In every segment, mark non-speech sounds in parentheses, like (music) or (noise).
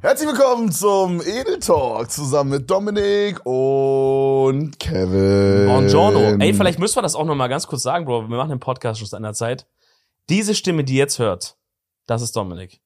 Herzlich willkommen zum Edel Talk zusammen mit Dominik und Kevin. Buongiorno. Ähm. Ey, vielleicht müssen wir das auch nochmal ganz kurz sagen, Bro. Wir machen den Podcast schon seit einer Zeit. Diese Stimme, die jetzt hört, das ist Dominik.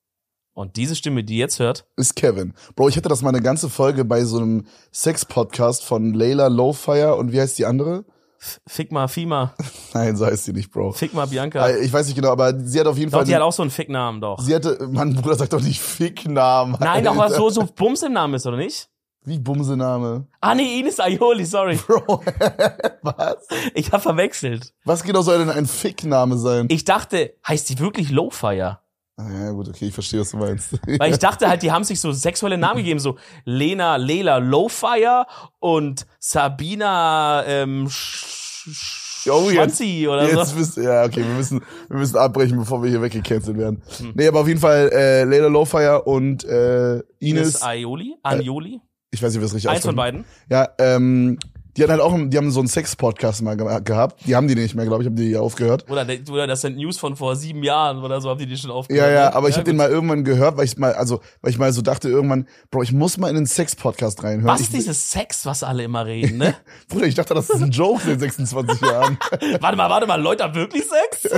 Und diese Stimme, die jetzt hört, Ist Kevin. Bro, ich hatte das mal eine ganze Folge bei so einem Sex-Podcast von Layla Lowfire und wie heißt die andere? F- Figma, Fima, Nein, so heißt sie nicht, Bro. Figma, Bianca. Äh, Ich weiß nicht genau, aber sie hat auf jeden Doch, Fall. die hat auch so einen Ficknamen, doch. sie hatte, mein Bruder sagt doch nicht Ficknamen. Nein, doch Alter. was so, so Bums im Namen ist, oder nicht? Wie Bumsename. (laughs) Ah, nee, Ines Aioli, sorry. Bro, (laughs) was? Ich hab verwechselt. Was genau soll denn ein Fickname sein? Ich dachte, heißt die wirklich Lowfire? Ah, ja, gut, okay, ich verstehe, was du meinst. (laughs) Weil ich dachte halt, die haben sich so sexuelle Namen gegeben, so Lena, Lela, Lowfire und Sabina, ähm, Sch Sch Oh, jetzt- Schwanzi oder so. Jetzt wisst, ja, okay, wir müssen, wir müssen abbrechen, bevor wir hier weggecancelt werden. Hm. Nee, aber auf jeden Fall äh, Layla Lowfire und äh, Ines Ines, Aioli, Anjoli, ich weiß nicht, wie Äh, das richtig eins von ausspricht. beiden. Ja, ähm, die hatten halt auch, einen- die haben so einen Sex-Podcast mal ge gehabt. Die haben die nicht mehr, glaube ich, haben die aufgehört. Oder, de- oder das sind News von vor sieben Jahren oder so, haben die die schon ne? aufgehört. Ja, ja, aber ich habe den gut. mal irgendwann gehört, weil ich mal, also, weil ich mal so dachte irgendwann, Bro, ich muss mal in den Sex-Podcast reinhören. Was ich, ist dieses Sex, was alle immer (laughs) reden, ne? Bruder, ich dachte, das ist ein Joke in 26 (laughs) Jahren. warte mal, warte mal, Leute haben wirklich (laughs) Sex?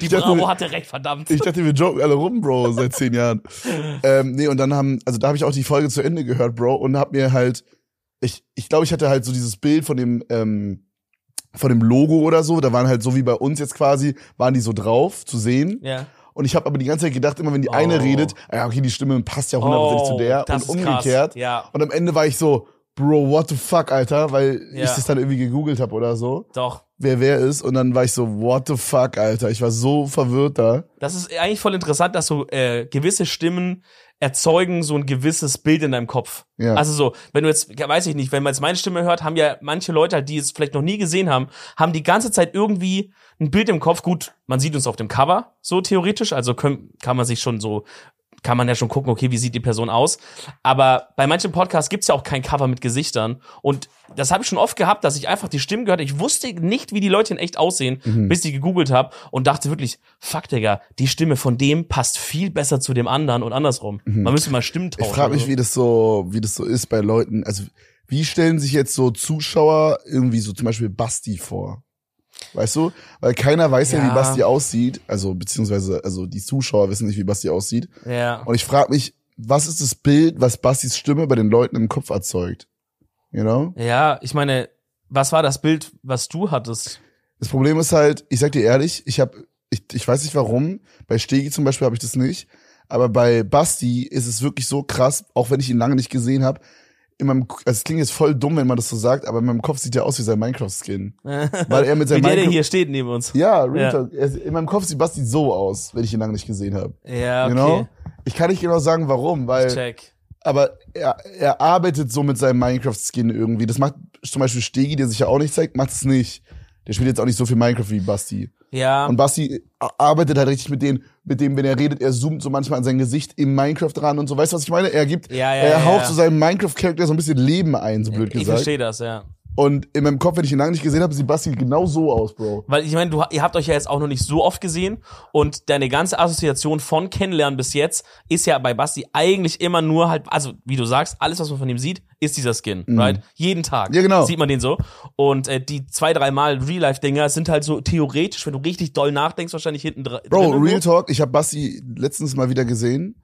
Die Ich dachte- Bravo hatte recht, verdammt. Ich dachte, wir joken alle rum, Bro, seit zehn Jahren. Ähm, nee, und dann haben, also da habe ich auch die Folge zu Ende gehört, Bro, und hab mir halt, ich, ich glaube, ich hatte halt so dieses Bild von dem, ähm, von dem Logo oder so. Da waren halt so wie bei uns jetzt quasi, waren die so drauf zu sehen. ja. Und ich habe aber die ganze Zeit gedacht, immer wenn die eine Oh. redet, ah ja, okay, die Stimme passt ja hundertprozentig zu der das und ist krass. umgekehrt. Ja, Und am Ende war ich so, Bro, what the fuck, Alter, weil ich Ja. das dann irgendwie gegoogelt habe oder so, doch. wer wer ist. Und dann war ich so, what the fuck, Alter. Ich war so verwirrt da. Das ist eigentlich voll interessant, dass so äh, gewisse Stimmen erzeugen so ein gewisses Bild in deinem Kopf. Ja. Also so, wenn du jetzt, ja, weiß ich nicht, wenn man jetzt meine Stimme hört, haben ja manche Leute, halt, die es vielleicht noch nie gesehen haben, haben die ganze Zeit irgendwie ein Bild im Kopf. Gut, man sieht uns auf dem Cover, so theoretisch, also können, kann man sich schon so, kann man ja schon gucken, okay, wie sieht die Person aus. Aber bei manchen Podcasts gibt's ja auch kein Cover mit Gesichtern. Und das habe ich schon oft gehabt, dass ich einfach die Stimmen gehört. habe. Ich wusste nicht, wie die Leute in echt aussehen, Hm. bis ich gegoogelt habe und dachte wirklich, fuck, Digga, die Stimme von dem passt viel besser zu dem anderen und andersrum. Man müsste mal Stimmen Mhm. Ich tauschen. frage mich, oder so. wie das so, wie das so ist bei Leuten. Also wie stellen sich jetzt so Zuschauer irgendwie so zum Beispiel Basti vor? Weißt du? Weil keiner weiß ja, Ja. wie Basti aussieht. Also beziehungsweise also die Zuschauer wissen nicht, wie Basti aussieht. Ja. Und ich frage mich, was ist das Bild, was Bastis Stimme bei den Leuten im Kopf erzeugt? You know? Ja, ich meine, was war das Bild, was du hattest? Das Problem ist halt, ich sag dir ehrlich, ich habe, ich, ich weiß nicht warum, bei Stegi zum Beispiel habe ich das nicht, aber bei Basti ist es wirklich so krass, auch wenn ich ihn lange nicht gesehen habe. In meinem, K- also es klingt jetzt voll dumm, wenn man das so sagt, aber in meinem Kopf sieht er aus wie sein Minecraft-Skin. (laughs) Weil er mit Wie seinem der, der Minecraft. hier steht neben uns. Ja, Real Ja. Talk. Er- In meinem Kopf sieht Basti so aus, wenn ich ihn lange nicht gesehen habe. Ja, You okay. know? Ich kann nicht genau sagen, warum, weil, Check. aber er, er arbeitet so mit seinem Minecraft-Skin irgendwie. Das macht zum Beispiel Stegi, der sich ja auch nicht zeigt, macht es nicht. Der spielt jetzt auch nicht so viel Minecraft wie Basti. Ja, Und Basti arbeitet halt richtig mit denen, mit dem, wenn er redet, er zoomt so manchmal an sein Gesicht im Minecraft ran und so. Weißt du, was ich meine? Er gibt, Ja, ja, er ja, haucht ja. so seinem Minecraft-Charakter so ein bisschen Leben ein, so blöd ich gesagt. verstehe das, ja. und in meinem Kopf, wenn ich ihn lange nicht gesehen habe, sieht Basti genau so aus, Bro. Weil ich meine, du, ihr habt euch ja jetzt auch noch nicht so oft gesehen und deine ganze Assoziation von Kennenlernen bis jetzt ist ja bei Basti eigentlich immer nur halt, also wie du sagst, alles, was man von ihm sieht, ist dieser Skin, right? Jeden Tag Mhm. Ja, genau. sieht man den so. Und äh, die zwei, dreimal Real-Life-Dinger sind halt so theoretisch, wenn du richtig doll nachdenkst, wahrscheinlich hinten dr- Bro, drinnen Real so. Talk, ich habe Basti letztens mal wieder gesehen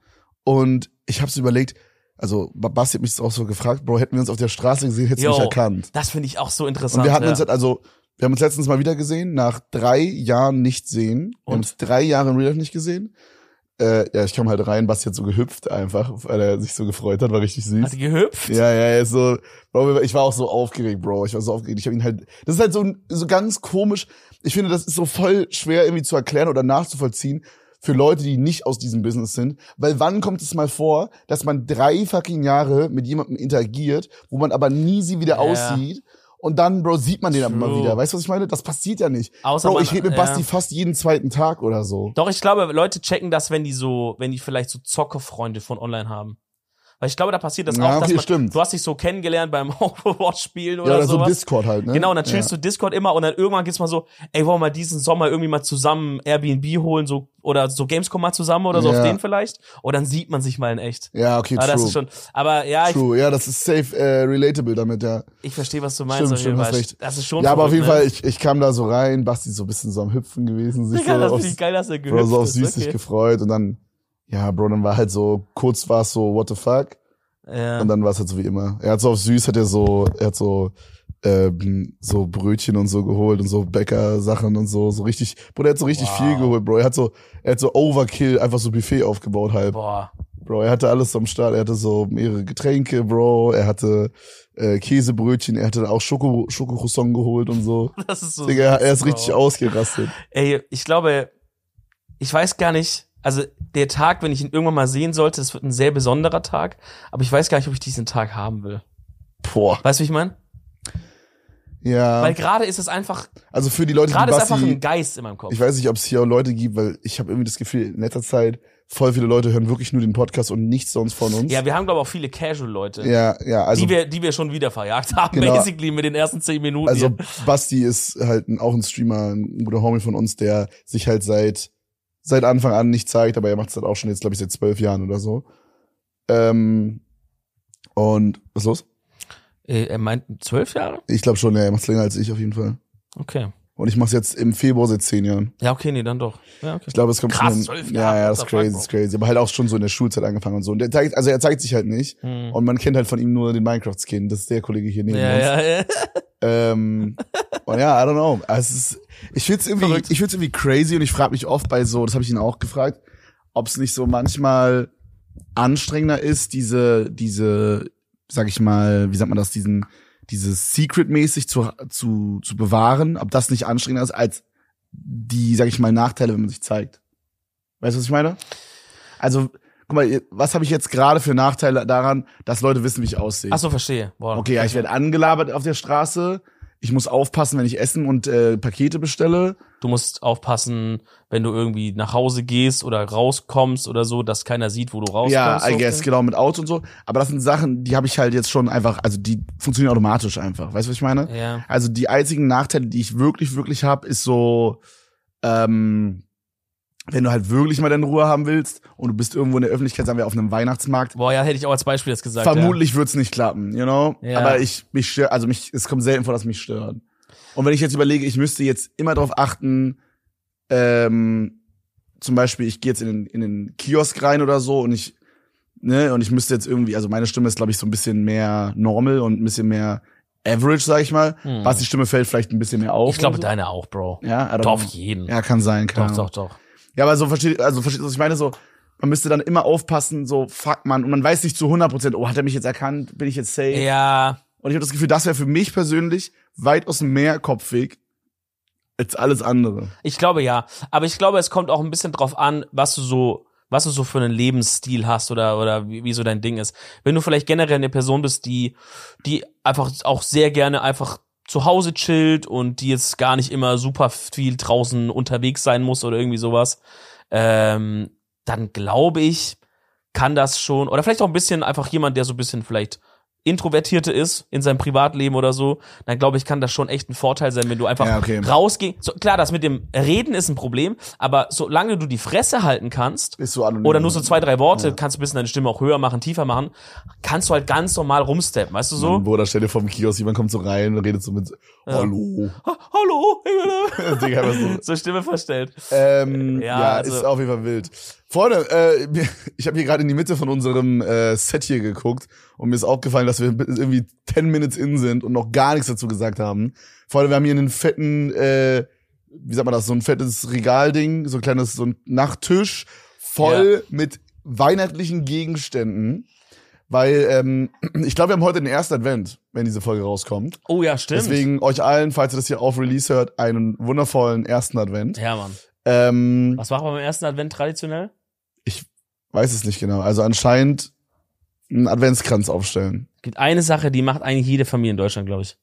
und ich habe so überlegt, also Ba- Basti hat mich auch so gefragt, Bro, hätten wir uns auf der Straße gesehen, hättest du Yo, mich erkannt. Das finde ich auch so interessant. Und wir hatten ja. uns halt, also, wir haben uns letztens mal wieder gesehen, nach drei Jahren nicht sehen. Wir Und? haben uns drei Jahre im Real Life nicht gesehen. Äh, ja, ich kam halt rein, Basti hat so gehüpft einfach, weil er sich so gefreut hat, war richtig Hat süß. sie (laughs) gehüpft? Ja, ja, er ist so, Bro, ich war auch so aufgeregt, Bro. Ich war so aufgeregt. Ich habe ihn halt, das ist halt so, ein- so ganz komisch. Ich finde, das ist so voll schwer irgendwie zu erklären oder nachzuvollziehen für Leute, die nicht aus diesem Business sind. Weil wann kommt es mal vor, dass man drei fucking Jahre mit jemandem interagiert, wo man aber nie sie wieder Ja. aussieht? Und dann, Bro, sieht man den aber mal True. wieder. Weißt du, was ich meine? Das passiert ja nicht. Außer Bro, man- äh, ich rede mit ja. Basti fast jeden zweiten Tag oder so. Doch, ich glaube, Leute checken das, wenn die so, wenn die vielleicht so Zockerfreunde von online haben. Weil ich glaube, da passiert das Ja, auch, dass okay, man, stimmt. du hast dich so kennengelernt beim (laughs) Overwatch-Spielen oder, Ja, oder so sowas. Discord halt, ne? Genau, und dann chillst ja. du Discord immer und dann irgendwann geht's mal so, ey, wollen wir mal diesen Sommer irgendwie mal zusammen Airbnb holen, so oder so Gamescom mal zusammen oder so Ja. auf den vielleicht. Und dann sieht man sich mal in echt. Ja, okay, Aber true. das ist schon, aber ja, ich, true. Ja, das ist safe äh, relatable damit, ja. ich verstehe, was du meinst. Stimmt, auf jeden stimmt, Fall. hast recht. Das ist schon ja, aber auf jeden verrückt, Fall, ne? ich, ich kam da so rein, Basti ist so ein bisschen so am Hüpfen gewesen, (laughs) sich Digga, das so, finde aufs, ich geil, dass er Bro, gehört so auf süßlich gefreut und dann, ja, Bro, dann war halt so, kurz war es so, what the fuck? Ja. Und dann war es halt so wie immer. Er hat so auf süß, hat er so, er hat so, ähm, so Brötchen und so geholt und so Bäcker-Sachen und so, so richtig, Bro, er hat so richtig Wow. viel geholt, Bro. Er hat so, er hat so Overkill, einfach so Buffet aufgebaut halb. Boah. (laughs) Bro, er hatte alles am Start. Er hatte so mehrere Getränke, Bro. Er hatte äh, Käsebrötchen, er hatte auch Schoko Schokocroissant geholt und so. Das ist so. Digga, er süß, ist richtig Oh, Bro. ausgerastet. Ey, ich glaube, ich weiß gar nicht, also der Tag, wenn ich ihn irgendwann mal sehen sollte, es wird ein sehr besonderer Tag, aber ich weiß gar nicht, ob ich diesen Tag haben will. Boah. Weißt du, wie ich meine? Ja. Weil gerade ist es einfach, Also für die Leute, die gerade ist einfach ein Basti, Geist in meinem Kopf. ich weiß nicht, ob es hier auch Leute gibt, weil ich habe irgendwie das Gefühl, in letzter Zeit voll viele Leute hören wirklich nur den Podcast und nichts sonst von uns. Ja, wir haben, glaube ich, auch viele Casual-Leute, ja, ja also, die, wir, die wir schon wieder verjagt haben, Genau. basically mit den ersten zehn Minuten. also hier. Basti ist halt ein, auch ein Streamer, ein guter Homie von uns, der sich halt seit seit Anfang an nicht zeigt, aber er macht es halt auch schon jetzt, glaube ich, seit zwölf Jahren oder so. Ähm, und was ist los? Äh, er meint zwölf Jahre? Ich glaube schon, ja, er macht's länger als ich auf jeden Fall. Okay. Und ich mach's jetzt im Februar seit zehn Jahren. Ja, okay, nee, dann doch. Ja, okay. Ich glaube, es kommt Krass, schon. 12 ja, Jahre, ja, das what ist the fuck, crazy, das ist crazy. Aber halt auch schon so in der Schulzeit angefangen und so. Und der zeigt, also er zeigt sich halt nicht. Hm. Und man kennt halt von ihm nur den Minecraft-Skin. Das ist der Kollege hier neben Ja, uns. (laughs) ja, ja. Ähm, und ja, I don't know. Also es ist, ich find's irgendwie, Verrückt. ich find's irgendwie crazy und ich frage mich oft bei so, das habe ich ihn auch gefragt, ob es nicht so manchmal anstrengender ist, diese, diese, sag ich mal, wie sagt man das, diesen, dieses Secret-mäßig zu, zu, zu bewahren, ob das nicht anstrengender ist, als die, sag ich mal, Nachteile, wenn man sich zeigt. Weißt du, was ich meine? Also, guck mal, was habe ich jetzt gerade für Nachteile daran, dass Leute wissen, wie ich aussehe? Ach so, verstehe. Boah. Okay, ja, ich werde angelabert auf der Straße. Ich muss aufpassen, wenn ich Essen und äh, Pakete bestelle. Du musst aufpassen, wenn du irgendwie nach Hause gehst oder rauskommst oder so, dass keiner sieht, wo du rauskommst. ja, I so. guess, genau, mit Auto und so. Aber das sind Sachen, die habe ich halt jetzt schon einfach, also die funktionieren automatisch einfach. Weißt du, was ich meine? Ja. Also die einzigen Nachteile, die ich wirklich, wirklich habe, ist so, ähm, wenn du halt wirklich mal deine Ruhe haben willst und du bist irgendwo in der Öffentlichkeit, sagen wir auf einem Weihnachtsmarkt, Boah, ja, hätte ich auch als Beispiel jetzt gesagt. Vermutlich wird's nicht klappen, you know? Ja. Aber ich, mich stört, also mich, es kommt selten vor, dass mich stört. Und wenn ich jetzt überlege, ich müsste jetzt immer darauf achten, ähm, zum Beispiel, ich gehe jetzt in den, in den Kiosk rein oder so und ich, ne, und ich müsste jetzt irgendwie, also meine Stimme ist, glaube ich, so ein bisschen mehr normal und ein bisschen mehr average, sag ich mal. Hm. Was die Stimme fällt vielleicht ein bisschen mehr auf. Ich glaube, oder deine auch, Bro. so. ja, I don't Doch, auf know. jeden. ja, kann sein, kann doch, doch, doch. ja, aber so versteht, also versteht, was ich meine, so, man müsste dann immer aufpassen, so, fuck man, und man weiß nicht zu 100 Prozent, oh, hat er mich jetzt erkannt, bin ich jetzt safe? Ja, Und ich habe das Gefühl, das wäre für mich persönlich weitaus mehr Kopfweg als alles andere. ich glaube ja. Aber ich glaube, es kommt auch ein bisschen drauf an, was du so, was du so für einen Lebensstil hast oder, oder wie, wie so dein Ding ist. Wenn du vielleicht generell eine Person bist, die, die einfach auch sehr gerne einfach zu Hause chillt und die jetzt gar nicht immer super viel draußen unterwegs sein muss oder irgendwie sowas, ähm, dann glaube ich, kann das schon, oder vielleicht auch ein bisschen einfach jemand, der so ein bisschen vielleicht introvertierte ist in seinem Privatleben oder so, dann glaube ich, kann das schon echt ein Vorteil sein, wenn du einfach Ja, okay. rausgehst. So, klar, das mit dem Reden ist ein Problem, aber solange du die Fresse halten kannst, Ist so anonym. oder nur so zwei, drei Worte, Ja. kannst du ein bisschen deine Stimme auch höher machen, tiefer machen, kannst du halt ganz normal rumsteppen, weißt du so? Mann, Bruder, stell dir vom Kiosk, jemand kommt so rein und redet so mit, hallo. Ha- (laughs) Hallo! Das Ding einfach so. so Stimme verstellt. Ähm, Ja, ja, also- ist auf jeden Fall wild. Freunde, äh, mir- ich habe hier gerade in die Mitte von unserem äh, Set hier geguckt und mir ist aufgefallen, dass wir irgendwie 10 Minutes in sind und noch gar nichts dazu gesagt haben. Freunde, wir haben hier einen fetten, äh, wie sagt man das, so ein fettes Regalding, so ein kleines, so ein Nachttisch voll mit weihnachtlichen Gegenständen. Weil ähm, (clears throat) ich glaube, wir haben heute den ersten Advent, wenn diese Folge rauskommt. Oh ja, stimmt. Deswegen euch allen, falls ihr das hier auf Release hört, einen wundervollen ersten Advent. ja, Mann. Ähm, Was machen wir beim ersten Advent traditionell? Weiß es nicht genau. Also anscheinend einen Adventskranz aufstellen. Gibt eine Sache, die macht eigentlich jede Familie in Deutschland, glaube ich.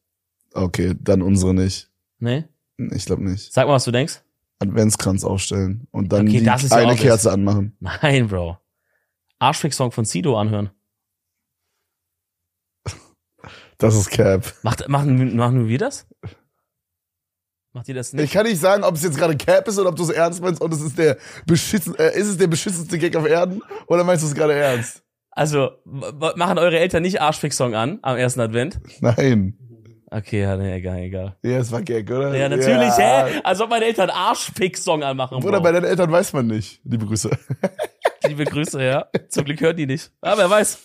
Okay, dann unsere nicht. Ne? Ich glaube nicht. Sag mal, was du denkst. (laughs) Adventskranz aufstellen und dann Okay, die das ist ja eine obvious. Kerze anmachen. Nein, Bro. Arschfick-Song von Sido anhören. Das ist Cap. Macht, machen, machen wir das? Macht ihr das nicht? Ich kann nicht sagen, ob es jetzt gerade Cap ist oder ob du es ernst meinst und es ist der beschissen, äh, ist es der beschissenste Gag auf Erden oder meinst du es gerade ernst? Also, w- w- machen eure Eltern nicht Arschfick-Song an am ersten Advent? Nein. Okay, ja, nee, egal, egal. Ja, es war Gag, oder? Ja, natürlich, Ja. hä? Als ob meine Eltern Arschfick-Song anmachen. Oder Bro. bei deinen Eltern weiß man nicht. Liebe Grüße. Liebe Grüße, ja. Zum Glück hören die nicht. Aber wer weiß.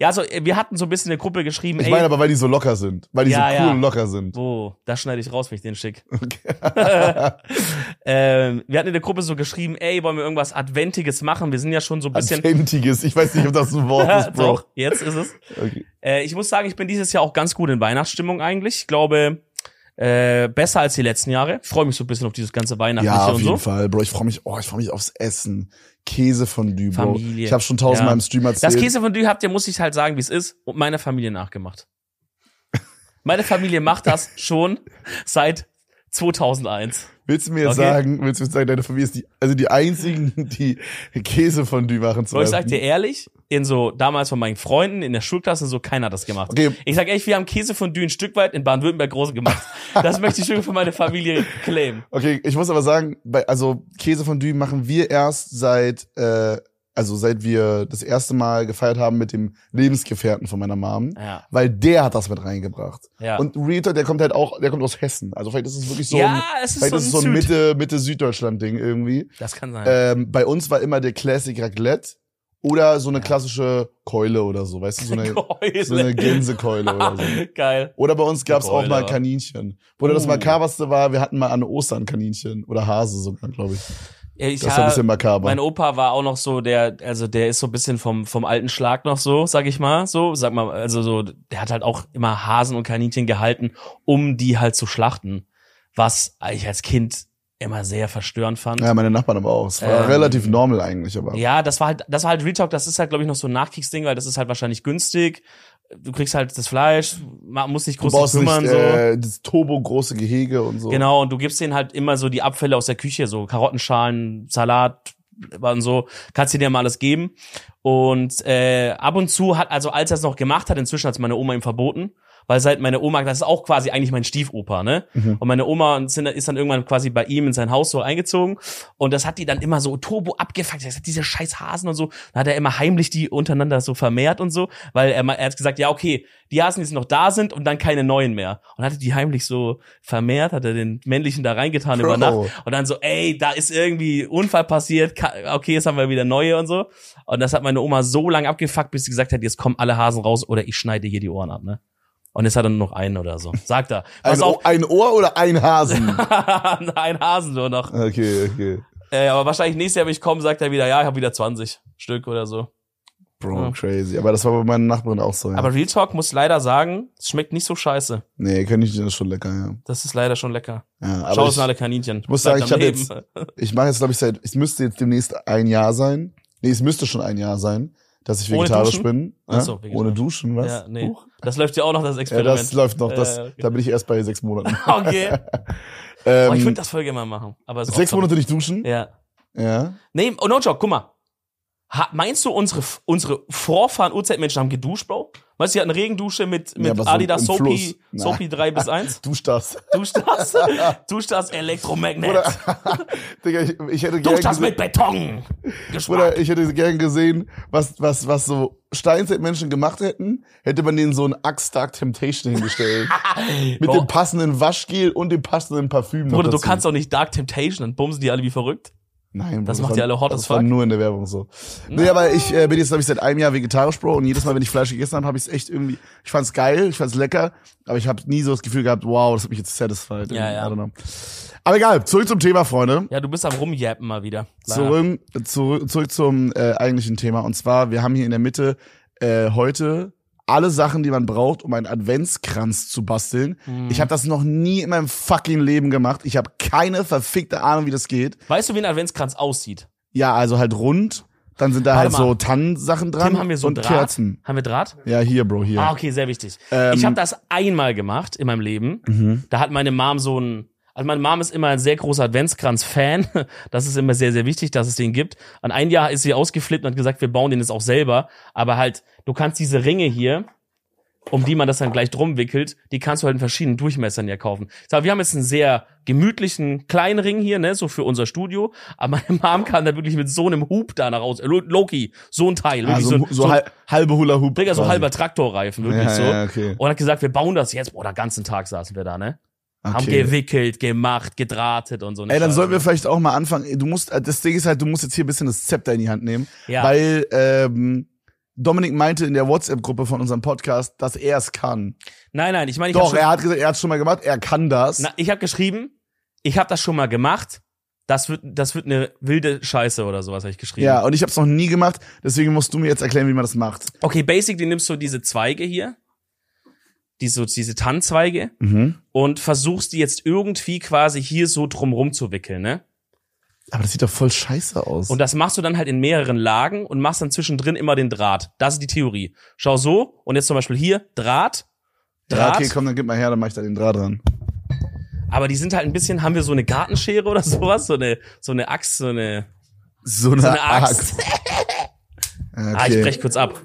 Ja, also, wir hatten so ein bisschen in der Gruppe geschrieben, Ich ey, meine aber, weil die so locker sind. Weil die Ja, so ja. cool und locker sind. Oh, das schneide ich raus, wenn ich den schick. Okay. (laughs) ähm, wir hatten in der Gruppe so geschrieben, ey, wollen wir irgendwas Adventiges machen? Wir sind ja schon so ein bisschen. Adventiges. Ich weiß nicht, ob das ein (laughs) Wort ist, Bro. Doch, jetzt ist es. Okay. Äh, ich muss sagen, ich bin dieses Jahr auch ganz gut in Weihnachtsstimmung eigentlich. Ich glaube, äh, besser als die letzten Jahre. Ich freue mich so ein bisschen auf dieses ganze Weihnachtliche Ja, auf und jeden so. Fall, Bro. Ich freue mich, oh, ich freue mich aufs Essen. Käsefondue, Bro. Familie. Ich habe schon tausendmal Ja. im Stream erzählt. Das Käse von dir habt ihr, muss ich halt sagen, wie es ist, und meiner (laughs) Familie nachgemacht. Meine Familie macht das schon seit 2001. Willst du mir jetzt Okay. sagen, willst du mir sagen, deine Familie ist die, also die einzigen, (laughs) die Käsefondue machen zu So, dürfen? ich sag dir ehrlich, in so damals von meinen Freunden in der Schulklasse so keiner hat das gemacht. Okay. Ich sag echt, wir haben Käsefondue ein Stück weit in Baden-Württemberg groß gemacht. Das möchte ich schön für (laughs) meine Familie claimen. Okay, ich muss aber sagen, bei, also Käsefondue machen wir erst seit, äh, also seit wir das erste Mal gefeiert haben mit dem Lebensgefährten von meiner Mom. Ja. Weil der hat das mit reingebracht. Ja. Und Realtor, der kommt halt auch, der kommt aus Hessen. Also vielleicht ist es wirklich so ja, ein, es ist vielleicht so ein, ist es so ein Süd. Mitte, Mitte Süddeutschland-Ding irgendwie. Das kann sein. Ähm, bei uns war immer der Classic Raclette oder so eine klassische Keule oder so, weißt du, so (laughs) eine, Geule. so eine (laughs) Gänsekeule oder so. Ah, Geil. Oder bei uns gab's auch mal Broiler. Kaninchen. Oder das Uh. makaberste war, wir hatten mal an Ostern Kaninchen oder Hase sogar, glaube ich. Ja, Ich Das ist ein bisschen hab, makaber. mein Opa war auch noch so der, also der ist so ein bisschen vom vom alten Schlag noch so, sag ich mal, so, sag mal, also so, der hat halt auch immer Hasen und Kaninchen gehalten, um die halt zu schlachten, was ich als Kind immer sehr verstörend fand. ja, meine Nachbarn aber auch. Es war Ähm, relativ normal eigentlich, aber. Ja, das war halt, das war halt Retalk, das ist halt, glaube ich, noch so ein Nachkriegsding, weil das ist halt wahrscheinlich günstig. Du kriegst halt das Fleisch, man muss nicht Du groß dich brauchst nicht kümmern, so. äh, das turbo große Gehege und so. Genau, und du gibst denen halt immer so die Abfälle aus der Küche, so Karottenschalen, Salat und so, kannst du dir mal alles geben. Und äh, ab und zu hat, also als er es noch gemacht hat, inzwischen hat's meine Oma ihm verboten, weil seit meine Oma, das ist auch quasi eigentlich mein Stiefopa, ne? Mhm. Und meine Oma und sind- ist dann irgendwann quasi bei ihm in sein Haus so eingezogen. Und das hat die dann immer so turbo abgefuckt. Er hat gesagt, diese scheiß Hasen und so. Dann hat er immer heimlich die untereinander so vermehrt und so. Weil er, mal- er hat gesagt, ja, okay, die Hasen, die jetzt noch da sind und dann keine neuen mehr. Und hatte die heimlich so vermehrt, hat er den männlichen da reingetan Bro. über Nacht. Und dann so, ey, da ist irgendwie Unfall passiert. Ka- Okay, jetzt haben wir wieder neue und so. Und das hat meine Oma so lange abgefuckt, bis sie gesagt hat, jetzt kommen alle Hasen raus oder ich schneide hier die Ohren ab, ne? Und jetzt hat er nur noch einen oder so. Sagt er. Ein, Pass Ohr, auf, ein Ohr oder ein (laughs) Hasen? ein Hasen nur noch. okay, okay. Äh, aber wahrscheinlich nächstes Jahr, wenn ich komme, sagt er wieder, ja, ich habe wieder 20 Stück oder so. Bro, Ja. crazy. Aber das war bei meinen Nachbarn auch so. Ja. Aber Real Talk muss leider sagen, es schmeckt nicht so scheiße. nee, kann ich das ist schon lecker, ja. Das ist leider schon lecker. ja Schau, aber es sind ich, alle Kaninchen. Ich muss sagen, ich hab jetzt- ich mache jetzt, glaube ich, seit, es müsste jetzt demnächst ein Jahr sein. Nee, es müsste schon ein Jahr sein, dass ich Ohne vegetarisch Duschen? bin. Ach so, Ja? vegetarisch. Ohne Duschen, was? Ja, nee. Huch. Das läuft ja auch noch, das Ja, (laughs) Experiment. das läuft noch. Das, Äh, okay. Da bin ich erst bei sechs Monaten. okay. Ähm, (laughs) Oh, ich würde das Folge mal machen. Aber es ist sechs auch- Monate nicht duschen? Ja. Ja. Nee, oh, no joke, guck mal. Ha, meinst du, unsere, unsere Vorfahren, Urzeitmenschen haben geduscht, Bro? Weißt du, die hatten Regendusche mit, mit aber so Adidas im Soapy, Fluss. Na. Soapy 3 bis 1? Dusch das. Duscht das? Duscht das Elektromagnet? Oder, (laughs) Digga, ich, ich hätte gerne Duscht das gesehen, mit Beton? oder Geschmack. ich hätte gern gesehen, was, was, was so Steinzeitmenschen gemacht hätten, hätte man denen so ein Axe Dark Temptation (laughs) hingestellt. Mit Bro, dem passenden Waschgel und dem passenden Parfüm. noch Bruder, du dazu. kannst auch nicht Dark Temptation, dann bumsen die alle wie verrückt. Nein, Das Bro, macht war- die alle hot Das as war fuck. nur in der Werbung so. Nee, aber ich äh, bin jetzt, glaube ich, seit einem Jahr vegetarisch, Bro. Und jedes Mal, wenn ich Fleisch gegessen habe, habe ich es echt irgendwie. Ich fand's geil, ich fand's lecker, aber ich habe nie so das Gefühl gehabt, wow, das hat mich jetzt satisfied. Ja, ja. I don't know. Aber egal, zurück zum Thema, Freunde. Ja, du bist am Rumjappen mal wieder. Leider. Zurück, zurück, zurück zum äh, eigentlichen Thema. Und zwar, wir haben hier in der Mitte äh, heute alle Sachen, die man braucht, um einen Adventskranz zu basteln. Mhm. Ich habe das noch nie in meinem fucking Leben gemacht. Ich habe keine verfickte Ahnung, wie das geht. Weißt du, wie ein Adventskranz aussieht? Ja, also halt rund. Dann sind da Warte halt mal. so Tannensachen dran Tim, haben wir so und Draht? Kerzen. Haben wir Draht? Ja, hier, Bro, hier. Ah, okay, sehr wichtig. Ähm, ich habe das einmal gemacht in meinem Leben. Da hat meine Mom so ein. Also meine Mom ist immer ein sehr großer Adventskranz-Fan. (laughs) Das ist immer sehr, sehr wichtig, dass es den gibt. An ein Jahr ist sie ausgeflippt und hat gesagt, wir bauen den jetzt auch selber. Aber halt, du kannst diese Ringe hier, um die man das dann gleich drum wickelt, die kannst du halt in verschiedenen Durchmessern ja kaufen. So, wir haben jetzt einen sehr gemütlichen kleinen Ring hier, ne, so für unser Studio. Aber meine Mom kam da wirklich mit so einem Hub da nach raus. Lo- Loki, so ein Teil. Ah, wirklich so, so, ein- so, hal- halbe Hula Hoop. Digga, so quasi. halber Traktorreifen, wirklich Ja, so. ja, okay. Und hat gesagt, wir bauen das jetzt. Boah, den ganzen Tag saßen wir also da, ne? Haben Okay. gewickelt, gemacht, gedrahtet und so. eine Ey, dann Scheiße. sollten wir vielleicht auch mal anfangen. Du musst, das Ding ist halt, du musst jetzt hier ein bisschen das Zepter in die Hand nehmen, Ja. weil ähm, Dominik meinte in der WhatsApp-Gruppe von unserem Podcast, dass er es kann. Nein, nein, ich meine, ich Doch, habe er hat gesagt, er hat schon mal gemacht, er kann das. hab geschrieben, ich habe das schon mal gemacht. Das wird, das wird eine wilde Scheiße oder sowas, habe ich geschrieben. ja, und ich habe es noch nie gemacht, deswegen musst du mir jetzt erklären, wie man das macht. Okay, basically nimmst du diese Zweige hier, diese, diese Tannenzweige, Mhm. und versuchst die jetzt irgendwie quasi hier so drumrum zu wickeln, ne? Aber das sieht doch voll scheiße aus. Und das machst du dann halt in mehreren Lagen und machst dann zwischendrin immer den Draht. Das ist die Theorie. Schau so und jetzt zum Beispiel hier Draht, ja, Draht. okay, komm, dann gib mal her, dann mach ich da den Draht dran. Aber die sind halt ein bisschen, haben wir so eine Gartenschere oder (laughs) sowas, so eine, so eine Axt, so eine, So eine, so eine Axt. Okay. Ah, ich brech kurz ab.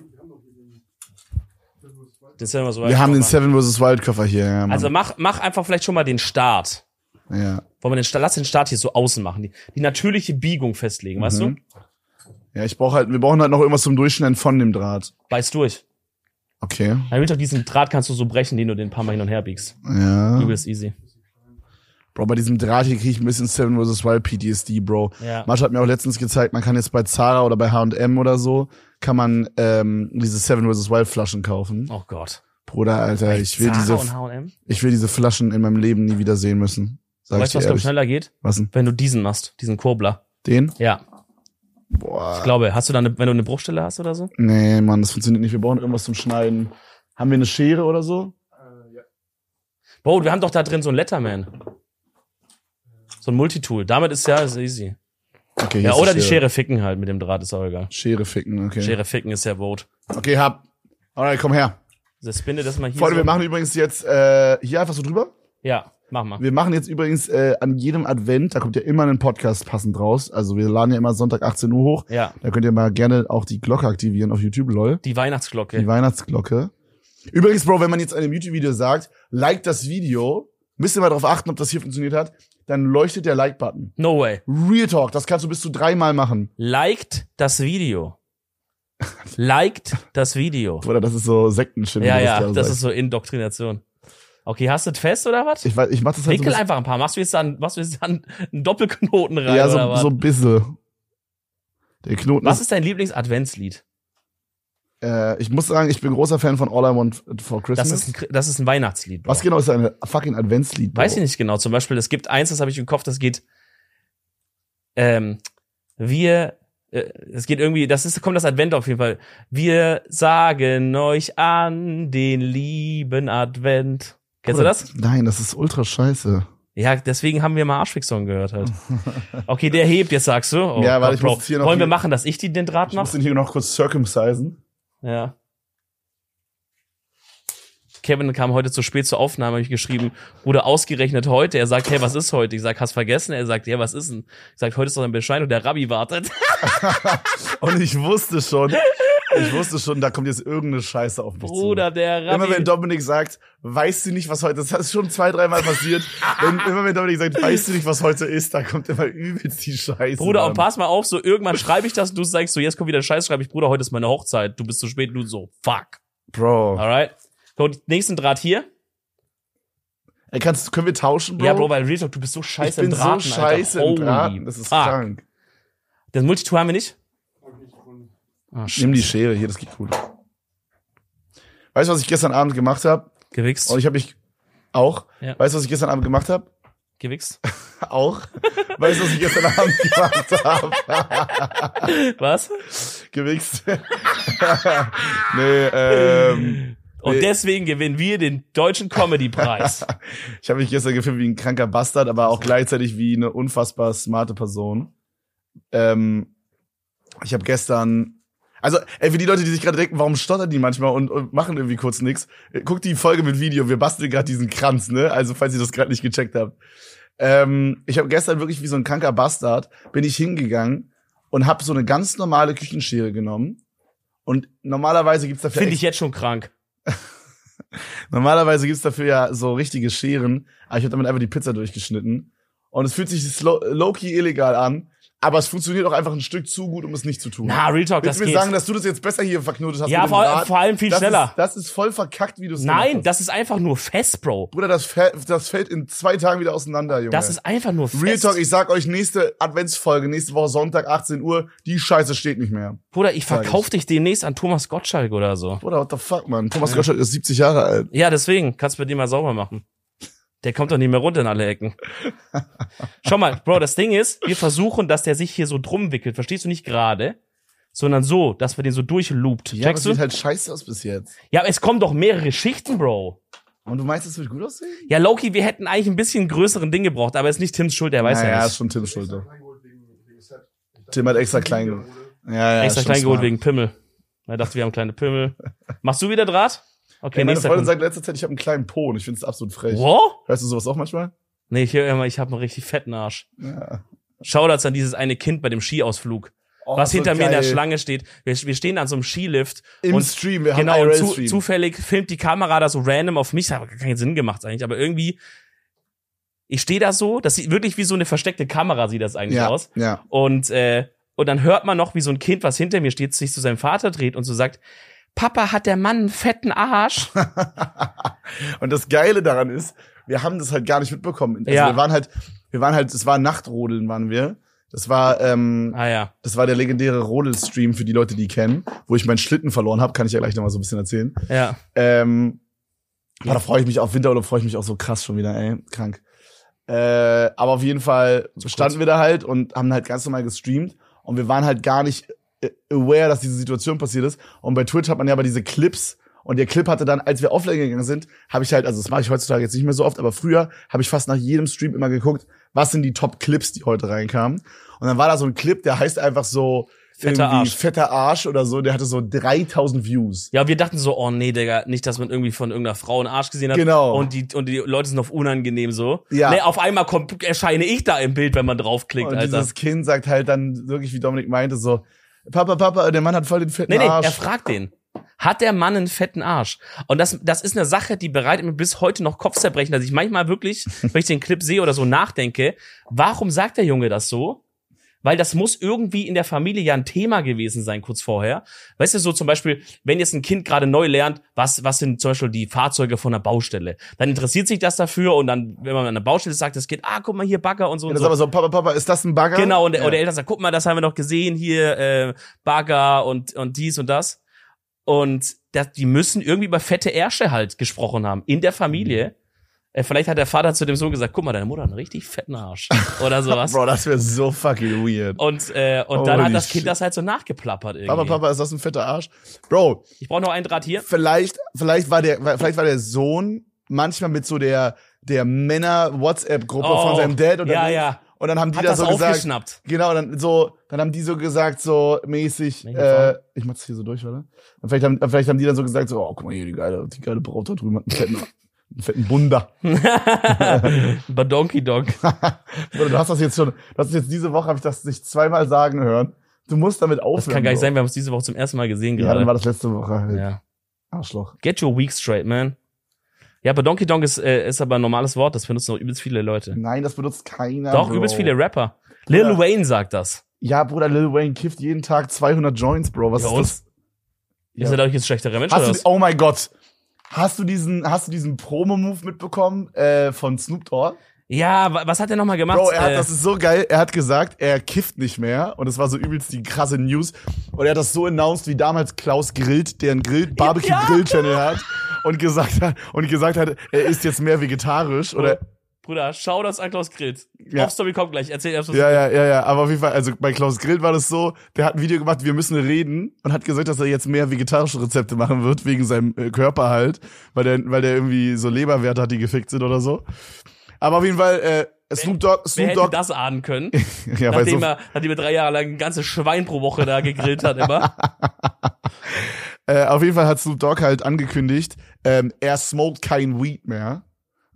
Den Seven vs. Wild Wir haben den Koffer. Seven vs. Wild Koffer hier. Ja, Mann. Also mach, mach einfach vielleicht schon mal den Start. ja. Wollen wir den Start, lass den Start hier so außen machen. Die, die natürliche Biegung festlegen, weißt du? Mhm. ja, ich brauche halt, wir brauchen halt noch irgendwas zum Durchschneiden von dem Draht. Beiß durch. Okay. Dann willst du diesen Draht kannst du so brechen, den du den ein paar Mal hin und her biegst. Ja. Übelst easy. Bro, bei diesem Draht hier kriege ich ein bisschen Seven vs. Wild PTSD, Bro. Ja. Matsch hat mir auch letztens gezeigt, man kann jetzt bei Zara oder bei H&M oder so, kann man ähm, diese Seven vs. Wild Flaschen kaufen. Oh Gott. Bruder, Alter, ich will, Zara diese, und H&M. ich will diese Flaschen in meinem Leben nie wieder sehen müssen. Sag ich Weißt dir du, was glaub ehrlich. ich schneller geht? Was denn? Wenn du diesen machst, diesen Kurbler. Den? Ja, Boah. ich glaube, hast du da eine, wenn du eine Bruchstelle hast oder so? Nee, Mann, das funktioniert nicht. Wir brauchen irgendwas zum Schneiden. Haben wir eine Schere oder so? Bro, wir haben doch da drin so ein Letterman. So ein Multitool. Damit ist ja ist easy. Okay, hier Ja, ist oder die Schere ficken halt mit dem Draht, ist auch egal. Schere ficken, okay. Schere ficken ist ja Vote. Okay, hab. Alright, komm her. Das spinne das mal hier. Freunde, so. wir machen übrigens jetzt äh, hier einfach so drüber. Ja, mach mal. Wir machen jetzt übrigens äh, an jedem Advent, da kommt ja immer ein Podcast passend raus. Also wir laden ja immer Sonntag 18 Uhr hoch. Ja, Da könnt ihr mal gerne auch die Glocke aktivieren auf YouTube, lol. die Die Weihnachtsglocke. Weihnachtsglocke. Übrigens, Bro, wenn man jetzt einem YouTube-Video sagt, like das Video, müsst ihr mal darauf achten, ob das hier funktioniert hat, dann leuchtet der Like-Button. No way. Real Talk, das kannst du bis zu dreimal machen. Liked das Video. Liked das Video. Oder das ist so Sektenschimmel. Ja, was ja, da das sagt. ist so Indoktrination. Okay, hast du das fest oder was? Ich, weiß, ich mach das halt so ein Wickel bisschen- einfach ein paar. Machst du jetzt dann, machst du jetzt dann einen Doppelknoten rein Ja, oder so, was? so ein bisschen. Der Knoten was ist, ist dein Lieblings-Adventslied? äh, ich muss sagen, ich bin großer Fan von All I Want for Christmas. Das ist ein, Kri- das ist ein Weihnachtslied. Bro. Was genau ist ein fucking Adventslied? Bro? Weiß ich nicht genau. Zum Beispiel, es gibt eins, das habe ich im Kopf, das geht, ähm, wir, äh, es geht irgendwie, das ist, kommt das Advent auf jeden Fall. Wir sagen euch an den lieben Advent. Kennst du das? Nein, das ist ultra scheiße. Ja, deswegen haben wir mal Arschfix-Song gehört (laughs) halt. Okay, der hebt, jetzt sagst du. Oh, Ja, warte, Gott, ich Bro. muss jetzt hier noch Wollen wir die- machen, dass ich die den Draht Ich muss mache? den hier noch kurz circumcisen. Ja. Kevin kam heute zu spät zur Aufnahme, habe ich geschrieben, wurde ausgerechnet heute. Er sagt, hey, was ist heute? Ich sag, hast vergessen? Er sagt, ja, was ist denn? Ich sag, heute ist doch ein Bescheid und der Rabbi wartet. Und ich wusste (laughs) schon, ich wusste schon, da kommt jetzt irgendeine Scheiße auf mich Bruder, zu. der Rabbi. Immer wenn Dominik sagt, weißt du nicht, was heute ist, das ist schon zwei, dreimal (laughs) passiert. wenn, immer wenn Dominik sagt, weißt du nicht, was heute ist, da kommt immer übelst die Scheiße. Bruder, und Mann. pass mal auf, so irgendwann schreibe ich das und du sagst so, jetzt kommt wieder Scheiß, schreibe ich, Bruder, heute ist meine Hochzeit, du bist zu spät, du so, fuck. Bro. Alright. So, nächsten Draht hier. Ey, kannst, können wir tauschen, Bro? Ja, Bro, weil Real Talk, du bist so ich scheiße bin im Draht. so scheiße Alter. im Holy Draten. Das ist fuck. krank. Das Multitool haben wir nicht? Ah, shit. Nimm die Schere hier, das geht cool. Weißt du, was ich gestern Abend gemacht habe? Gewichst. Und ich habe mich auch. Ja. Weißt du, was ich gestern Abend gemacht habe? Gewichst. (laughs) (laughs) Auch. Weißt du, was ich gestern Abend (laughs) gemacht habe? Was? Gewichst. (laughs) nee, ähm, Und Nee. deswegen gewinnen wir den (laughs) deutschen Comedy-Preis. ich habe mich gestern gefühlt wie ein kranker Bastard, aber auch gleichzeitig wie eine unfassbar smarte Person. Ähm, ich habe gestern. Also, ey, für die Leute, die sich gerade denken, warum stottern die manchmal und, und machen irgendwie kurz nix, äh, guckt die Folge mit Video, wir basteln gerade diesen Kranz, ne? Also, falls ihr das gerade nicht gecheckt habt. Ähm, ich habe gestern wirklich wie so ein kranker Bastard, bin ich hingegangen und habe so eine ganz normale Küchenschere genommen. Und normalerweise gibt's dafür Finde ich jetzt schon krank. Normalerweise gibt's dafür ja so richtige Scheren, aber ich habe damit einfach die Pizza durchgeschnitten. Und es fühlt sich slow- low-key illegal an, aber es funktioniert auch einfach ein Stück zu gut, um es nicht zu tun. Na, Real Talk, Willst das du mir geht. sagen, dass du das jetzt besser hier verknotet hast? ja, mit dem vor, Draht? vor allem viel das schneller. Ist, das ist voll verkackt, wie du es Nein, gemacht hast. das ist einfach nur fest, Bro. Bruder, das, fä- das fällt in zwei Tagen wieder auseinander, Junge. Das ist einfach nur fest. Real Talk, ich sag euch, nächste Adventsfolge, nächste Woche Sonntag, 18 Uhr, die Scheiße steht nicht mehr. Bruder, ich Sag ich. verkauf dich demnächst an Thomas Gottschalk oder so. Bruder, what the fuck, Mann? Thomas Gottschalk ist 70 Jahre alt. Ja, deswegen kannst du mit dem mal sauber machen. Der kommt doch nicht mehr runter in (laughs) alle Ecken. Schau mal, Bro, das Ding ist, wir versuchen, dass der sich hier so drum wickelt. Verstehst du nicht gerade? Sondern so, dass wir den so durchloopt. Ja, das Checkst du? sieht halt scheiße aus bis jetzt. Ja, es kommen doch mehrere Schichten, Bro. Und du meinst, das wird gut aussehen? Ja, Loki, wir hätten eigentlich ein bisschen größeren Ding gebraucht, aber ist nicht Tims Schuld, er weiß naja, ja ist nicht. schon Tims Schuld. so. Tim Tim hat extra klein geholt. Ja, ja, Extra ist schon klein geholt smart. wegen Pimmel. Er dachte, wir haben (laughs) kleine Pimmel. Machst du wieder Draht? Okay, Ey, meine nächster. Freundin Kunde. sagt in letzter Zeit, ich habe einen kleinen Po und ich finde es absolut frech. Wow? Hörst du sowas auch manchmal? Nee, ich höre immer, ich habe einen richtig fetten Arsch. Ja. Shoutouts an dieses eine Kind bei dem Skiausflug, Oh, was so hinter mir in der geil. Schlange steht. Wir, wir stehen an so einem Skilift Im und Stream, wir genau haben und einen zu, Stream. zufällig filmt die Kamera da so random auf mich. Das hat aber keinen Sinn gemacht eigentlich, aber irgendwie ich stehe da so, das sieht wirklich wie so eine versteckte Kamera sieht das eigentlich ja, aus. ja. (laughs) Und, äh, und dann hört man noch, wie so ein Kind, was hinter mir steht, sich zu seinem Vater dreht und so sagt, Papa, hat der Mann einen (laughs) fetten Arsch? Und das Geile daran ist, wir haben das halt gar nicht mitbekommen. Also Ja. wir waren halt, wir waren halt, es war Nachtrodeln, waren wir. Das war, ähm, ah ja. das war der legendäre Rodel-Stream für die Leute, die kennen, wo ich meinen Schlitten verloren habe, kann ich ja gleich nochmal so ein bisschen erzählen. Ja. Ähm, aber da freue ich mich auf Winterurlaub, freue ich mich auch so krass schon wieder, ey, krank. Äh, aber auf jeden Fall standen wir da halt und haben halt ganz normal gestreamt und wir waren halt gar nicht äh, aware, dass diese Situation passiert ist. Und bei Twitch hat man ja aber diese Clips und der Clip hatte dann, als wir offline gegangen sind, habe ich halt, also das mache ich heutzutage jetzt nicht mehr so oft, aber früher habe ich fast nach jedem Stream immer geguckt, was sind die Top-Clips, die heute reinkamen. Und dann war da so ein Clip, der heißt einfach so Fetter irgendwie Arsch. fetter Arsch oder so, der hatte so 3000 Views. Ja, wir dachten so, oh nee, Digga, nicht, dass man irgendwie von irgendeiner Frau einen Arsch gesehen hat. Genau. Und die, und die Leute sind auf unangenehm so. Ja. Nee, auf einmal kommt, erscheine ich da im Bild, wenn man draufklickt, Und Alter. dieses Kind sagt halt dann wirklich, wie Dominik meinte, so, Papa, Papa, der Mann hat voll den fetten Nee, nee, Arsch. er fragt den. Hat der Mann einen fetten Arsch? Und das, das ist eine Sache, die bereitet mir bis heute noch Kopfzerbrechen, dass ich manchmal wirklich, (laughs) wenn ich den Clip sehe oder so nachdenke, warum sagt der Junge das so? Weil das muss irgendwie in der Familie ja ein Thema gewesen sein, kurz vorher. Weißt du, so zum Beispiel, wenn jetzt ein Kind gerade neu lernt, was, was sind zum Beispiel die Fahrzeuge von der Baustelle, dann interessiert sich das dafür und dann, wenn man an der Baustelle sagt, das Kind, ah, guck mal hier, Bagger und so Und und das so. ist aber so, Papa, Papa, ist das ein Bagger? Genau, und, der- ja. und der Eltern sagt, guck mal, das haben wir noch gesehen hier, äh, Bagger und, und dies und das. Und das, die müssen irgendwie über fette Ärsche halt gesprochen haben, in der Mhm. Familie. Äh, vielleicht hat der Vater zu dem Sohn gesagt, guck mal, deine Mutter hat einen richtig fetten Arsch (laughs) oder sowas. Bro, Oh, das wäre so fucking weird. und äh, und dann hat Holy das Kind shit. das halt so nachgeplappert irgendwie. Papa, Papa, ist das ein fetter Arsch? Bro, Ich brauche noch einen Draht hier. vielleicht, vielleicht war der, vielleicht war der Sohn manchmal mit so der, der Männer-WhatsApp-Gruppe Oh, von seinem Dad oder ja, nicht. ja. Und dann haben die Hat da das so gesagt, (laughs) aufgeschnappt. (laughs) genau, dann so, dann haben die so gesagt, so mäßig, Welche äh, ich mach's hier so durch, oder? Und vielleicht haben, vielleicht haben die dann so gesagt, so, oh, guck mal hier, die geile, die geile Braut da drüben hat einen fetten, (laughs) einen fetten Bunder. (laughs) Bei Donkey Dog. Bruder, du hast das jetzt schon, du hast jetzt diese Woche, habe ich das nicht zweimal sagen hören. Du musst damit aufhören. Das kann gar nicht Bro. sein, wir haben uns diese Woche zum ersten Mal gesehen Ja, dann gerade. war das letzte Woche halt. ja. Arschloch. Get your week straight, man. Ja, aber Donkey Donk ist, äh, ist aber ein normales Wort, das benutzen auch übelst viele Leute. Nein, das benutzt keiner. Doch, Bro. übelst viele Rapper. Lil Ja. Wayne sagt das. Ja, Bruder, Lil Wayne kifft jeden Tag 200 Joints, Bro. Was Ja, und? ist Ja. Ist er dadurch jetzt ein schlechterer Mensch das? oder Hast du, was? die- oh mein Gott. Hast du diesen, hast du diesen Promo-Move mitbekommen äh, von Snoop Dogg? Ja, wa- was hat er nochmal gemacht? Bro, er hat, Äh, das ist so geil. Er hat gesagt, er kifft nicht mehr. Und es war so übelst die krasse News. Und er hat das so announced, wie damals Klaus grillt, der einen Grill, Barbecue-Grill-Channel genau. hat. Und gesagt hat, und gesagt hat, er ist jetzt mehr vegetarisch oder, Bruder, schau das an Klaus Grillt. Ja. Auf Story kommt gleich, erzähl erst was. ja, ja, ja, ja, aber auf jeden Fall, also bei Klaus Grill war das so, der hat ein Video gemacht, wir müssen reden und hat gesagt, dass er jetzt mehr vegetarische Rezepte machen wird, wegen seinem äh, Körper halt, weil der, weil der irgendwie so Leberwerte hat, die gefickt sind oder so. Aber auf jeden Fall, äh, Snoop Dogg, Wer Snoop hätte Dogg, das ahnen können, (laughs) ja, weil nachdem, so, er, nachdem er drei Jahre lang ein ganzes Schwein pro Woche da gegrillt (laughs) hat immer? Äh, auf jeden Fall hat Snoop Dogg halt angekündigt, ähm, er smoked kein Weed mehr.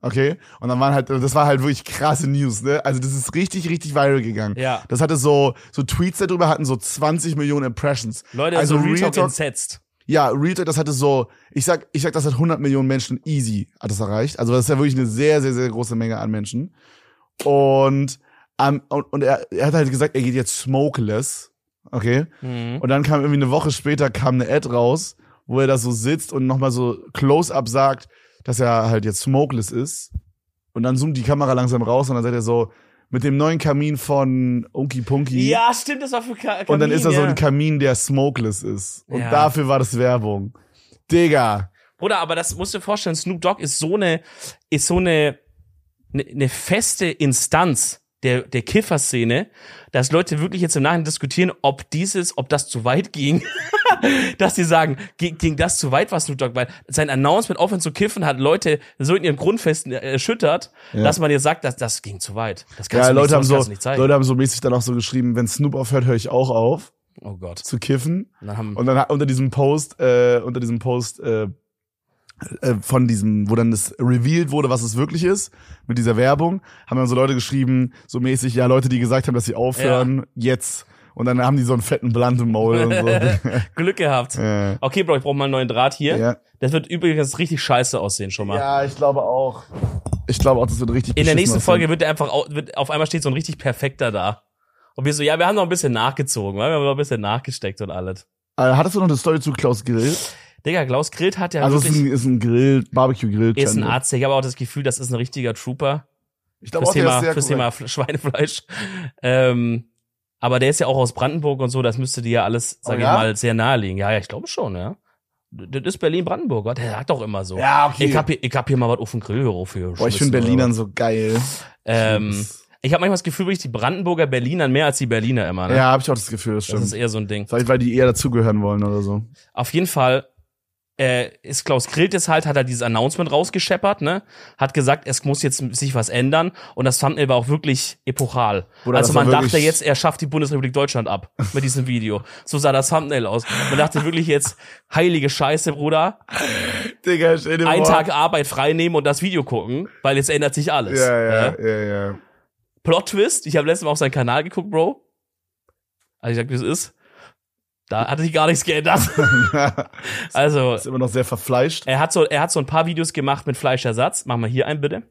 Okay? Und dann waren halt, das war halt wirklich krasse News, ne? Also das ist richtig, richtig viral gegangen. Ja. Das hatte so, so Tweets darüber hatten so 20 Millionen Impressions. Leute, also also so Real Real Talk Talk- entsetzt. ja, Real Talk, das hatte so, ich sag, ich sag, das hat 100 Millionen Menschen easy, hat das erreicht. Also das ist ja wirklich eine sehr, sehr, sehr große Menge an Menschen. Und, ähm, und, und er, er hat halt gesagt, er geht jetzt smokeless. Okay. Mhm. Und dann kam irgendwie eine Woche später kam eine Ad raus, wo er da so sitzt und nochmal so close-up sagt, dass er halt jetzt smokeless ist. Und dann zoomt die Kamera langsam raus und dann sagt er so, mit dem neuen Kamin von Unki Punki. Ja, stimmt, das war für Ka Kamin, und dann ist da so ja. ein Kamin, der smokeless ist. Und Ja. dafür war das Werbung. Digga. Bruder, aber das musst du dir vorstellen, Snoop Dogg ist so eine, ist so eine, eine, eine feste Instanz der, der Kifferszene, dass Leute wirklich jetzt im Nachhinein diskutieren, ob dieses, ob das zu weit ging. (laughs) dass sie sagen, ging, ging das zu weit, was Snoop Dogg, weil sein Announcement aufhören zu kiffen hat Leute so in ihren Grundfesten erschüttert, Ja. dass man jetzt sagt, dass das ging zu weit. Das kannst Ja, du Leute, nicht, haben das so, kannst du nicht zeigen. Leute haben so mäßig dann auch so geschrieben, wenn Snoop aufhört, höre ich auch auf oh Gott. zu kiffen. Und dann haben, Und dann hat unter diesem Post, äh, unter diesem Post äh, äh, von diesem, wo dann das revealed wurde, was es wirklich ist, mit dieser Werbung, haben dann so Leute geschrieben, so mäßig, ja, Leute, die gesagt haben, dass sie aufhören, jetzt. Und dann haben die so einen fetten Blunt im Maul und (laughs) so. Glück gehabt. äh, Okay, Bro, ich brauche mal einen neuen Draht hier. ja. Das wird übrigens richtig scheiße aussehen schon mal. ja, ich glaube auch. Ich glaube auch, das wird richtig In der beschissen nächsten aussehen. Folge wird er einfach au- wird, auf einmal steht so ein richtig perfekter da. Und wir so, ja, wir haben noch ein bisschen nachgezogen, weil wir haben noch ein bisschen nachgesteckt und alles. Äh, hattest du noch eine Story zu Klaus Grill? Digga, Klaus Grillt hat ja also es ist wirklich, ein, ist ein Grill, Barbecue-Grill. ist ein Arzt. Ich habe auch das Gefühl, das ist ein richtiger Trooper. Ich Fürs glaube auch, Thema, der fürs ist sehr Thema korrekt. F- Schweinefleisch. Ähm, aber der ist ja auch aus Brandenburg und so, das müsste dir ja alles, Oh sag ja? ich mal, sehr naheliegen. Ja, ja, ich glaube schon, ja. D- Das ist Berlin-Brandenburg, oder? der sagt doch immer so. Ja, okay. Ich hab hier, ich hab hier mal was auf den Grill für. Boah, ich geschmissen finde oder Berlinern so geil. was. Ähm, ich habe manchmal das Gefühl, wirklich die Brandenburger Berlinern mehr als die Berliner immer. Ne? ja, habe ich auch das Gefühl, das das stimmt. ist eher so ein Ding. Vielleicht, weil die eher dazugehören wollen oder so. Auf jeden Fall äh, ist Klaus Grillt es halt, hat er dieses Announcement rausgescheppert, ne? Hat gesagt, es muss jetzt sich was ändern und das Thumbnail war auch wirklich epochal. Bruder, also das war man dachte wirklich- jetzt, er schafft die Bundesrepublik Deutschland ab mit diesem Video. So sah das Thumbnail aus. Man dachte wirklich jetzt, heilige Scheiße, Bruder, Digga, stell dir einen Tag Arbeit freinehmen und das Video gucken, weil jetzt ändert sich alles. Ja, ne? ja, ja, ja. Plot Twist, ich habe letztes Mal auf seinen Kanal geguckt, Bro. Also ich sag, wie es ist. Da hatte ich gar nichts geändert. (laughs) Also, (laughs) ist immer noch sehr verfleischt. er hat so, er hat so ein paar Videos gemacht mit Fleischersatz. Machen wir hier einen bitte.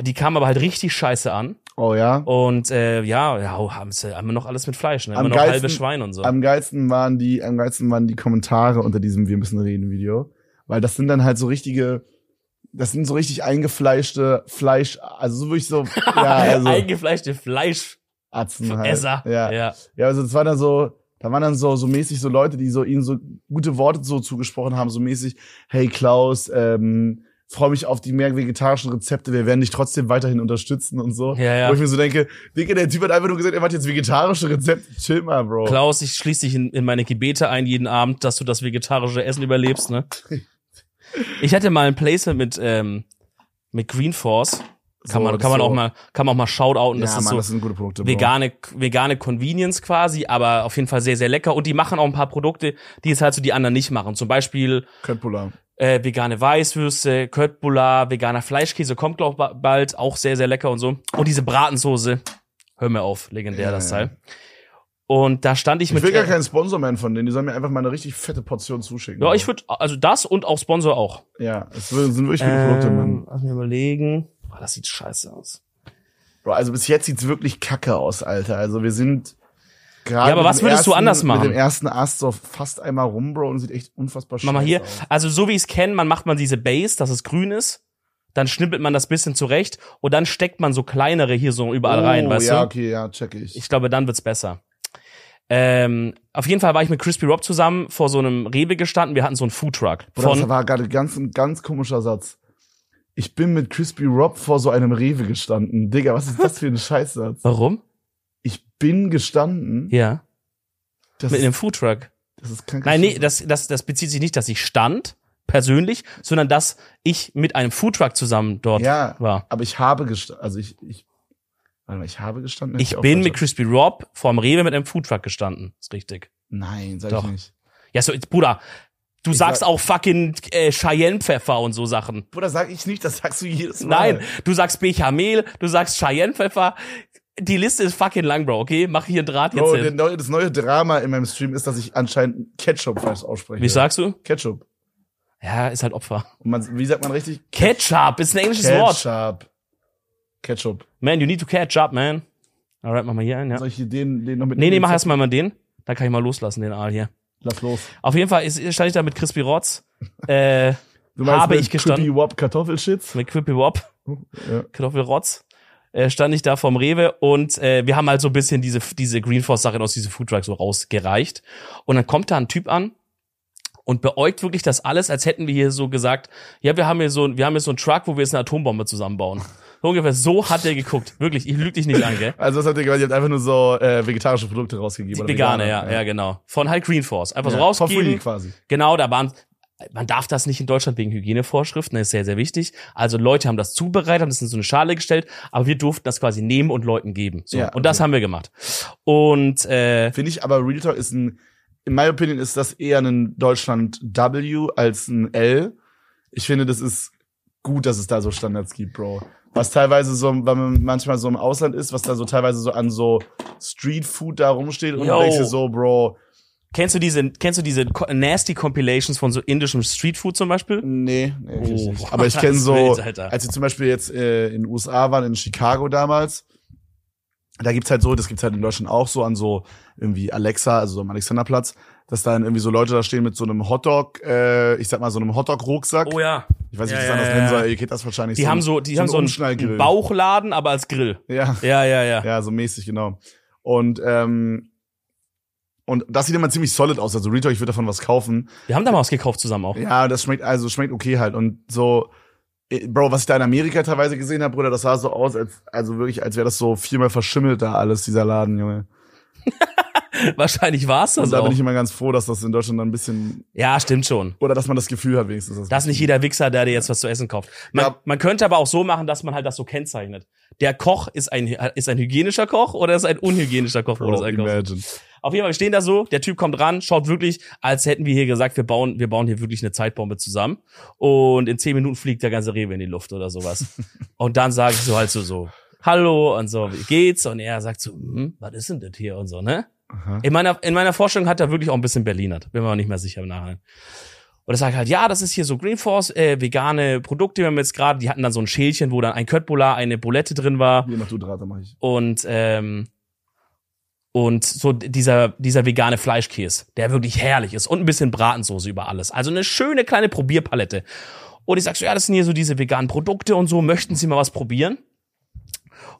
Die kamen aber halt richtig scheiße an. Oh ja. Und äh, ja, ja oh, haben, sie, haben wir noch alles mit Fleisch, ne? Am Immer noch geilsten- halbe Schwein und so. Am geilsten waren die, am geilsten waren die Kommentare unter diesem Wir müssen reden Video. Weil das sind dann halt so richtige, das sind so richtig eingefleischte Fleisch, also so wirklich (laughs) so, ja, also Eingefleischte Fleischesser. Atzen halt. Ja. ja. Ja, also das war dann so, da waren dann so, so mäßig so Leute, die so ihnen so gute Worte so zugesprochen haben, so mäßig, hey Klaus, ähm, freue mich auf die mehr vegetarischen Rezepte, wir werden dich trotzdem weiterhin unterstützen und so. Ja, ja. Wo ich mir so denke, Digga, der Typ hat einfach nur gesagt, er macht jetzt vegetarische Rezepte, chill mal, Bro. Klaus, ich schließe dich in, in meine Gebete ein jeden Abend, dass du das vegetarische Essen (laughs) überlebst, ne? Ich hatte mal ein Placement mit, ähm, mit Green Force. So, Kann man, kann man so. auch mal, kann man auch mal shoutouten. ja, Das ist Mann, so, das sind gute Produkte, Bro. vegane, vegane Convenience quasi, aber auf jeden Fall sehr, sehr lecker. Und die machen auch ein paar Produkte, die es halt so die anderen nicht machen. Zum Beispiel Köttbullar. äh, vegane Weißwürste, Köttbullar, veganer Fleischkäse kommt, glaub ba- bald, auch sehr, sehr lecker und so. Und diese Bratensoße, hör mir auf, legendär Ja, das ja. Teil. Und da stand ich, Ich mit. will gar äh, keinen Sponsor mehr von denen, die sollen mir einfach mal eine richtig fette Portion zuschicken. ja, Bro. ich würde, also das und auch Sponsor auch. Ähm, Ja, es sind sind wirklich gute Produkte, Mann. Lass mich überlegen. Boah, das sieht scheiße aus. Bro, also bis jetzt sieht's wirklich kacke aus, Alter. Also wir sind gerade. Ja, aber mit was dem würdest du ersten, anders machen? Mit dem ersten Ast so fast einmal rum, Bro, und sieht echt unfassbar scheiße Mach mal hier. aus. Also so wie ich es kenne, man macht man diese Base, dass es grün ist. Dann schnippelt man das bisschen zurecht und dann steckt man so kleinere hier so überall oh, rein, weißt ja, du? okay, ja, check ich. Ich glaube, dann wird's besser. Ähm, auf jeden Fall war ich mit Crispy Rob zusammen vor so einem Rewe gestanden. Wir hatten so einen Foodtruck Bruder, das von war gerade ganz, ein ganz komischer Satz. Ich bin mit Crispy Rob vor so einem Rewe gestanden. Digga, was ist das (laughs) für ein Scheißsatz? Warum? Ich bin gestanden. Ja, Das, mit einem ist, Foodtruck. das ist krank. Nein, nee, das das das bezieht sich nicht, dass ich stand persönlich, sondern dass ich mit einem Foodtruck zusammen dort Ja, war. aber ich habe gestanden. Also ich, ich, warte mal, ich habe gestanden. Ich Hab auch bin mit falsch- Crispy Rob vorm Rewe mit einem Foodtruck gestanden. Ist richtig. Nein, sag Doch. ich nicht. Ja, so, Bruder, du Ich sagst sag- auch fucking äh, Cheyenne-Pfeffer und so Sachen. Bruder, sag ich nicht, das sagst du jedes Mal. Nein, du sagst Bechamel, du sagst Cheyenne-Pfeffer. die Liste ist fucking lang, Bro, okay? Mach hier einen Draht jetzt Bro, der hin. neue, das neue Drama in meinem Stream ist, dass ich anscheinend Ketchup falsch ausspreche. Wie sagst du? Ketchup. Ja, ist halt Opfer. Und man, wie sagt man richtig? Ketchup ist ein englisches Wort. Ketchup. Ketchup. Man, you need to catch up, man. Alright, mach mal hier einen, ja. Soll ich hier den, den noch mit? Nee, nee, mach erstmal mal den. Dann kann ich mal loslassen, den Aal hier. Lass los. Auf jeden Fall ist, stand ich da mit Crispy Rotz. Äh, Du Habe mit ich gestanden. Creepy Wop Kartoffelshits? mit Quippy Wop, Ja. Knopfelrotz, äh, stand ich da vorm Rewe und äh, wir haben halt so ein bisschen diese, diese Greenforce-Sachen aus diesem Foodtruck so rausgereicht. Und dann kommt da ein Typ an und beäugt wirklich das alles, als hätten wir hier so gesagt, ja, wir haben hier so, ein- wir haben hier so einen Truck, wo wir jetzt eine Atombombe zusammenbauen. So Ungefähr so hat er geguckt. Wirklich, ich lüge dich nicht an, gell? Also was habt ihr gemacht? Ihr habt einfach nur so äh, vegetarische Produkte rausgegeben. Die oder Veganer, ja, ja, genau. Von halt Greenforce. Einfach so Ja, for free rausgeben. quasi. Genau, da waren man darf das nicht in Deutschland wegen Hygienevorschriften, das ist sehr, sehr wichtig. Also Leute haben das zubereitet, haben das in so eine Schale gestellt, aber wir durften das quasi nehmen und Leuten geben. So. Ja, Und das okay. haben wir gemacht. Und äh, Finde ich aber Real Talk ist ein, in meiner Opinion ist das eher ein Deutschland W als ein L. Ich finde, das ist gut, dass es da so Standards gibt, Bro. Was teilweise so, wenn man manchmal so im Ausland ist, was da so teilweise so an so Street Food da rumsteht und Yo. du denkst dir so, Bro, kennst du diese, kennst du diese Co- nasty Compilations von so indischem Streetfood zum Beispiel? nee, nee kenn ich Oh, nicht. Aber ich (laughs) kenne das so, wild, Alter. als wir zum Beispiel jetzt äh, in den USA waren, in Chicago damals, da gibt's halt so, das gibt's halt in Deutschland auch so an so irgendwie Alexa, also so am Alexanderplatz, dass dann irgendwie so Leute da stehen mit so einem Hotdog, äh, ich sag mal so einem Hotdog-Rucksack. Oh ja. Ich weiß nicht, Ja, wie ich das ja, anders ja, nennen ja. soll, ihr kennt das wahrscheinlich Die haben so, die so haben einen so einen, Umschnallgrill. einen Bauchladen, aber als Grill. Ja, Ja, ja, ja. ja, so mäßig, genau. Und, ähm, und das sieht immer ziemlich solid aus. Also Retail, ich würde davon was kaufen. Wir haben da mal was gekauft zusammen auch. Ja, das schmeckt, also schmeckt okay halt. Und so, eh, Bro, was ich da in Amerika teilweise gesehen habe, Bruder, das sah so aus, als, also wirklich, als wäre das so viermal verschimmelt da alles, dieser Laden, Junge. (laughs) Wahrscheinlich war es das Und da auch. bin ich immer ganz froh, dass das in Deutschland dann ein bisschen, Ja, stimmt schon. oder dass man das Gefühl hat wenigstens. dass- Dass nicht jeder Wichser, der dir jetzt was zu essen kauft. Man, Ja. man könnte aber auch so machen, dass man halt das so kennzeichnet. Der Koch ist ein, ist ein hygienischer Koch oder ist ein unhygienischer Koch, wo du das Bro, einkaufst. imagine. Auf jeden Fall, wir stehen da so, der Typ kommt ran, schaut wirklich, als hätten wir hier gesagt, wir bauen, wir bauen hier wirklich eine Zeitbombe zusammen. Und in zehn Minuten fliegt der ganze Rewe in die Luft oder sowas. und dann sage ich so halt so, so, hallo und so, wie geht's? Und er sagt so, hm, was ist denn das hier und so, ne? Aha. In meiner, in meiner Vorstellung hat er wirklich auch ein bisschen Berlinert. Bin mir auch nicht mehr sicher im Nachhinein. Und er sagt halt, ja, das ist hier so Greenforce, äh, vegane Produkte, wir haben jetzt gerade, die hatten dann so ein Schälchen, wo dann ein Köttbullar, eine Bulette drin war Hier mach du Draht, dann mach ich. und ähm, und so dieser dieser vegane Fleischkäse, der wirklich herrlich ist und ein bisschen Bratensoße über alles. Also eine schöne kleine Probierpalette. Und ich sag so, ja, das sind hier so diese veganen Produkte und so, möchten Sie mal was probieren?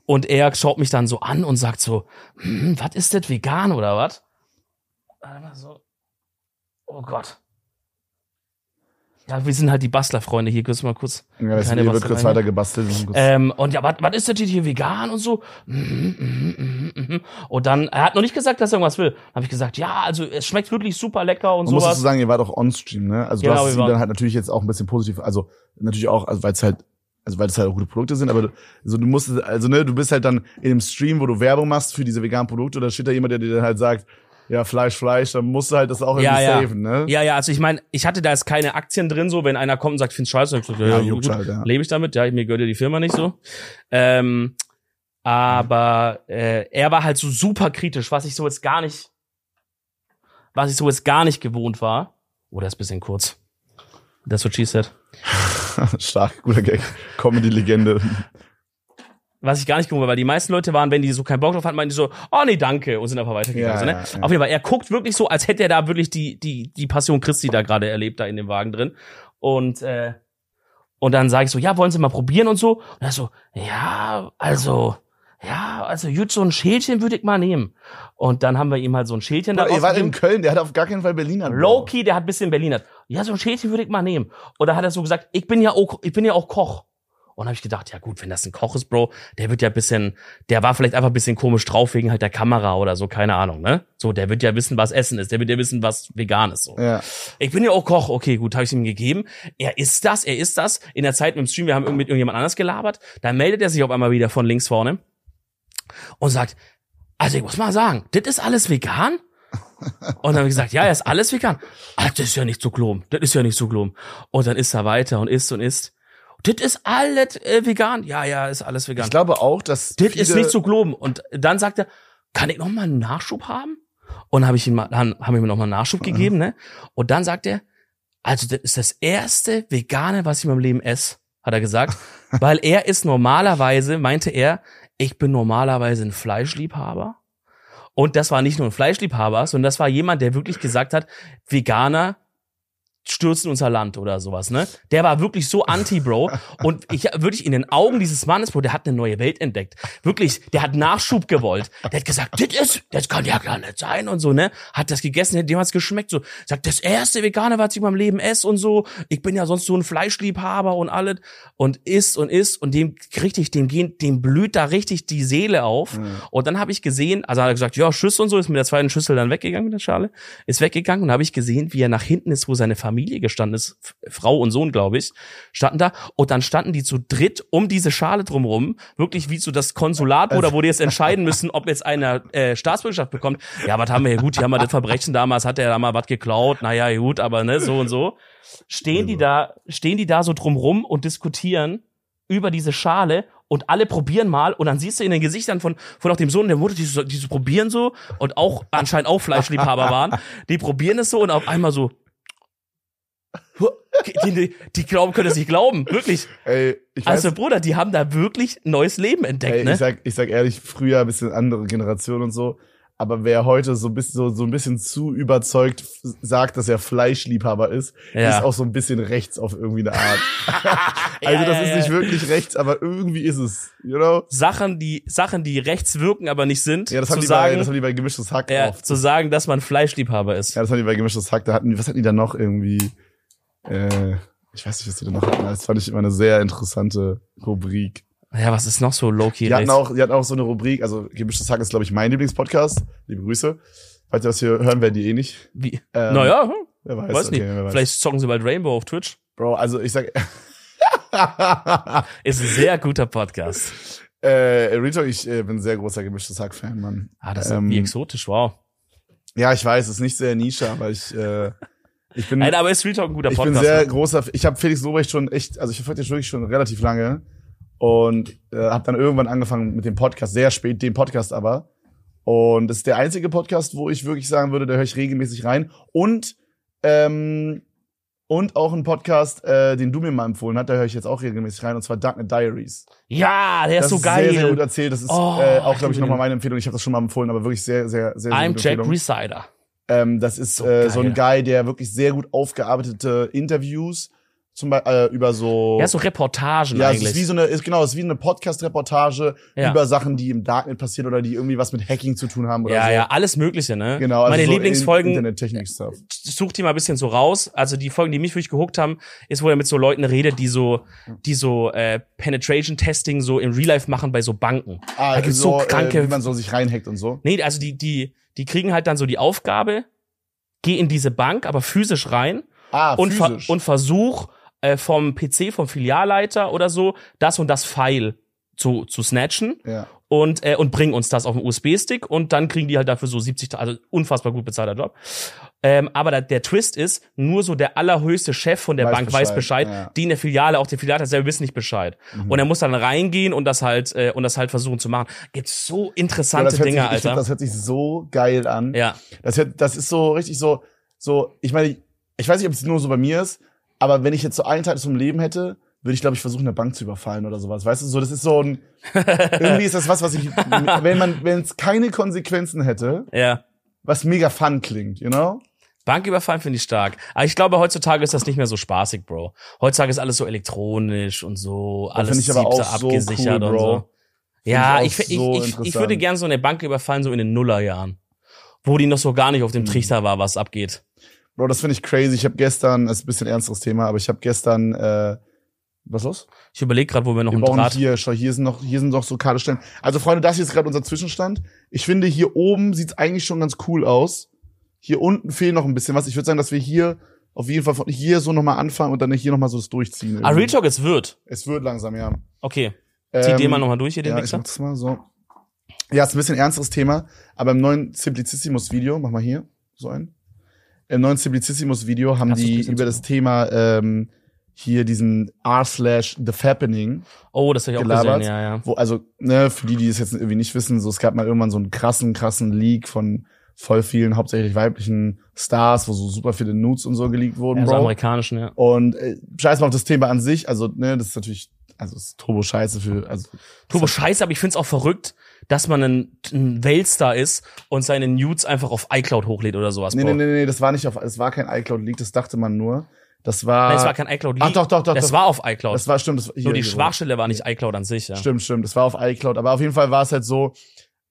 Und er schaut mich dann so an und sagt so, hm, was ist das vegan oder was? Einmal so, oh Gott. Ja, wir sind halt die Bastlerfreunde hier, kurz mal kurz. Ja, das Keine hier wird kurz Bastelei. weiter gebastelt. und kurz- Ähm, und ja, was ist das hier vegan und so? Mhm, mhm, mhm, mhm. Und dann, er hat noch nicht gesagt, dass er irgendwas will. Habe ich gesagt, ja, also es schmeckt wirklich super lecker und Man muss dazu sowas. sagen, ihr wart auch on-stream, ne? Also Genau, du wir hast sie waren- dann halt natürlich jetzt auch ein bisschen positiv, also natürlich auch, also weil es halt, also weil es halt auch gute Produkte sind, aber du, also du musst, also ne, du bist halt dann in dem Stream, wo du Werbung machst für diese veganen Produkte, da steht da jemand, der dir dann halt sagt, ja, Fleisch, Fleisch, dann musst du halt das auch irgendwie Ja, ja. saven, ne? Ja, ja, also ich meine, ich hatte da jetzt keine Aktien drin, so wenn einer kommt und sagt, ich find's scheiße, dann hab ich gesagt, ja, Ja, ja, juckt gut, halt, ja. (laughs) lebe ich damit, ja, mir gehört ja die Firma nicht so. Ähm, aber äh, er war halt so super kritisch, was ich so jetzt gar nicht, was ich so jetzt gar nicht gewohnt war. Oh, das ist ein bisschen kurz. That's what she said. Stark, guter Gag. (laughs) Comedy-Legende. was ich gar nicht gewohnt war, weil die meisten Leute waren, wenn die so keinen Bock drauf hatten, meinten die so, oh nee, danke, und sind einfach weitergegangen. Ja, so, ne? ja, ja. Auf jeden Fall, er guckt wirklich so, als hätte er da wirklich die, die, die Passion Christi da gerade erlebt, da in dem Wagen drin. Und, äh, und dann sage ich so, ja, wollen Sie mal probieren und so? Und er so, ja, also, ja, also gut, so ein Schälchen würde ich mal nehmen. Und dann haben wir ihm halt so ein Schälchen Bro, da ihr wart in rausgegeben. Köln, der hat auf gar keinen Fall Berliner. Bro. Loki, der hat ein bisschen Berliner. Ja, so ein Schälchen würde ich mal nehmen. Und dann hat er so gesagt, ich bin ja auch, ich bin ja auch Koch. Und habe ich gedacht, ja gut, wenn das ein Koch ist, Bro, der wird ja ein bisschen, der war vielleicht einfach ein bisschen komisch drauf wegen halt der Kamera oder so, keine Ahnung, ne? So, der wird ja wissen, was Essen ist, der wird ja wissen, was vegan ist. So. Ja. Ich bin ja auch Koch, okay, gut, habe ich ihm gegeben. Er ist das, er ist das. In der Zeit mit dem Stream, wir haben irgend- mit irgendjemand anders gelabert, dann meldet er sich auf einmal wieder von links vorne und sagt, also ich muss mal sagen, das ist alles vegan? Und dann habe ich gesagt, ja, das ist alles vegan. Ah, das ist ja nicht zu glauben, das ist ja nicht zu glauben. Und dann isst er weiter und isst und isst. das ist alles äh, vegan. Ja, ja, ist alles vegan. Ich glaube auch, dass Das ist viele- nicht zu globen. Und dann sagt er, kann ich noch mal einen Nachschub haben? Und habe ich ihm mal, dann haben wir ihm noch mal einen Nachschub gegeben, ne? Und dann sagt er, also das ist das erste vegane, was ich in meinem Leben esse, hat er gesagt, weil er ist normalerweise, meinte er, ich bin normalerweise ein Fleischliebhaber. Und das war nicht nur ein Fleischliebhaber, sondern das war jemand, der wirklich gesagt hat, Veganer stürzen unser Land oder sowas, ne? Der war wirklich so anti, Bro. Und ich wirklich in den Augen dieses Mannes, Bro, der hat eine neue Welt entdeckt. Wirklich, der hat Nachschub gewollt. Der hat gesagt, das ist, das kann ja gar nicht sein und so, ne? Hat das gegessen, dem hat's geschmeckt. So, sagt, das erste Vegane, was ich in meinem Leben esse und so. Ich bin ja sonst so ein Fleischliebhaber und alles. Und isst und isst und dem richtig, dem gehen, dem blüht da richtig die Seele auf. Und dann habe ich gesehen, also hat er gesagt, ja, tschüss und so, ist mit der zweiten Schüssel dann weggegangen mit der Schale, ist weggegangen und habe ich gesehen, wie er nach hinten ist, wo seine Familie gestanden ist, F- Frau und Sohn, glaube ich, standen da und dann standen die zu dritt um diese Schale drumrum, wirklich wie so das Konsulat, oder wo die jetzt entscheiden müssen, ob jetzt einer äh, Staatsbürgerschaft bekommt. Ja, was haben wir hier gut, hier haben wir das Verbrechen damals, hat er da mal was geklaut, naja, gut, aber ne, so und so. Stehen die da, stehen die da so drumrum und diskutieren über diese Schale und alle probieren mal und dann siehst du in den Gesichtern von, von auch dem Sohn und der Mutter, die so, die so probieren so und auch anscheinend auch (laughs) Fleischliebhaber waren, die probieren es so und auf einmal so die, die, die glauben, können es nicht glauben, wirklich. Ey, ich weiß, Also Bruder, die haben da wirklich neues Leben entdeckt, ey, ne? ich sag, ich sag ehrlich, früher ein bisschen andere Generation und so. Aber wer heute so ein bisschen, so, so ein bisschen zu überzeugt f- sagt, dass er Fleischliebhaber ist, Ja. ist auch so ein bisschen rechts auf irgendwie eine (laughs) Art. (laughs) Ja, also das ja, ist ja. nicht wirklich rechts, aber irgendwie ist es, you know? Sachen, die Sachen, die rechts wirken, aber nicht sind, Ja, das zu haben, die bei, sagen, das haben die bei gemischtes Hack ja, oft. zu sagen, dass man Fleischliebhaber ist. Ja, das haben die bei gemischtes Hack. Da hatten die, was hatten die da noch irgendwie? Äh, ich weiß nicht, was die da noch hatten. Das fand ich immer eine sehr interessante Rubrik. Ja, was ist noch so low-key Die hatten, rechts? auch, die hatten auch so eine Rubrik, also Gemischtes Hack ist, glaube ich, mein Lieblingspodcast. Liebe Grüße. Falls ihr das hier hören, werden die eh nicht. Wie? Ähm, naja, Wer weiß, weiß okay, nicht. wer weiß. Vielleicht zocken sie bald Rainbow auf Twitch. Bro, also ich sag, (laughs) Ist ein sehr guter Podcast. äh, Real Talk, ich äh, bin ein sehr großer Gemischtes Hack-Fan, Mann. Ah, das ist Ähm, wie exotisch, wow. Ja, ich weiß, ist nicht sehr Nische, aber ich, äh, ich bin, Nein, aber ist Real Talk ein guter ich bin Podcast? sehr ne? großer, ich habe Felix Lobrecht schon echt, also ich verfolge den wirklich schon relativ lange und äh, habe dann irgendwann angefangen mit dem Podcast, sehr spät, den Podcast aber. Und das ist der einzige Podcast, wo ich wirklich sagen würde, da höre ich regelmäßig rein. Und, ähm, und auch ein Podcast, äh, den du mir mal empfohlen hast, da höre ich jetzt auch regelmäßig rein, und zwar Darknet Diaries. ja, der ist das so ist geil. sehr, sehr gut erzählt. Das ist Oh, äh, ich auch, glaube liebe ich, den. nochmal meine Empfehlung. Ich habe das schon mal empfohlen, aber wirklich sehr, sehr, sehr, sehr I'm gute Jack Empfehlung. Resider. Ähm, das ist So äh, so ein geil. Guy, der wirklich sehr gut aufgearbeitete Interviews zum Beispiel äh, über so. Ja, so Reportagen ja, es eigentlich. ist wie so eine, ist, genau, es ist wie eine Podcast-Reportage Ja. über Sachen, die im Darknet passieren oder die irgendwie was mit Hacking zu tun haben oder ja, so. ja, alles Mögliche, ne? Genau, also Meine so Lieblingsfolgen, Internettechnik-Stuff. such die mal ein bisschen so raus. Also die Folgen, die mich wirklich gehuckt haben, ist, wo er mit so Leuten redet, die so, die so äh, Penetration-Testing so im Real Life machen bei so Banken. Ah, da gibt's so kranke- wie man so sich reinhackt und so. Nee, also die, die, die kriegen halt dann so die Aufgabe, geh in diese Bank, aber physisch rein Ah, und, ver physisch. und versuch äh, vom PC, vom Filialleiter oder so, das und das File zu, zu snatchen ja. und, äh, und bring uns das auf den USB-Stick und dann kriegen die halt dafür so 70, Ta- also unfassbar gut bezahlter Job. Ähm, aber da, der Twist ist, nur so der allerhöchste Chef von der Weiß Bank weiß Bescheid, Mhm. Hm. Bescheid, ja. die in der Filiale, auch der Filialleiter selber wissen nicht Bescheid. Und er muss dann reingehen und das halt, äh, und das halt versuchen zu machen. Gibt's so Ja, interessante das hört Dinge, sich, ich find, Alter. das hört sich so geil an. Ja. Das, hört- das ist so richtig so, so, ich meine, ich weiß nicht, ob es nur so bei mir ist, aber wenn ich jetzt so einen Tag zum Leben hätte, würde ich, glaube ich, versuchen, eine Bank zu überfallen oder sowas. Weißt du, so, das ist so ein, irgendwie ist das was, was ich, wenn man, wenn es keine Konsequenzen hätte, Ja. was mega fun klingt, you know? Banküberfall finde ich stark. Aber ich glaube, heutzutage ist das nicht mehr so spaßig, Bro. Heutzutage ist alles so elektronisch und so, alles finde ich aber siebte auch so abgesichert cool, und Bro. so. Ja, auch ich, ich, so ich, ich, interessant. würde gern so eine Bank überfallen, so in den Nullerjahren. Wo die noch so gar nicht auf Hm. dem Trichter war, was abgeht. Bro, das finde ich crazy. Ich habe gestern, das ist ein bisschen ernsteres Thema, aber ich habe gestern, äh, was los? Ich überlege gerade, wo wir noch Wir einen brauchen Draht. hier, schau, hier sind noch, hier sind noch so kahle Stellen. Also Freunde, das hier ist gerade unser Zwischenstand. Ich finde, hier oben sieht's eigentlich schon ganz cool aus. Hier unten fehlt noch ein bisschen was. Ich würde sagen, dass wir hier auf jeden Fall von hier so nochmal anfangen und dann hier nochmal so das durchziehen. Ah, Real Talk, es wird. Es wird langsam, ja. Okay. Zieh Ähm, den mal nochmal durch hier, den ja, ich Wichser. mach das mal so. Ja, ist ein bisschen ernsteres Thema, aber im neuen Simplicissimus-Video, mach mal hier so ein. Im neuen Simplicissimus-Video haben Hast du's die bisschen über das Thema ähm, hier diesen R slash The Fappening, Oh, das habe ich auch Gelabert. gesehen, ja, ja. wo, also, ne, für die, die es jetzt irgendwie nicht wissen, so, es gab mal irgendwann so einen krassen, krassen Leak von voll vielen, hauptsächlich weiblichen Stars, wo so super viele Nudes und so geleakt wurden, ja so Bro. amerikanischen, ja. Und äh, scheiß mal auf das Thema an sich, also, ne, das ist natürlich, also, es ist turbo scheiße für, also, Turbo Scheiße, aber ich find's auch verrückt, dass man ein, ein Weltstar ist und seine Nudes einfach auf iCloud hochlädt oder sowas. nee, Bro. nee, nee, nee, das war nicht auf, es war kein iCloud-Leak, das dachte man nur. Das war, Nein, es war kein iCloud. Äh, Ach, doch, doch, doch, Das doch. war auf iCloud. das war, stimmt, das war, hier, Nur die hier, Schwachstelle war nicht iCloud an sich, ja. Stimmt, stimmt. Das war auf iCloud. Aber auf jeden Fall war es halt so,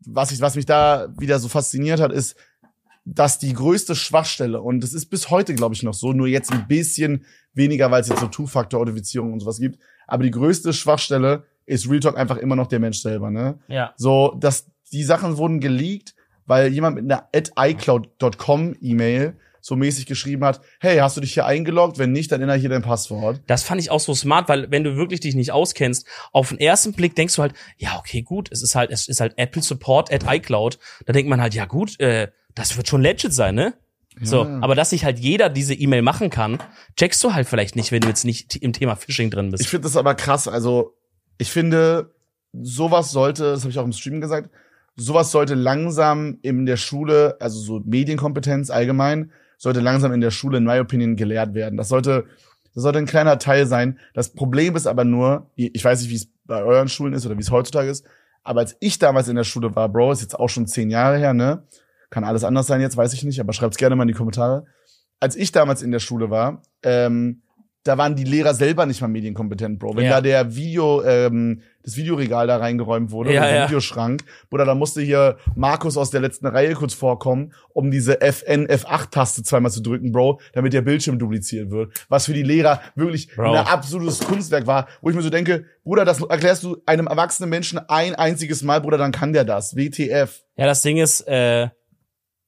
was, ich, was mich da wieder so fasziniert hat, ist, dass die größte Schwachstelle, und das ist bis heute, glaube ich, noch so, nur jetzt ein bisschen weniger, weil es jetzt so Two-Factor-Audifizierung und sowas gibt, aber die größte Schwachstelle ist Real Talk einfach immer noch der Mensch selber, ne? Ja. So, dass die Sachen wurden geleakt, weil jemand mit einer at iCloud.com E-Mail so mäßig geschrieben hat, hey, hast du dich hier eingeloggt? Wenn nicht, dann ändere hier dein Passwort. Das fand ich auch so smart, weil wenn du wirklich dich nicht auskennst, auf den ersten Blick denkst du halt, ja, okay, gut, es ist halt, es ist halt Apple Support at iCloud. Da denkt man halt, ja gut, äh, das wird schon legit sein, ne? So, Ja. aber dass sich halt jeder diese E-Mail machen kann, checkst du halt vielleicht nicht, wenn du jetzt nicht im Thema Phishing drin Ich bist. finde das aber krass. Also, ich finde, sowas sollte, das habe ich auch im Stream gesagt, sowas sollte langsam in der Schule, also so Medienkompetenz allgemein, sollte langsam in der Schule, in my opinion, gelehrt werden. Das sollte, das sollte ein kleiner Teil sein. Das Problem ist aber nur, ich ich weiß nicht, wie es bei euren Schulen ist oder wie es heutzutage ist, aber als ich damals in der Schule war, Bro, ist jetzt auch schon zehn Jahre her, ne? Kann alles anders sein jetzt, weiß ich nicht, aber schreibt's gerne mal in die Kommentare. Als ich damals in der Schule war, ähm, da waren die Lehrer selber nicht mal medienkompetent, Bro. Wenn Ja. da der Video, ähm, das Videoregal da reingeräumt wurde, Ja, oder der ja. Videoschrank, oder da musste hier Markus aus der letzten Reihe kurz vorkommen, um diese FN F8-Taste zweimal zu drücken, Bro, damit der Bildschirm dupliziert wird. Was für die Lehrer wirklich Bro. ein absolutes Kunstwerk war, wo ich mir so denke, Bruder, das erklärst du einem erwachsenen Menschen ein einziges Mal, Bruder, dann kann der das. WTF. Ja, das Ding ist, äh,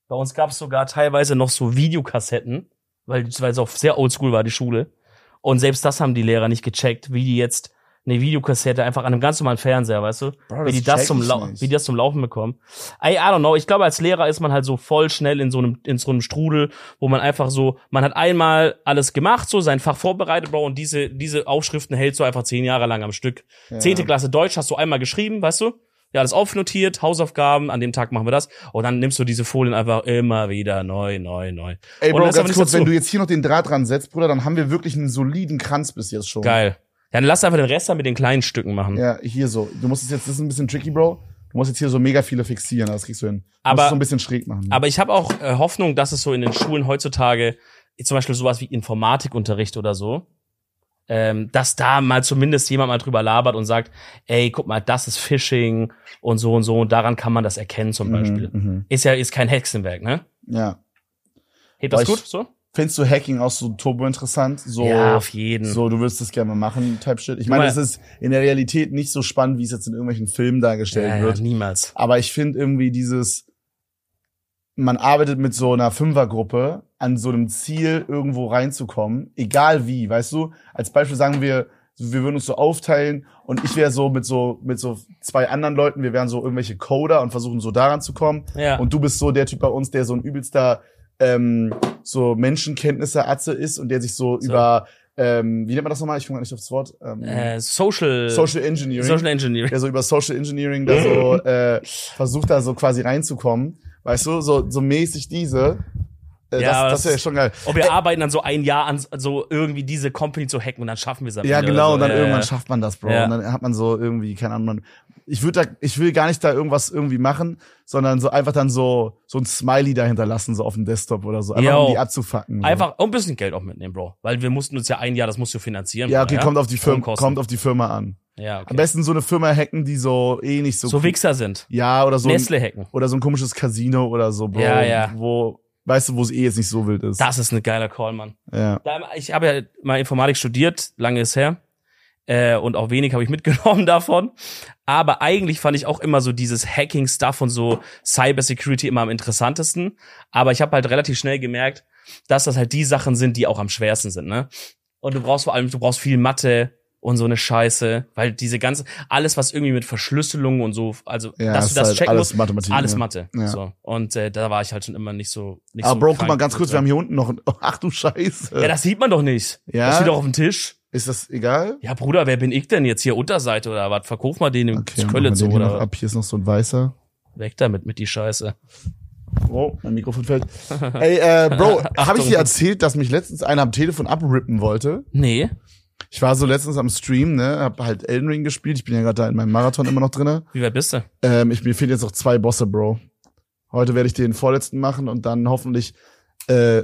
bei uns gab es sogar teilweise noch so Videokassetten, weil weil es auch sehr oldschool war, die Schule. Und selbst das haben die Lehrer nicht gecheckt, wie die jetzt eine Videokassette einfach an einem ganz normalen Fernseher, weißt du? Bro, wie, die das zum Lau- wie die das zum Laufen bekommen. I, I don't know. Ich glaube, als Lehrer ist man halt so voll schnell in so einem, in so einem Strudel, wo man einfach so, man hat einmal alles gemacht, so sein Fach vorbereitet, Bro, und diese, diese Aufschriften hältst du einfach zehn Jahre lang am Stück. Zehnte Klasse Deutsch hast du einmal geschrieben, weißt du? Ja, alles aufnotiert, Hausaufgaben, an dem Tag machen wir das. Und dann nimmst du diese Folien einfach immer wieder neu, neu, neu. Ey, Und Bro, lass aber ganz nicht kurz, dazu. wenn du jetzt hier noch den Draht dran setzt, Bruder, dann haben wir wirklich einen soliden Kranz bis jetzt schon. Geil. Dann lass einfach den Rest dann mit den kleinen Stücken machen. Ja, hier so. Du musst es jetzt, das ist ein bisschen tricky, Bro. Du musst jetzt hier so mega viele fixieren, das kriegst du hin. Du Aber- musst es so ein bisschen schräg machen. Aber ich habe auch äh, Hoffnung, dass es so in den Schulen heutzutage, zum Beispiel sowas wie Informatikunterricht oder so, ähm, dass da mal zumindest jemand mal drüber labert und sagt, ey, guck mal, das ist Phishing und so und so und daran kann man das erkennen zum Beispiel. Mhm, mhm. Ist ja ist kein Hexenwerk, ne? Ja. Hebt das Boah, ich- gut so? Findest du Hacking auch so turbo interessant? So, ja, auf jeden. so, du würdest das gerne mal machen, Type Shit. Ich Guck meine, mal. es ist in der Realität nicht so spannend, wie es jetzt in irgendwelchen Filmen dargestellt ja, ja, wird. niemals. Aber ich finde irgendwie dieses, man arbeitet mit so einer Fünfergruppe an so einem Ziel irgendwo reinzukommen, egal wie, weißt du? Als Beispiel sagen wir, wir würden uns so aufteilen und ich wäre so mit so mit so zwei anderen Leuten, wir wären so irgendwelche Coder und versuchen so daran zu kommen. Ja. Und du bist so der Typ bei uns, der so ein übelster ähm, so Menschenkenntnisse Atze ist und der sich so, So. über ähm, wie nennt man das nochmal? Ich komme gar nicht aufs Wort. Ähm, äh, Social, Social Engineering Social (laughs) Engineering. der so über Social Engineering da (laughs) so äh, versucht, da so quasi reinzukommen. Weißt du, so, so mäßig diese. Äh, Ja, aber das das das- wäre schon geil. Ob wir arbeiten dann so ein Jahr an so irgendwie diese Company zu hacken und dann schaffen wir es am Ja, Ende genau, und dann oder so. Ja, irgendwann ja. schafft man das, Bro. Ja. Und dann hat man so irgendwie, keine Ahnung, man, ich würde da, ich will gar nicht da irgendwas irgendwie machen, sondern so einfach dann so, so ein Smiley da hinterlassen, so auf dem Desktop oder so. Einfach Yo. um die abzufacken. So. Einfach und ein bisschen Geld auch mitnehmen, Bro. Weil wir mussten uns ja ein Jahr, das musst du finanzieren. Ja, Bro, okay, kommt auf die Firma, Stromkosten. kommt auf die Firma an. Ja, okay. Am besten so eine Firma hacken, die so eh nicht so. so Wichser sind. ja, oder so. ein- Nestle hacken. Oder so ein komisches Casino oder so, Bro. Ja, ja. Wo, weißt du, wo es eh jetzt nicht so wild ist. Das ist ein geiler Call, Mann. Ja. Da- Ich habe ja mal Informatik studiert, lange ist her. Äh, und auch wenig habe ich (laughs) mitgenommen davon. Aber eigentlich fand ich auch immer so dieses Hacking-Stuff und so Cybersecurity immer am interessantesten. Aber ich habe halt relativ schnell gemerkt, dass das halt die Sachen sind, die auch am schwersten sind, ne? Und du brauchst vor allem, du brauchst viel Mathe und so eine Scheiße, weil diese ganze, alles was irgendwie mit Verschlüsselung und so, also Ja, dass ist du das halt checken alles musst, Mathematik. alles ja. Mathe. Ja. So. Und äh, da war ich halt schon immer nicht so. Nicht Aber so Bro, guck (laughs) befangen. mal ganz kurz, wir haben hier unten noch. Ach du Scheiße. Ja, das sieht man doch nicht. Ja? Das steht doch auf dem Tisch. Ist das egal? Ja, Bruder, wer bin ich denn jetzt hier Unterseite oder was? Verkauf mal den in machen wir Kölle zu den hier noch oder ab. Hier ist noch so ein weißer. weg damit mit die Scheiße. Oh, mein Mikrofon (laughs) fällt. Ey, äh, Bro, habe ich Achtung. dir erzählt, dass mich letztens einer am Telefon abrippen wollte? Nee. Ich war so letztens am Stream, ne, hab halt Elden Ring gespielt. Ich bin ja gerade da in meinem Marathon immer noch drinne. Wie weit bist du? Ähm, ich, mir fehlen jetzt noch zwei Bosse, Bro. Heute werde ich den vorletzten machen und dann hoffentlich, äh,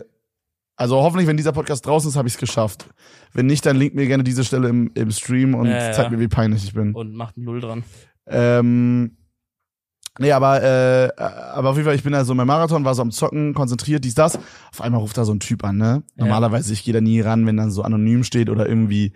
also hoffentlich, wenn dieser Podcast draußen ist, habe ich es geschafft. Wenn nicht, dann link mir gerne diese Stelle im, im Stream und Ja, ja, zeig ja. mir, wie peinlich ich bin. Und macht einen Null dran. Ähm, nee, aber, äh, aber auf jeden Fall, ich bin da so in meinem Marathon, war so am Zocken, konzentriert, dies, das. Auf einmal ruft da so ein Typ an, ne? Ja. Normalerweise, ich gehe da nie ran, wenn dann so anonym steht oder irgendwie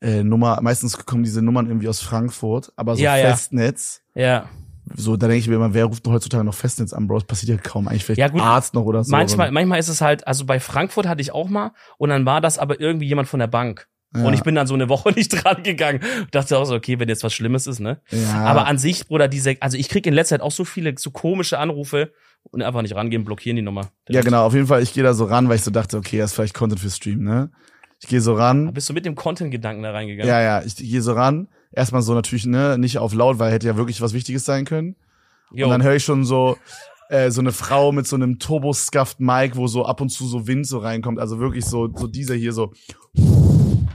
äh, Nummer, meistens kommen diese Nummern irgendwie aus Frankfurt, aber so Ja, ja. Festnetz. Ja. So, da denke ich mir immer, wer ruft denn heutzutage noch Festnetz an, Bro? Das passiert ja kaum. Eigentlich vielleicht Ja, gut. Arzt noch oder so. manchmal, aber- manchmal ist es halt, also bei Frankfurt hatte ich auch mal und dann war das aber irgendwie jemand von der Bank. Ja. Und ich bin dann so eine Woche (laughs) nicht dran gegangen. Dachte auch so, okay, wenn jetzt was Schlimmes ist, ne? ja. Aber an sich, Bruder, diese, also ich krieg in letzter Zeit auch so viele so komische Anrufe und einfach nicht rangehen, blockieren die Nummer. ja, genau. Auf jeden Fall, ich gehe da so ran, weil ich so dachte, okay, das ist vielleicht Content für Stream, ne? Ich gehe so ran. Bist du mit dem Content-Gedanken da reingegangen? Ja, ja, ich gehe so ran. Erstmal so natürlich, ne, nicht auf laut, weil hätte ja wirklich was Wichtiges sein können. Jo. Und dann höre ich schon so, äh, so eine Frau mit so einem Turboscuffed-Mic, wo so ab und zu so Wind so reinkommt. Also wirklich so, so dieser hier so,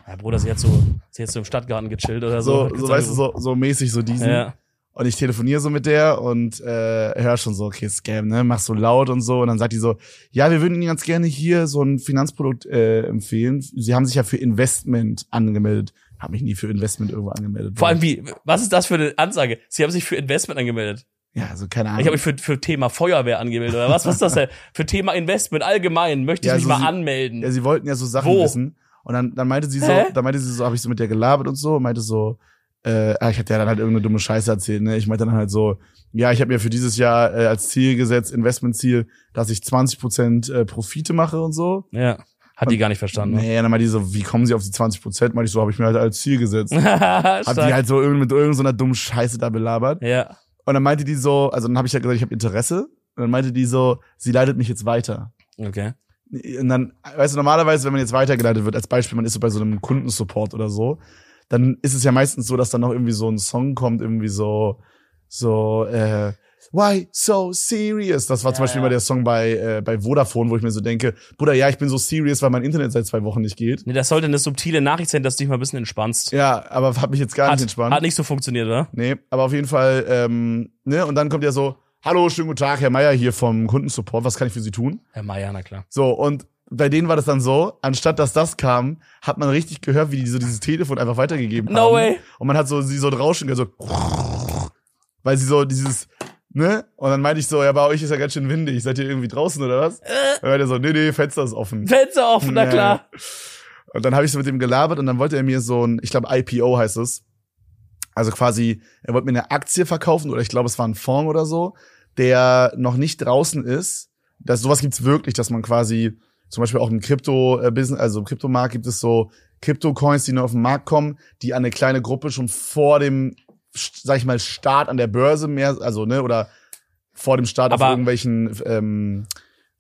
ja, Bruder, sie hat so, sie hat so im Stadtgarten gechillt oder Also so. so, so weißt du, so, so mäßig so diesen. Ja. Und ich telefoniere so mit der und äh, höre schon so, okay, Scam, ne? Mach so laut und so. Und dann sagt die so, ja, wir würden Ihnen ganz gerne hier so ein Finanzprodukt äh, empfehlen. Sie haben sich ja für Investment angemeldet. Hab mich nie für Investment irgendwo angemeldet. Vor allem wie, was ist das für eine Ansage? Sie haben sich für Investment angemeldet. Ja, also keine Ahnung. Ich habe mich für, für Thema Feuerwehr angemeldet oder was? Was ist das denn? Für Thema Investment allgemein möchte ich Ja, mich so mal sie- anmelden. Ja, sie wollten ja so Sachen Wo? wissen. Und dann, dann meinte sie so, Hä? dann meinte sie so, habe ich so mit der gelabert und so, und meinte so, äh, ah, ich hatte ja dann halt irgendeine dumme Scheiße erzählt, ne? Ich meinte dann halt so, ja, ich habe mir für dieses Jahr äh, als Ziel gesetzt, Investmentziel, dass ich 20% äh, Profite mache und so. ja. Hat die gar nicht verstanden. ne? Nee, dann meinte die so, wie kommen sie auf die 20%? Meinte ich so, habe ich mir halt als Ziel (laughs) gesetzt. Hab die Stark. halt so irgend- mit irgendeiner dummen Scheiße da belabert. ja. Und dann meinte die so, also dann habe ich ja gesagt, ich habe Interesse. Und dann meinte die so, sie leitet mich jetzt weiter. Okay. Und dann, weißt du, normalerweise, wenn man jetzt weitergeleitet wird, als Beispiel, man ist so bei so einem Kundensupport oder so, dann ist es ja meistens so, dass dann noch irgendwie so ein Song kommt, irgendwie so, so, äh, Why so serious? Das war zum Ja, Beispiel ja. immer der Song bei, äh, bei Vodafone, wo ich mir so denke, Bruder, ja, ich bin so serious, weil mein Internet seit zwei Wochen nicht geht. Nee, das sollte eine subtile Nachricht sein, dass du dich mal ein bisschen entspannst. Ja, aber hat mich jetzt gar nicht hat, entspannt. hat nicht so funktioniert, oder? Nee, aber auf jeden Fall, ähm, ne, und dann kommt ja so, Hallo, schönen guten Tag, Herr Meier hier vom Kundensupport, was kann ich für Sie tun? Herr Meier, na klar. So, und bei denen war das dann so, anstatt dass das kam, hat man richtig gehört, wie die so dieses Telefon einfach weitergegeben No haben. way. Und man hat so sie so ein Rauschen gehört, so weil sie so dieses, ne? Und dann meinte ich so, ja, bei euch ist ja ganz schön windig, seid ihr irgendwie draußen oder was? Und dann meinte er so, nee, nee, Fenster ist offen. Äh, Fenster offen, na Nee. klar. Und dann habe ich so mit ihm gelabert und dann wollte er mir so ein, ich glaube IPO heißt es. Also quasi, er wollte mir eine Aktie verkaufen oder ich glaube, es war ein Fonds oder so, der noch nicht draußen ist. Das, sowas gibt's wirklich, dass man quasi, zum Beispiel auch im Krypto-Business, also im Kryptomarkt gibt es so Krypto-Coins, die nur auf den Markt kommen, die an eine kleine Gruppe schon vor dem, sag ich mal, Start an der Börse mehr, also, ne, oder vor dem Start auf Aber- irgendwelchen, ähm,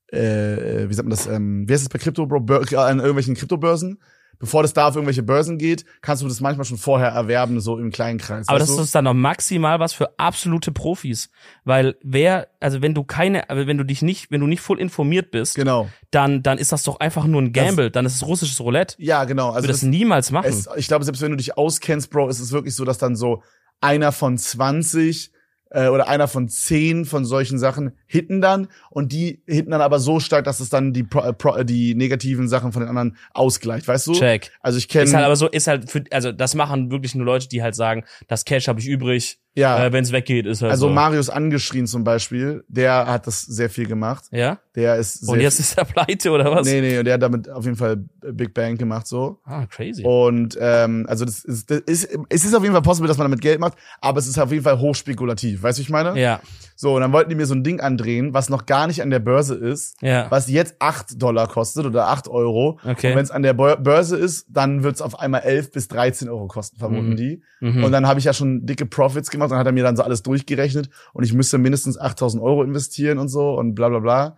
äh, wie sagt man das, ähm, wie heißt das bei Krypto, Bro, Bör- äh, an irgendwelchen Kryptobörsen? Bevor das da auf irgendwelche Börsen geht, kannst du das manchmal schon vorher erwerben, so im kleinen Kreis. Aber weißt das du? ist dann noch maximal was für absolute Profis. Weil wer, also wenn du keine, also wenn du dich nicht, wenn du nicht voll informiert bist, genau. dann, dann ist das doch einfach nur ein Gamble. dann ist es russisches Roulette. Ja, genau. Ich Also würde das, das niemals machen. es, ich glaube, selbst wenn du dich auskennst, Bro, ist es wirklich so, dass dann so einer von 20 äh, oder einer von 10 von solchen Sachen hitten dann und die hitten dann aber so stark, dass es dann die, Pro, äh, Pro, äh, die negativen Sachen von den anderen ausgleicht, weißt du? Check. Also ich Ist halt kenne, aber so, ist halt für, also das machen wirklich nur Leute, die halt sagen, das Cash habe ich übrig, ja, äh, wenn es weggeht, ist halt also so. Marius angeschrien zum Beispiel, der hat das sehr viel gemacht. ja? Der ist sehr Und jetzt ist er pleite oder was? Nee, nee, und der hat damit auf jeden Fall Big Bang gemacht so. Ah, crazy. Und ähm, also das ist, das ist es ist auf jeden Fall possible, dass man damit Geld macht, aber es ist auf jeden Fall hochspekulativ, weißt du, wie ich meine? Ja, So, und dann wollten die mir so ein Ding andrehen, was noch gar nicht an der Börse ist, ja. was jetzt 8 Dollar kostet oder 8 Euro. Okay. Und wenn es an der Bör- Börse ist, dann wird's auf einmal 11 bis 13 Euro kosten, vermuten Mhm. die. Mhm. Und dann habe ich ja schon dicke Profits gemacht, dann hat er mir dann so alles durchgerechnet und ich müsste mindestens 8000 Euro investieren und so und bla bla bla.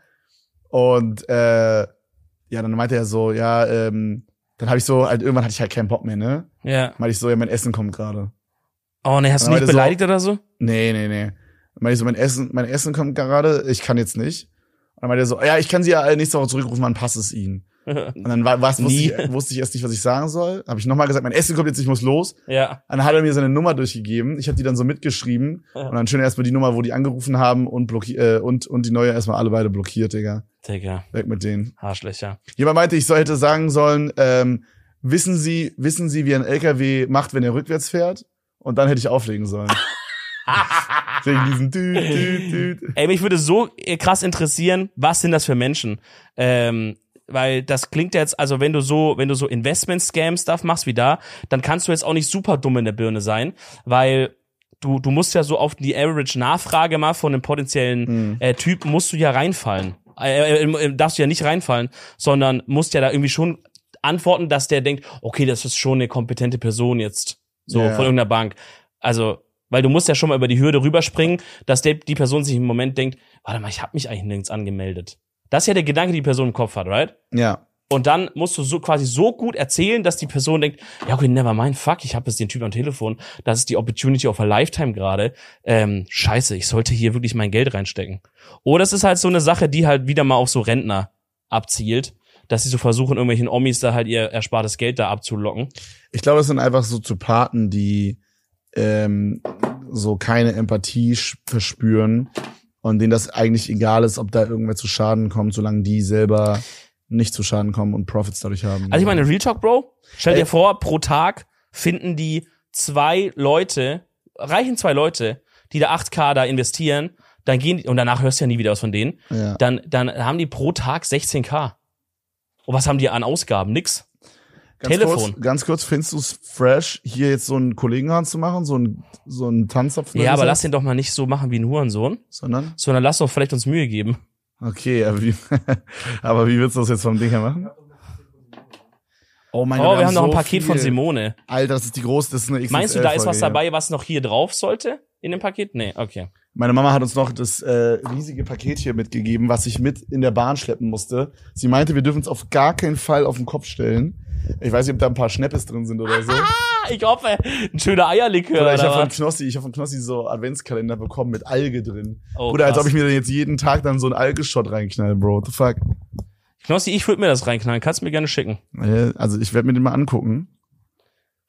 Und äh, ja, dann meinte er so, ja, ähm, Dann habe ich so, halt, irgendwann hatte ich halt keinen Bock mehr, ne? Ja. Meinte ich so, ja, mein Essen kommt gerade. Oh nee, hast du Ja, nicht das ist beleidigt oder so? (laughs) Nee, nee, nee. Dann meinte ich so, mein Essen, mein Essen kommt gerade, ich kann jetzt nicht. Und dann meinte er so, ja, ich kann sie ja nächste Woche zurückrufen, dann passt es ihnen. Und dann war, war's, wusste, Nie. ich, wusste ich erst nicht, was ich sagen soll. Habe ich nochmal gesagt, mein Essen kommt jetzt, ich muss los. ja. Dann hat er mir seine Nummer durchgegeben. Ich habe die dann so mitgeschrieben. Ja. Und dann schön erstmal die Nummer, wo die angerufen haben und, blocki äh, und, und die neue erstmal alle beide blockiert, Digga. Digga, Weg mit denen. Arschlöcher. Jemand meinte, ich sollte sagen sollen, ähm, wissen Sie, wissen Sie, wie ein LKW macht, wenn er rückwärts fährt? Und dann hätte ich auflegen (laughs) sollen. Wegen diesen Düt, Düt, Düt. Ey, mich würde so äh, krass interessieren, was sind das für Menschen? Ähm, weil das klingt jetzt, also wenn du so, wenn du so Investment-Scam-Stuff machst wie da, dann kannst du jetzt auch nicht super dumm in der Birne sein, weil du, du musst ja so auf die Average-Nachfrage mal von einem potenziellen Hm, äh, Typ musst du ja reinfallen. Äh, äh, äh, darfst du ja nicht reinfallen, sondern musst ja da irgendwie schon antworten, dass der denkt, okay, das ist schon eine kompetente Person jetzt, so Ja. von irgendeiner Bank. Also, weil du musst ja schon mal über die Hürde rüberspringen, dass der, die Person sich im Moment denkt, warte mal, ich habe mich eigentlich nirgends angemeldet. Das ist ja der Gedanke, die die Person im Kopf hat, right? Ja. Und dann musst du so quasi so gut erzählen, dass die Person denkt, ja okay, never mind, fuck, ich habe jetzt den Typ am Telefon, das ist die Opportunity of a Lifetime gerade. Ähm, scheiße, ich sollte hier wirklich mein Geld reinstecken. Oder es ist halt so eine Sache, die halt wieder mal auf so Rentner abzielt, dass sie so versuchen, irgendwelchen Omis da halt ihr erspartes Geld da abzulocken. Ich glaube, das sind einfach so zu Paten, die ähm, so keine Empathie sch- verspüren und denen das eigentlich egal ist, ob da irgendwer zu Schaden kommt, solange die selber nicht zu Schaden kommen und Profits dadurch haben. Also ich meine, Real Talk, Bro, stell Ey. dir vor, pro Tag finden die zwei Leute, reichen zwei Leute, die da 8k da investieren, dann gehen die, und danach hörst du ja nie wieder was von denen. ja. dann, dann haben die pro Tag 16k. Und was haben die an Ausgaben? Nix. Ganz Telefon. Kurz, ganz kurz, findest du es fresh, hier jetzt so einen Kollegen zu machen, so einen so einen Tanzapf? Ja, aber lass den doch mal nicht so machen wie ein Hurensohn, Sondern? sondern lass doch vielleicht uns Mühe geben. Okay, aber wie, (laughs) aber wie willst du das jetzt vom Ding her machen? Oh mein oh, wir haben noch ein Paket von Simone. Simone. Alter, das ist die große, das ist eine XXL Meinst du, da ist Folge, was ja. dabei, was noch hier drauf sollte? In dem Paket? Nee, okay. Meine Mama hat uns noch das äh, riesige Paket hier mitgegeben, was ich mit in der Bahn schleppen musste. Sie meinte, wir dürfen es auf gar keinen Fall auf den Kopf stellen. Ich weiß nicht, ob da ein paar Schneppes drin sind oder (laughs) so. Ah, ich hoffe, ein schöner Eierlikör. Oder Oder ich habe von was? Knossi, ich habe von Knossi so Adventskalender bekommen mit Alge drin. Oh, oder als krass. ob ich mir dann jetzt jeden Tag dann so einen Alge-Shot reinknall, Bro. What the fuck? Knossi, ich würde mir das reinknallen. Kannst du mir gerne schicken. Äh, Also ich werde mir den mal angucken.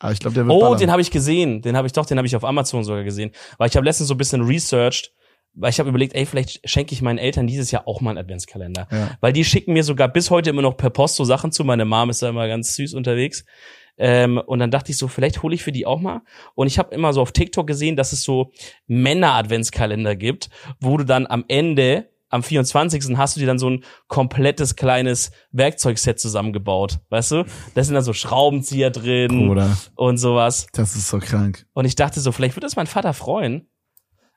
Aber ich glaube, der wird Oh, ballern. den habe ich gesehen. Den habe ich doch, den habe ich auf Amazon sogar gesehen. Weil ich habe letztens so ein bisschen researched, weil ich habe überlegt, ey, vielleicht schenke ich meinen Eltern dieses Jahr auch mal einen Adventskalender. Ja. Weil die schicken mir sogar bis heute immer noch per Post so Sachen zu. Meine Mom ist da immer ganz süß unterwegs. Ähm, und dann dachte ich so, vielleicht hole ich für die auch mal. Und ich habe immer so auf TikTok gesehen, dass es so Männer-Adventskalender gibt, wo du dann am Ende, am 24. hast du dir dann so ein komplettes kleines Werkzeugset zusammengebaut. Weißt du? Da sind dann so Schraubenzieher drin Bruder, und sowas. das ist so krank. Und ich dachte so, vielleicht würde das mein Vater freuen.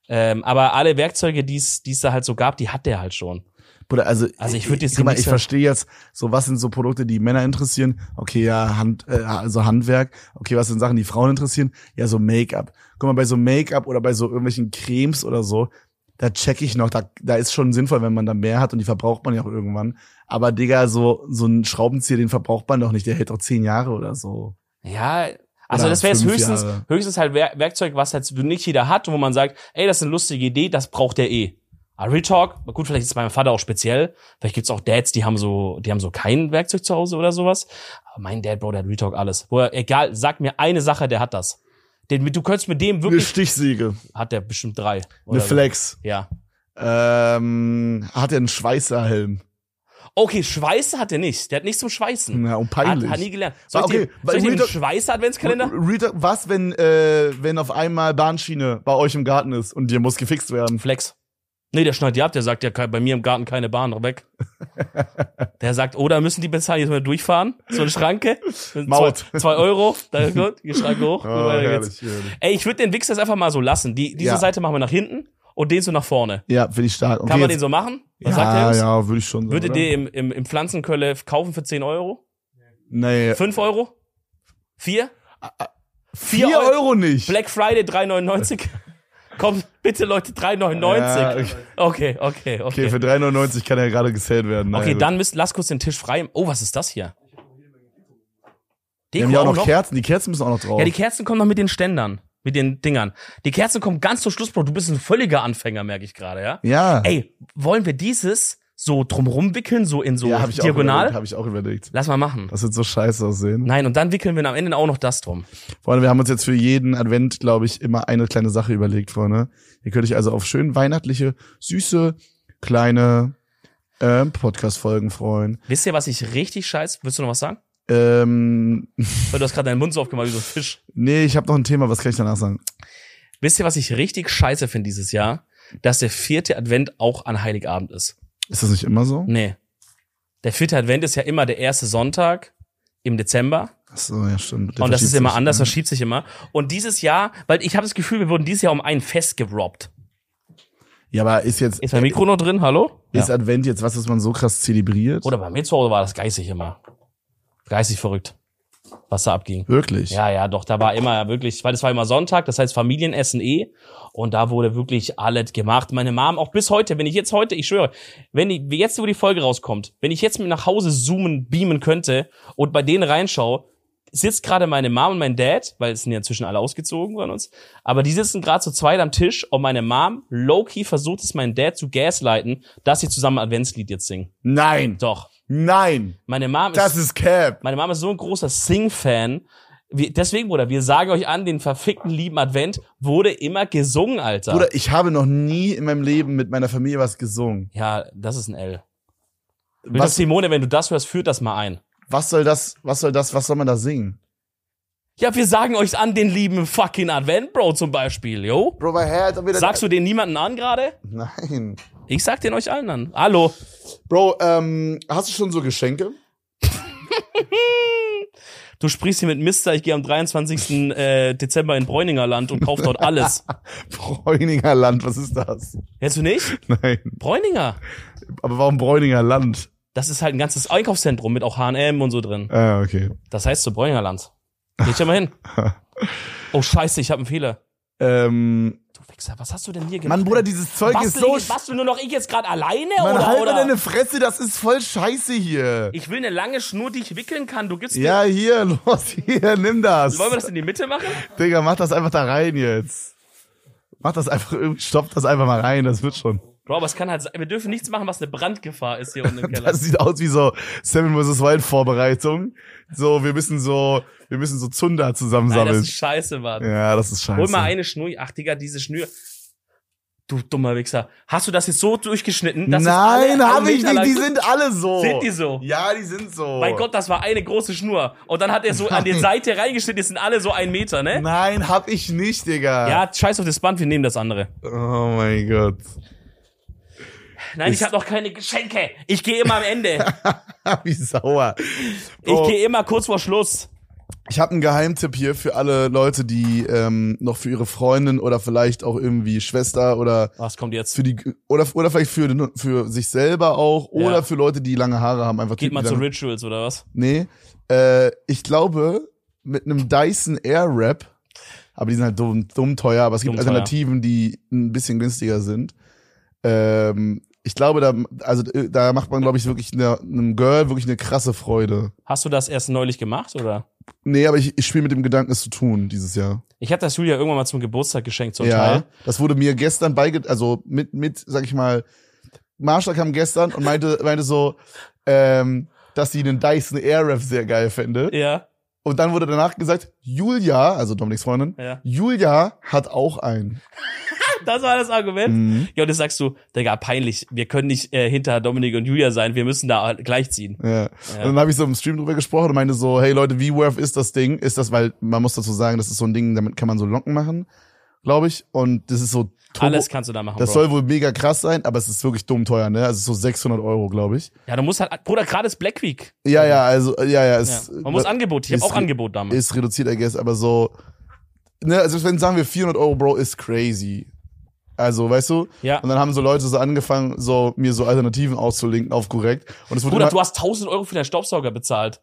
Ähm, aber alle Werkzeuge, die es die es da halt so gab, die hat der halt schon. Bruder, also, Also ich würd jetzt guck mal, nicht ich sagen- verstehe jetzt, so was sind so Produkte, die Männer interessieren? Okay, ja, Hand, äh, also Handwerk. Okay, was sind Sachen, die Frauen interessieren? Ja, so Make-up. Guck mal, bei so Make-up oder bei so irgendwelchen Cremes oder so, da check ich noch, da, da ist schon sinnvoll, wenn man da mehr hat und die verbraucht man ja auch irgendwann. Aber Digga, so, so ein Schraubenzieher, den verbraucht man doch nicht, der hält doch zehn Jahre oder so. Ja, also Oder das wäre jetzt fünf höchstens, Jahre. höchstens halt Wer Werkzeug, was halt nicht jeder hat, wo man sagt, ey, das ist eine lustige Idee, das braucht der eh. Aber Real Talk, gut, vielleicht ist es bei meinem Vater auch speziell. Vielleicht gibt's auch Dads, die haben so, die haben so kein Werkzeug zu Hause oder sowas. Aber mein Dad, Bro, der hat Real Talk alles. Wo er, egal, sag mir eine Sache, der hat das. Den, du könntest mit dem Eine wirklich, Stichsäge, hat der bestimmt drei. eine oder so. Flex. Ja. Ähm, hat er einen Schweißerhelm? Okay, Schweiße hat er nicht. Der hat nichts zum Schweißen. Ja, und Hat, peinlich. hat nie gelernt. Soll ich Hm, Ah, Okay, dir, soll ich dir weil- einen Schweißer-Adventskalender? Rita, was, wenn, äh, wenn auf einmal Bahnschiene bei euch im Garten ist und dir muss gefixt werden? Flex. Nee, der schneidet die ab, der sagt ja ke- bei mir im Garten keine Bahn (laughs) weg. der sagt, oder müssen die bezahlen, jetzt mal durchfahren? So eine Schranke. Maut. Oh, Zwei, zwei Euro, da gut, die (laughs) Schranke hoch. und weiter Oh, geht's. Ey, ich würde den Wichs das einfach mal so lassen. Die, diese Ja. Seite machen wir nach hinten und den so nach vorne. Ja, finde ich stark. Okay, Kann man den jetzt- so machen? Was ja, sagt der Jungs? ja, würde ich schon sagen. Würdet oder? ihr im, im, im Pflanzenkölle kaufen für 10 Euro? Nee. 5 Euro? 4? Vier Euro- Euro nicht. Black (laughs) Friday 3,99? Kommt, bitte Leute, 3,99. Ja, okay. okay, okay, okay. Okay, für 3,99 kann er gerade gesellt werden. Okay, Nein. dann müsst, lass kurz den Tisch frei. Oh, was ist das hier? Wir Deko haben ja auch noch, noch. Kerzen, die Kerzen müssen auch noch drauf. Ja, die Kerzen kommen noch mit den Ständern, mit den Dingern. Die Kerzen kommen ganz zum Schluss, Bro. Du bist ein völliger Anfänger, merke ich gerade, ja? ja. Ey, wollen wir dieses so drumrum wickeln, so in so ja, hab ich Auch überlegt, diagonal? hab ich auch überlegt. Lass mal machen. Das wird so scheiße aussehen. Nein, und dann wickeln wir am Ende auch noch das drum. Freunde, wir haben uns jetzt für jeden Advent, glaube ich, immer eine kleine Sache überlegt, Freunde. Ihr könnt euch also auf schön weihnachtliche, süße, kleine ähm, Podcast-Folgen freuen. Wisst ihr, was ich richtig scheiß? Willst du noch was sagen? Ähm, Weil du hast gerade deinen Mund so aufgemacht wie so ein Fisch. nee, ich habe noch ein Thema, was kann ich danach sagen? Wisst ihr, was ich richtig scheiße finde dieses Jahr? Dass der vierte Advent auch an Heiligabend ist. Ist das nicht immer so? Nee. Der vierte Advent ist ja immer der erste Sonntag im Dezember. Ach so, ja, stimmt. Der und Oh, das verschiebt ist immer sich, anders, ne? verschiebt sich immer. Und dieses Jahr, weil ich habe das Gefühl, wir wurden dieses Jahr um ein Fest gerobbt. Ja, aber ist jetzt Ist mein Mikro noch drin? Hallo? ist Ja. Advent jetzt was, was man so krass zelebriert? Oder bei mir zu Hause war das geistig immer. Geistig verrückt, was da abging. wirklich? Ja, ja, doch, da war immer wirklich, weil das war immer Sonntag, das heißt Familienessen eh. Und da wurde wirklich alles gemacht. Meine Mom, auch bis heute, wenn ich jetzt heute, ich schwöre, wenn ich, jetzt, wo die Folge rauskommt, wenn ich jetzt mit nach Hause zoomen, beamen könnte und bei denen reinschaue, sitzt gerade meine Mom und mein Dad, weil es sind ja inzwischen alle ausgezogen von uns, aber die sitzen gerade zu zweit am Tisch und meine Mom, low-key, versucht es meinen Dad zu gaslighten, dass sie zusammen ein Adventslied jetzt singen. Nein, Doch. nein, Meine Mom ist das ist Cap. meine Mama ist so ein großer Sing-Fan. Wir- Deswegen, Bruder, wir sagen euch an, den verfickten lieben Advent wurde immer gesungen, Alter. Oder ich habe noch nie in meinem Leben mit meiner Familie was gesungen. ja, das ist ein L. Bitte, Was, Simone, wenn du das hörst, führt das mal ein. was soll das, was soll das, was soll man da singen? Ja, wir sagen euch an, den lieben fucking Advent, Bro, zum Beispiel, yo. Bro, mein Herz, ob wir das- Sagst du den niemanden an gerade? Nein. Ich sag den euch allen an. Hallo. Bro, ähm, hast du schon so Geschenke? (laughs) Du sprichst hier mit Mister, ich gehe am 23. äh, Dezember in Bräuningerland und kauf dort alles. Bräuninger Land, was ist das? Hältst du nicht? Nein. Bräuninger. Aber warum Bräuninger Land? Das ist halt ein ganzes Einkaufszentrum mit auch H&M und so drin. Ah, okay. Das heißt zu Bräuningerland. Geh ich (laughs) ja mal hin. Oh, scheiße, ich habe einen Fehler. Ähm, Du Wichser, was hast du denn hier gemacht? Mann, Bruder, dieses Zeug ist bastel, so. ich, bastel nur noch ich jetzt gerade alleine Mann, oder? halt mal oder? deine Fresse, das ist voll scheiße hier. ich will eine lange Schnur, die ich wickeln kann. Du gibst Ja, hier, (laughs) los, hier, nimm das. mir. Wollen wir das in die Mitte machen? Digga, mach das einfach da rein jetzt. Mach das einfach (laughs) irgendwie, stopp das einfach mal rein, das wird schon. Bro, aber es kann halt sein. Wir dürfen nichts machen, was eine Brandgefahr ist hier unten im Keller. (laughs) Das sieht aus wie so Seven vs. Wild Vorbereitung. So, wir müssen so, wir müssen so Zunder Nein, das zusammensammeln. ist scheiße, Mann. ja, das ist scheiße. Hol mal eine Schnur. Ach, Digga, diese Schnür. Du dummer Wichser. Hast du das jetzt so durchgeschnitten? dass es Nein, alle habe ich einen nicht. Die Meter lang- sind alle so. Sind die so? Ja, die sind so. Mein Gott, das war eine große Schnur. Und dann hat er so an der Nein. Seite reingeschnitten, die sind alle so ein Meter, ne? Nein, hab ich nicht, Digga. Ja, scheiß auf das Band, wir nehmen das andere. Oh mein Gott. (laughs) Nein, ich habe noch keine Geschenke. Ich gehe immer am Ende. (laughs) Wie sauer. Ich Bro, gehe immer kurz vor Schluss. ich habe einen Geheimtipp hier für alle Leute, die ähm, noch für ihre Freundin oder vielleicht auch irgendwie Schwester oder Was kommt jetzt? für die oder oder vielleicht für für sich selber auch Ja. oder für Leute, die lange Haare haben, einfach Geht Typen, mal die zu lange- Rituals oder was? Nee. Äh, ich glaube, mit einem Dyson Airwrap, aber die sind halt dumm, dumm teuer, aber es gibt Dumm teuer. Alternativen, die ein bisschen günstiger sind. Ähm, ich glaube, da, also, äh, da macht man, glaube ich, wirklich einer- einem Girl wirklich eine krasse Freude. Hast du das erst neulich gemacht oder? Nee, aber ich, ich spiele mit dem Gedanken, es zu tun dieses Jahr. Ich hatte das Julia irgendwann mal zum Geburtstag geschenkt, so ein ja. Teil. Das wurde mir gestern beige... Also mit, mit, sag ich mal, Marsha kam gestern und meinte, meinte so, ähm, dass sie den Dyson Airwrap sehr geil fände. Ja, Und dann wurde danach gesagt, Julia, also Dominiks Freundin, ja. Julia hat auch einen. (laughs) Das war das Argument. Mhm. Ja, und jetzt sagst du, Digga, peinlich, wir können nicht äh, hinter Dominik und Julia sein, wir müssen da gleichziehen. Ja. Und dann habe ich so im Stream drüber gesprochen und meinte so, hey Leute, wie worth ist das Ding? Ist das, weil man muss dazu sagen, das ist so ein Ding, damit kann man so Locken machen, glaube ich. Und das ist so turbo- Alles kannst du da machen, Das Bro. soll wohl mega krass sein, aber es ist wirklich dumm teuer, ne? Also so 600 Euro, glaube ich. Ja, du musst halt, Bruder, gerade ist Black Week. Ja, ja, also, ja, ja, Ja. es Man muss Angebot, ich ist habe auch re- Angebot damals. ist reduziert, I guess, aber so, ne, also wenn sagen wir 400 Euro, Bro, ist crazy. Also, weißt du? Ja. Und dann haben so Leute so angefangen, so mir so Alternativen auszulinken auf korrekt. Und es wurde Bruder, immer, du hast 1000 Euro für deinen Staubsauger bezahlt.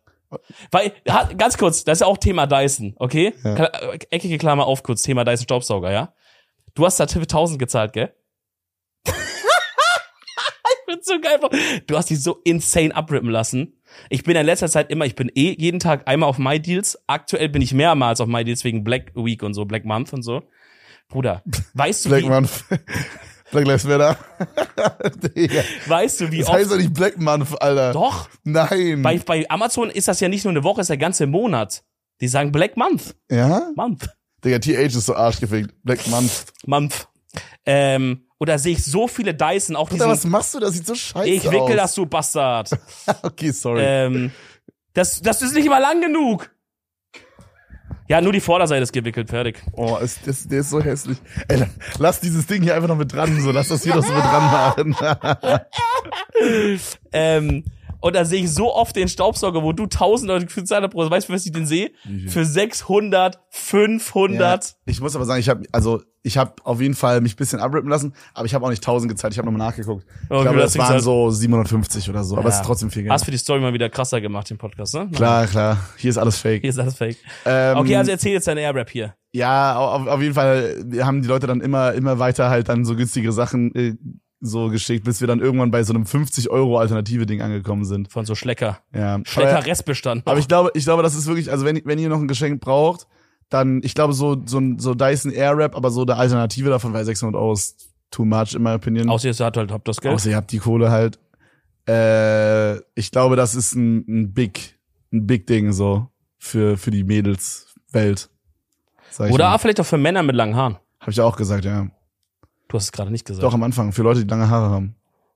Weil, ha- ganz kurz, das ist ja auch Thema Dyson, okay? Ja. Kla- äh, Eckige Klammer auf kurz, Thema Dyson Staubsauger, ja? Du hast da 1000 gezahlt, gell? (laughs) ich bin so geil. Bro. Du hast die so insane abrippen lassen. Ich bin in letzter Zeit immer, ich bin eh jeden Tag einmal auf My Deals. Aktuell bin ich mehrmals auf My Deals wegen Black Week und so, Black Month und so. Bruder, weißt du, Black wie, Man. (laughs) Black Lives Matter. (laughs) Digga. weißt du, wie Das oft. heißt doch nicht Black Month, Alter. doch, Nein. bei, bei Amazon ist das ja nicht nur eine Woche, ist der ganze Monat. Die sagen Black Month. ja? Month. Digga, TH ist so arschgefickt. Black Month. Month. Ähm, oder sehe ich so viele Dyson, auch Alter, was diesen. machst du? Das sieht so scheiße Ich wickel aus. das, (laughs) du Bastard. Okay, sorry. ähm, das, das ist nicht mal lang genug. Ja, nur die Vorderseite ist gewickelt, fertig. Oh, ist, das, der ist so hässlich. Ey, lass dieses Ding hier einfach noch mit dran. So, lass das hier noch so mit dran machen. (laughs) Ähm, und da sehe ich so oft den Staubsauger, wo du 1000 Euro für Zahler pro, weißt du, was ich den sehe? Für 600, 500. Ja, ich muss aber sagen, ich habe also ich habe auf jeden Fall mich ein bisschen abrippen lassen, aber ich habe auch nicht 1000 gezahlt. Ich habe nochmal nachgeguckt. Ich Okay, glaube, du das hast waren gezahlt. so 750 oder so. Aber es halt Ja. ist trotzdem viel Geld. Hast für die Story mal wieder krasser gemacht, den Podcast, ne? Klar, klar. Hier ist alles Fake. Hier ist alles fake. Ähm, Okay, also erzähl jetzt deinen Airwrap hier. ja, auf, auf jeden Fall haben die Leute dann immer immer weiter halt dann so günstigere Sachen äh, so geschickt, bis wir dann irgendwann bei so einem 50 Euro Alternative Ding angekommen sind. Von so Schlecker. Ja. Schlecker Aber- Restbestand. Aber ich glaube, ich glaube, das ist wirklich, also wenn, wenn ihr noch ein Geschenk braucht, dann, ich glaube, so, so ein so Dyson Airwrap, aber so eine Alternative davon, weil 600 Euro ist too much, in my opinion. Außer ihr habt halt habt das Geld. Außer ihr habt die Kohle halt. Äh, ich glaube, das ist ein, ein big, ein big Ding so für, für die Mädelswelt. Sag ich Oder mal. auch vielleicht auch für Männer mit langen Haaren. Hab ich auch gesagt, ja. Du hast es gerade nicht gesagt. Doch am Anfang, für Leute, die lange Haare haben.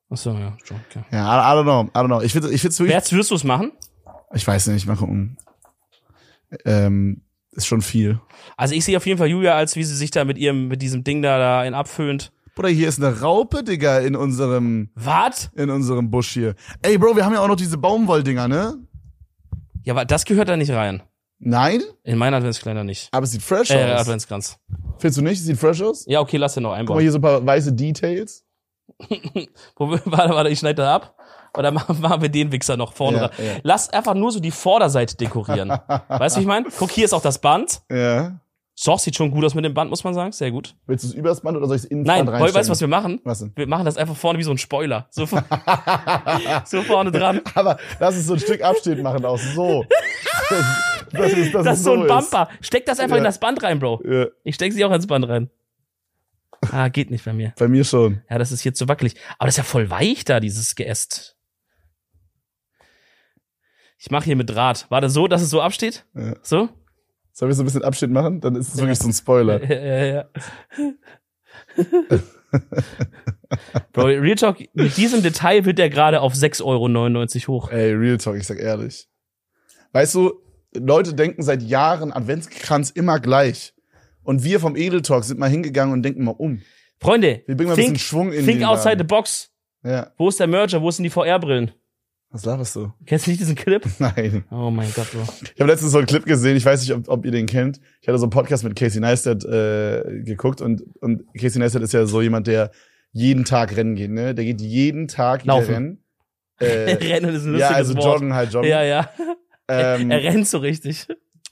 Achso, ja, schon, okay. Ja, I, I don't know, I don't know. Ich finde ich find's wirklich, Wärst, würdest du es machen? ich weiß nicht, mal gucken. Ähm, ist schon viel. Also ich sehe auf jeden Fall Julia, als wie sie sich da mit ihrem, mit diesem Ding da, da in abföhnt. Bruder, hier ist eine Raupe, Digga, in unserem, Was? in unserem Busch hier. Ey, Bro, wir haben ja auch noch diese Baumwolldinger, ne? Ja, aber das gehört da nicht rein. Nein, In meinen Adventskalender nicht. aber es sieht fresh Äh, aus. Adventskranz. Findest du nicht? Es sieht fresh aus? Ja, okay, lass den noch Guck mal, einbauen. hier so ein paar weiße Details. Wo, (laughs) warte, warte, ich schneide da ab. Und dann machen machen wir den Wichser noch vorne Ja, dran. ja. Lass einfach nur so die (laughs) Vorderseite dekorieren. weißt du, wie ich meine? Guck, hier ist auch das Band. Ja. So, sieht schon gut aus mit dem Band, muss man sagen. Sehr gut. Willst du es übers Band oder soll ich es innen Nein, dran Boy, reinstecken? weißt du, was wir machen? was denn? (laughs) Wir machen das einfach vorne wie so ein Spoiler. So, vor- so vorne dran. Aber lass es so ein Stück Abschnitt machen auch. So. Das, das ist, das (laughs) Das ist so ein ist. Bumper. Steck das einfach Ja. in das Band rein, Bro. Ja, Ich steck sie auch ins Band rein. Ah, geht nicht bei mir. bei mir schon. Ja, das ist hier zu wackelig. Aber das ist ja voll weich da, dieses Geäst. Ich mache hier mit Draht. War das so, dass es so absteht? Ja. So? Sollen wir so ein bisschen Abschnitt machen? Dann ist es wirklich so ein Spoiler. (laughs) Ja, ja, ja. Bro, Real Talk, mit diesem Detail wird der gerade auf 6,99 Euro hoch. Ey, Real Talk, ich sag ehrlich. Weißt du, Leute denken seit Jahren Adventskranz immer gleich. Und wir vom Edel Talk sind mal hingegangen und denken mal um. Freunde, Wir bringen mal ein think, bisschen Schwung in think den outside the Laden. box. Ja, Wo ist der Merger? Wo sind die VR-Brillen? was laberst du? (laughs) Kennst du nicht diesen Clip? Nein. Oh mein Gott, Bro. Ich habe letztens so einen Clip gesehen, ich weiß nicht, ob, ob ihr den kennt. Ich hatte so einen Podcast mit Casey Neistat äh, geguckt und, und Casey Neistat ist ja so jemand, der jeden Tag rennen geht, ne? Der geht jeden Tag Laufen. wieder rennen. Äh, Rennen ist ein (laughs) lustiges ja, also Wort. joggen halt joggen. Ja, ja. Ähm, er rennt so richtig.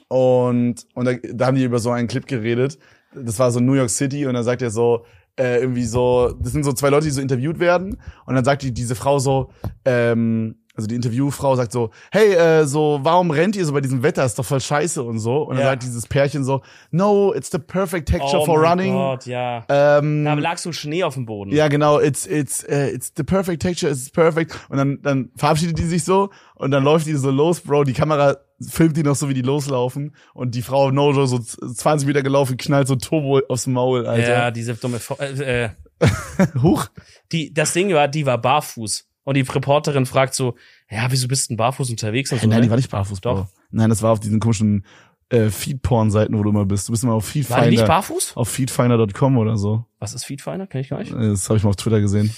Und, und da, da haben die über so einen Clip geredet. Das war so New York City und dann sagt er so, äh, irgendwie so, das sind so zwei Leute, die so interviewt werden. Und dann sagt die, diese Frau so, ähm, also die Interviewfrau sagt so, hey, äh, so, warum rennt ihr so bei diesem Wetter? Ist doch voll scheiße und so. Und dann Ja. sagt dieses Pärchen so, no, it's the perfect texture oh for mein running. Gott, ja. Ähm, Da lag so Schnee auf dem Boden. ja, genau. It's, it's, äh, it's the perfect texture. It's perfect. Und dann, dann verabschiedet die sich so und dann läuft die so los, Bro. Die Kamera filmt die noch so, wie die loslaufen. Und die Frau Nojo so z- 20 Meter gelaufen, knallt so Turbo aufs Maul, ja Alter. diese dumme. Fo äh, äh, (laughs) Huch. die, das Ding war, die war barfuß. Und die Reporterin fragt so: Ja, wieso bist du denn barfuß unterwegs? Und so, Äh, Nein, die ne? war nicht barfuß, Bro. Doch. Nein, das war auf diesen komischen äh, Feedporn-Seiten, wo du immer bist. Du bist immer auf war die nicht Feedfinder. barfuß? Auf feedfinder.com oder so. Was ist Feedfinder? Kenn ich gar nicht. Äh, Das habe ich mal auf Twitter gesehen.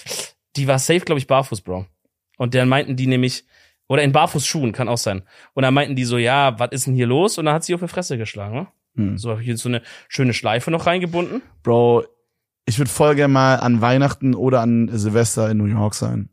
Die war safe, glaube ich, barfuß, Bro. Und dann meinten die nämlich, oder in Barfußschuhen, kann auch sein. Und dann meinten die so, ja, was ist denn hier los? Und dann hat sie auf die Fresse geschlagen, ne? Hm. So habe ich jetzt so eine schöne Schleife noch reingebunden. Bro, ich würde voll gerne mal an Weihnachten oder an Silvester in New York sein.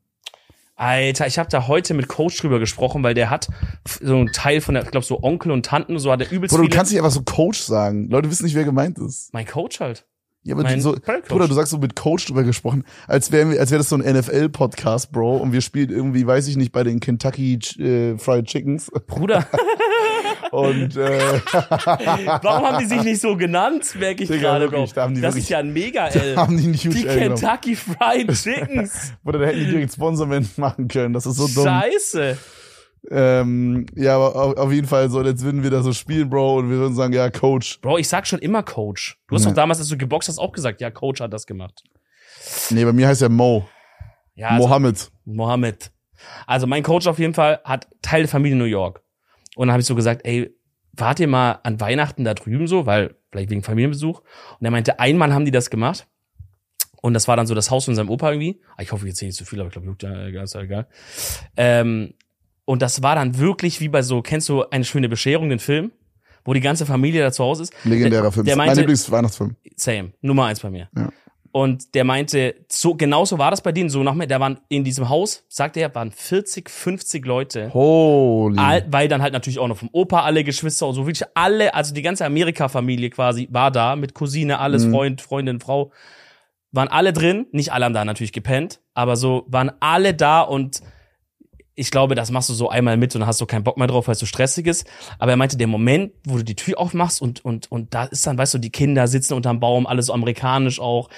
Alter, ich habe da heute mit Coach drüber gesprochen, weil der hat f- so einen Teil von der, ich glaube, so Onkel und Tanten, und so hat er übelst Bro, du viele. kannst nicht einfach so Coach sagen. Leute wissen nicht, wer gemeint ist. mein Coach halt. Ja, aber Mein du, so, Köln-Coach. Bruder, du sagst so mit Coach drüber gesprochen, als wären wir, als wäre das so ein NFL-Podcast, Bro, und wir spielen irgendwie, weiß ich nicht, bei den Kentucky äh, Fried (laughs) Chickens (laughs) Bruder, und äh, warum haben die sich nicht so genannt, merke ich Digga, gerade, Bro. wirklich, da haben die Das wirklich- ist ja (laughs) ein Mega-L. haben die genau. nicht Die huge L genommen. Kentucky Fried Chickens. Bruder, da hätten die direkt Sponsorment (laughs) machen können, das ist so dumm. Scheiße. Ähm, ja, aber auf, auf jeden Fall so, und jetzt würden wir da so spielen, Bro, und wir würden sagen, ja, Coach. Bro, ich sag schon immer Coach. Du hast Ja. doch damals, als du geboxt hast, auch gesagt, ja, Coach hat das gemacht. Nee, bei mir heißt er Mo, Ja, also Mohammed. Mohammed. Also mein Coach auf jeden Fall hat Teil der Familie in New York. Und dann habe ich so gesagt, ey, wart ihr mal an Weihnachten da drüben so, weil vielleicht wegen Familienbesuch. Und er meinte, einmal haben die das gemacht. Und das war dann so das Haus von seinem Opa irgendwie. Ah, Ich hoffe, ich erzähle nicht zu viel, aber ich glaube, juckt ja, egal, ist ja egal. Ähm, und das war dann wirklich wie bei so, kennst du eine schöne Bescherung, den Film, wo die ganze Familie da zu Hause ist? Legendärer Film. der Mein meinte- Lieblingsweihnachtsfilm. Same, Nummer eins bei mir. Ja. Und der meinte, so, genauso war das bei denen, so nach mir, da waren in diesem Haus, sagte er, waren 40, 50 Hm. Leute. Holy. All, weil dann halt natürlich auch noch vom Opa alle Geschwister und so wirklich alle, also die ganze Amerika-Familie quasi war da mit Cousine, alles, Mhm. Freund, Freundin, Frau, waren alle drin. Nicht alle haben da natürlich gepennt, aber so waren alle da und ich glaube, das machst du so einmal mit und hast so keinen Bock mehr drauf, weil es so stressig ist. Aber er meinte, der Moment, wo du die Tür aufmachst und, und, und da ist dann, weißt du, die Kinder sitzen unterm Baum, alles so amerikanisch auch,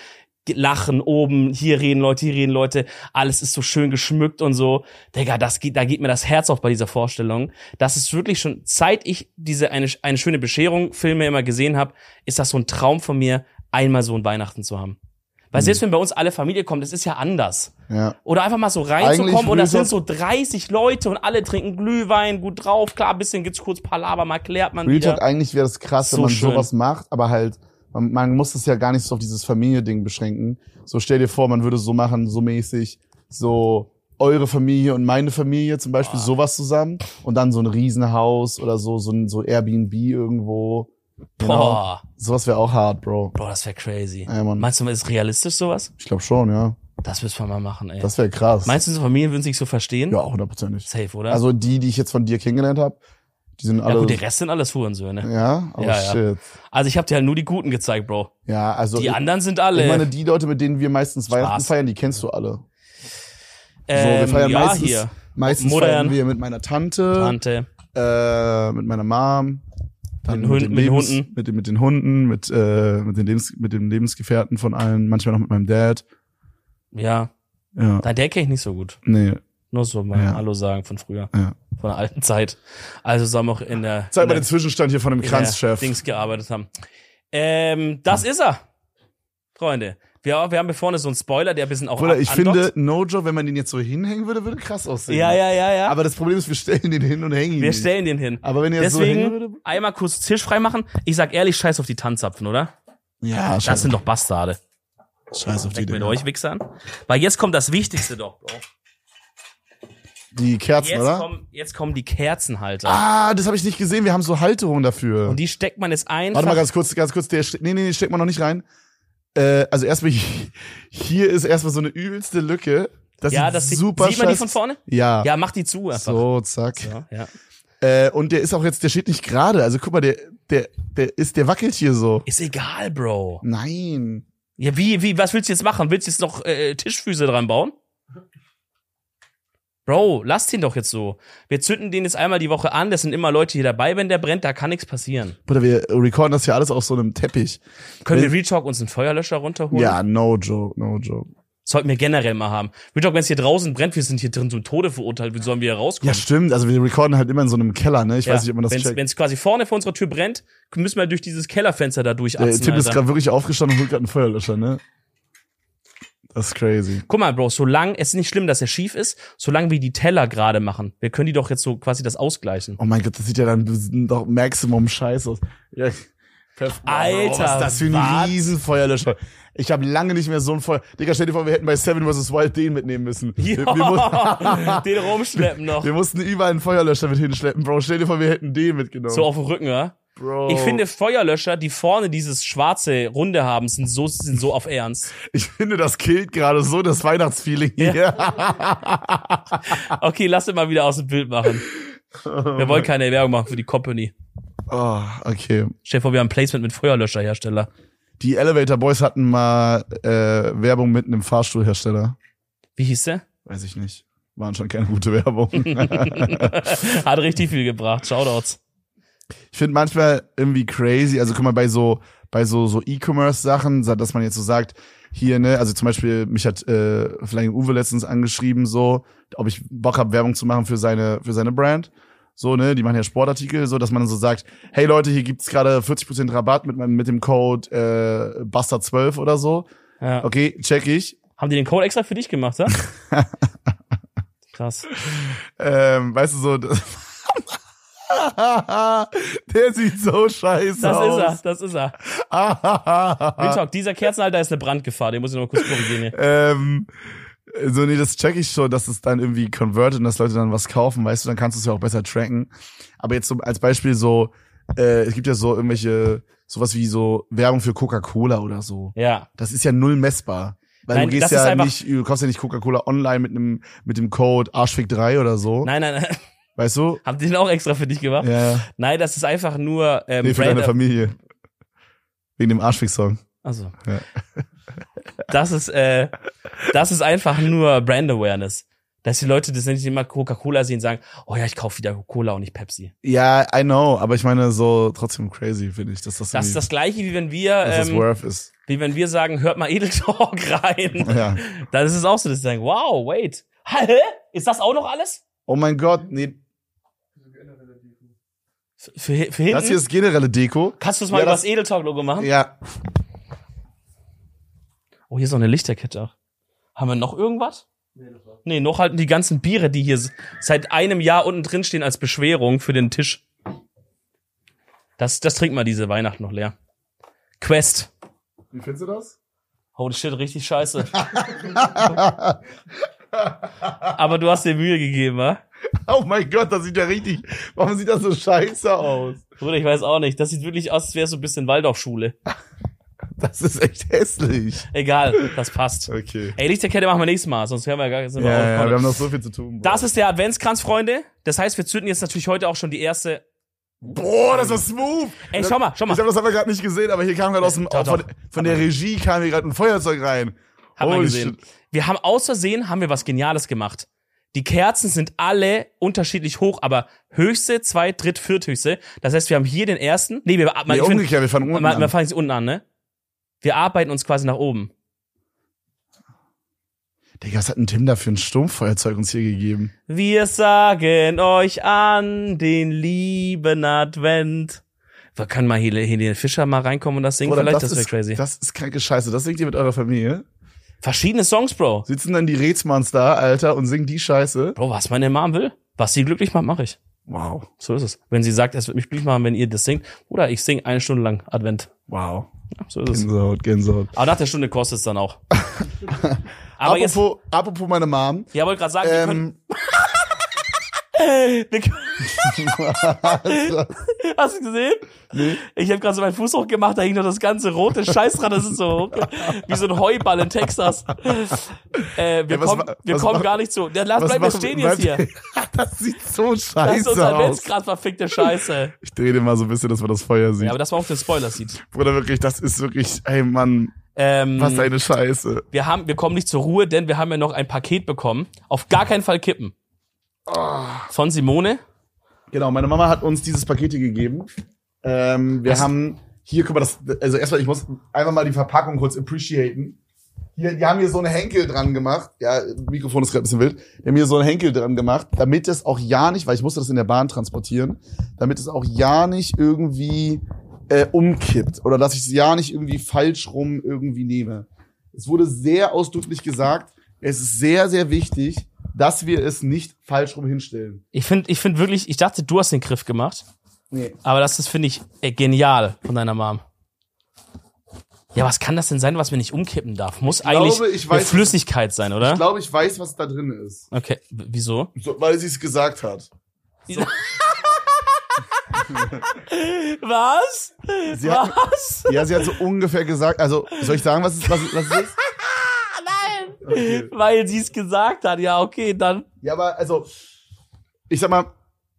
ge- lachen oben, hier reden Leute, hier reden Leute, alles ist so schön geschmückt und so. Digga, das geht, da geht mir das Herz auf bei dieser Vorstellung. Das ist wirklich schon, seit ich diese eine, eine schöne Bescherung Filme immer gesehen habe, ist das so ein Traum von mir, einmal so ein Weihnachten zu haben. Weil selbst wenn bei uns alle Familie kommt, das ist ja anders. ja. Oder einfach mal so Eigentlich reinzukommen und das will sind ich so 30 Leute und alle trinken Glühwein, gut drauf, klar, ein bisschen gibt's kurz Palaver, mal klärt man Real wieder. Talk, eigentlich wäre das krass, wenn So man schön. sowas macht, aber halt, man, man muss es ja gar nicht so auf dieses Familiending beschränken. So stell dir vor, man würde so machen, so mäßig, so eure Familie und meine Familie zum Beispiel, Boah. sowas zusammen und dann so ein Riesenhaus oder so, so ein so Airbnb irgendwo. Genau. Boah, Sowas wäre auch hart, Bro. boah, das wäre crazy. Ja, Mann. Meinst du, ist realistisch sowas? Ich glaube schon, ja. Das müssen wir mal machen, ey. Das wäre krass. Meinst du, so Familien würden sich so verstehen? ja, auch hundertprozentig. Safe, oder? Also die, die ich jetzt von dir kennengelernt habe, die sind ja alle. gut, der Rest sind alles Hurensöhne. ja, aber Ja, ja. shit. Also ich habe dir halt nur die Guten gezeigt, Bro. Ja, also Die ich- anderen sind alle. Ich meine, die Leute, mit denen wir meistens Weihnachten Spaß. feiern, die kennst du alle. so, wir ähm, feiern ja, meistens, hier. meistens Modern. feiern wir mit meiner Tante, Tante. äh, mit meiner Mom, dann Mit den Hunden- mit den Lebens- Hunden. mit den, mit den Hunden, mit, äh, mit, den Lebens, mit dem Lebensgefährten von allen, manchmal noch mit meinem Dad. Ja, Ja, da der kenne ich nicht so gut. nee. Nur so mal Ja. Hallo sagen von früher, Ja. von der alten Zeit. Also zusammen auch in der, Zeig in mal der, den Zwischenstand hier von dem in Kranzchef. Dings gearbeitet haben. Ähm, das ist er, Freunde. Wir, wir haben hier vorne so einen Spoiler, der ein bisschen auch Bruder, ich andockt. finde, No Job, wenn man den jetzt so hinhängen würde, würde krass aussehen. Ja, ja, ja, ja. Aber das Problem ist, wir stellen den hin und hängen ihn. wir nicht. stellen den hin. Aber wenn ihr das so hängen würde. Deswegen einmal kurz Tisch freimachen. Ich sag ehrlich, scheiß auf die Tanzapfen, oder? Ja, Das scheiß, sind doch Bastarde. scheiß auf die Fängt mit Dinge. euch Wichsern. Weil jetzt kommt das Wichtigste doch, Bro. Die Kerzen, Jetzt, oder? kommen, jetzt kommen die Kerzenhalter. Ah, das habe ich nicht gesehen. Wir haben so Halterungen dafür. Und die steckt man jetzt ein. Warte mal ganz kurz, ganz kurz. Der, ste- nee, nee, nee, steckt man noch nicht rein. Äh, also erstmal hier, hier ist erstmal so eine übelste Lücke. Das ja, sieht das sieht- super sieht man die scheiß- von vorne? Ja. Ja, mach die zu einfach. so, zack. So, ja. Äh, und der ist auch jetzt, der steht nicht gerade. Also guck mal, der, der, der ist, der wackelt hier so. Ist egal, Bro. Nein. Ja, wie, wie, was willst du jetzt machen? Willst du jetzt noch äh, Tischfüße dran bauen? Bro, lass den doch jetzt so. Wir zünden den jetzt einmal die Woche an. Das sind immer Leute hier dabei, wenn der brennt. Da kann nichts passieren. Bruder, wir recorden das hier alles auf so einem Teppich. Können Wenn- wir Retalk uns einen Feuerlöscher runterholen? Ja, no joke, no joke. Sollten wir generell mal haben. Retalk, wenn es hier draußen brennt, wir sind hier drin zum Tode verurteilt. Wie sollen wir hier Ja, rauskommen? stimmt. Also wir recorden halt immer in so einem Keller, ne? Ich Ja, weiß nicht, ob man das wenn's, checkt. wenn's quasi vorne vor unserer Tür brennt, müssen wir durch dieses Kellerfenster da Der durchatzen, Tim ist Alter. gerade wirklich aufgestanden und holt gerade einen Feuerlöscher, ne? Das ist crazy. Guck mal, Bro, solange, es ist nicht schlimm, dass er schief ist, solange wir die Teller gerade machen. Wir können die doch jetzt so quasi das ausgleichen. Oh mein Gott, das sieht ja dann doch Maximum scheiße aus. Ja. Perf- Alter, was ist das für ein was? Riesenfeuerlöscher? Ich habe lange nicht mehr so ein Feuer. Digga, stell dir vor, wir hätten bei Seven vs. Wild den mitnehmen müssen. Wir, wir, mu (laughs) den rumschleppen noch. (laughs) (laughs) wir mussten überall einen Feuerlöscher mit hinschleppen, Bro. Stell dir vor, wir hätten den mitgenommen. So auf dem Rücken, ja? Bro. Ich finde Feuerlöscher, die vorne dieses schwarze Runde haben, sind so, sind so auf Ernst. ich finde, das killt gerade so das Weihnachtsfeeling hier. (laughs) Okay, lass ihn mal wieder aus dem Bild machen. Wir wollen keine Werbung machen für die Company. Oh, okay. Stell dir vor, wir haben ein Placement mit Feuerlöscherhersteller. Die Elevator Boys hatten mal äh, Werbung mit einem Fahrstuhlhersteller. Wie hieß der? (laughs) Weiß ich nicht. Waren schon keine gute Werbung. Hat richtig viel gebracht. Shoutouts. Ich finde manchmal irgendwie crazy, also guck mal, bei so, bei so, so E-Commerce-Sachen, sa- dass man jetzt so sagt, hier, ne, also zum Beispiel, mich hat äh, Flying Uwe letztens angeschrieben, so, ob ich Bock habe, Werbung zu machen für seine, für seine Brand. So, ne, die machen ja Sportartikel, so, dass man dann so sagt, hey Leute, hier gibt's gerade 40% Rabatt mit, meinem- mit dem Code äh, Buster12 oder so. Ja. Okay, check ich. Haben die den Code extra für dich (laughs) gemacht, ja? Krass. Ähm, weißt du so, das- (laughs) der sieht so scheiße Das ist er, aus. das ist er. er. (laughs) Real Talk, dieser Kerzenhalter ist eine Brandgefahr, den muss ich noch mal kurz korrigieren. hier. Ähm, so, nee, das check ich schon, dass es dann irgendwie converted und dass Leute dann was kaufen, weißt du, dann kannst du es ja auch besser tracken. Aber jetzt so als Beispiel so, äh, es gibt ja so irgendwelche, sowas wie so Werbung für Coca-Cola oder so. Ja. Das ist ja null messbar. Weil Nein, du das gehst ist ja einfach- nicht, du kaufst ja nicht Coca-Cola online mit einem, mit dem Code Arschfick3 oder so. Nein, nein, (laughs) nein. Weißt du? Haben die den auch extra für dich gemacht? Ja. Nein, das ist einfach nur ähm, Nee, für Brand- deine Familie. Wegen dem Arschfick-Song. Also. Ja. (laughs) Das ist, äh, das ist einfach nur Brand Awareness. Dass die Leute das nicht immer Coca-Cola sehen und sagen, oh ja, ich kaufe wieder Cola und nicht Pepsi. Ja, I know, aber ich meine so trotzdem crazy, finde ich, dass das, Das ist irgendwie- das gleiche, wie wenn wir, dass Mhm. das ähm, worth ist. wie wenn wir sagen, hört mal Edel Talk (laughs) rein. Ja. Dann ist es auch so, dass sie sagen, wow, wait. Hä? Ist das auch noch alles? Oh mein Gott, nee, Für, für, für hinten? das hier ist generelle Deko. Kannst du es mal Ja, über das- das Edel Talk Logo machen? Ja, Oh, hier ist noch eine Lichterkette. auch. Haben wir noch irgendwas? Nee, noch halten die ganzen Biere, die hier s- seit einem Jahr unten drin stehen als Beschwerung für den Tisch. Das, das trinkt mal diese Weihnachten noch leer. Quest. Wie findest du das? Holy shit, richtig scheiße. Aber du hast dir Mühe gegeben, wa? Oh mein Gott, das sieht ja richtig. Warum sieht das so scheiße aus? Bruder, ich weiß auch nicht. Das sieht wirklich aus, als wäre so ein bisschen Waldorfschule. Das ist echt hässlich. Egal, das passt. Okay. Ey, Lichterkette machen wir nächstes Mal, sonst hören wir gar sind Ja, wir ja, aufgekommen. wir haben noch so viel zu tun. Bro. Das ist der Adventskranz, Freunde. Das heißt, wir zünden jetzt natürlich heute auch schon die erste. Boah, das ist smooth. Ey, schau mal, schau mal. Ich habe das aber gerade nicht gesehen, aber hier kam gerade aus dem Doch, von, doch. von der Regie kam hier gerade ein Feuerzeug rein. Hat man Holy gesehen. shit. Wir haben aus Versehen haben wir was Geniales gemacht. Die Kerzen sind alle unterschiedlich hoch, aber höchste, zweit, dritt, vierthöchste. Das heißt, wir haben hier den ersten. Nee, wir, man, Nee, ich find, umgekehrt, wir fangen man, unten man an. fangen jetzt unten an, ne? Wir arbeiten uns quasi nach oben. Digga, was hat ein Tim da für ein Sturmfeuerzeug uns hier gegeben? Wir sagen euch an den lieben Advent. Wir können mal Helene Helene Fischer mal reinkommen und das singen. Bruder, Vielleicht, das, ist, wäre crazy. Das ist kranke Scheiße. Das singt ihr mit eurer Familie? Verschiedene Songs, Bro. Sitzen dann die Rätsmanns da, Alter, und singen die Scheiße? Bro, was meine Mom will, was sie glücklich macht, mache ich. Wow. So ist es. Wenn sie sagt, es wird mich glücklich machen, wenn ihr das singt, oder ich singe eine Stunde lang Advent. Wow. Ja, so ist es. Gänsehaut, Gänsehaut. Aber nach der Stunde kostet es (laughs) dann auch. Aber jetzt, apropos, apropos meine Mom. ja, wollte gerade sagen, wir können, Ähm, wir (laughs) können, hast du gesehen? nee. Ich habe gerade so meinen Fuß hochgemacht, da hing noch das ganze rote Scheiß dran, das ist so hochge- wie so ein Heuball in Texas. Äh, wir Ey, was kommen, ma- wir was kommen mach- gar nicht zu. Ja, lass, was bleiben wir machen stehen wir- (laughs) jetzt hier. das sieht so Das ist scheiße unser aus. Adventsgrad, verfickte Scheiße. Ich drehe dir mal so ein bisschen, dass man das Feuer sieht. Ja, aber dass man auch den Spoiler sieht. Bruder, wirklich, das ist wirklich, ey Mann, Ähm, was eine Scheiße. wir haben, wir kommen nicht zur Ruhe, denn wir haben ja noch ein Paket bekommen. Auf gar keinen Fall kippen. Ah. Von Simone. Genau, meine Mama hat uns dieses Paket hier gegeben. Ähm, wir Das- haben hier, guck mal, das, also erstmal, ich muss einfach mal die Verpackung kurz appreciaten. Hier, die haben hier so einen Henkel dran gemacht. Ja, Mikrofon ist gerade ein bisschen wild. Die haben hier so einen Henkel dran gemacht, damit es auch ja nicht, weil ich musste das in der Bahn transportieren, damit es auch ja nicht irgendwie äh, umkippt oder dass ich es ja nicht irgendwie falsch rum irgendwie nehme. Es wurde sehr ausdrücklich gesagt, es ist sehr, sehr wichtig, dass wir es nicht falsch rum hinstellen. Ich finde, ich finde wirklich, ich dachte, du hast den Griff gemacht, Nee. aber das ist, finde ich, äh, genial von deiner Mom. Ja, was kann das denn sein, was mir nicht umkippen darf? Muss eigentlich glaube, ich eine weiß- Flüssigkeit sein, oder? Ich glaube, ich weiß, was da drin ist. okay, w- wieso? (laughs) So, weil sie es gesagt hat. Was? Sie hat, was? (laughs) ja, sie hat so ungefähr gesagt, also soll ich sagen, was es, was, es- was es ist? Ah, Nein! Okay. Weil sie es gesagt hat. Ja, okay, dann. Ja, aber also, ich sag mal,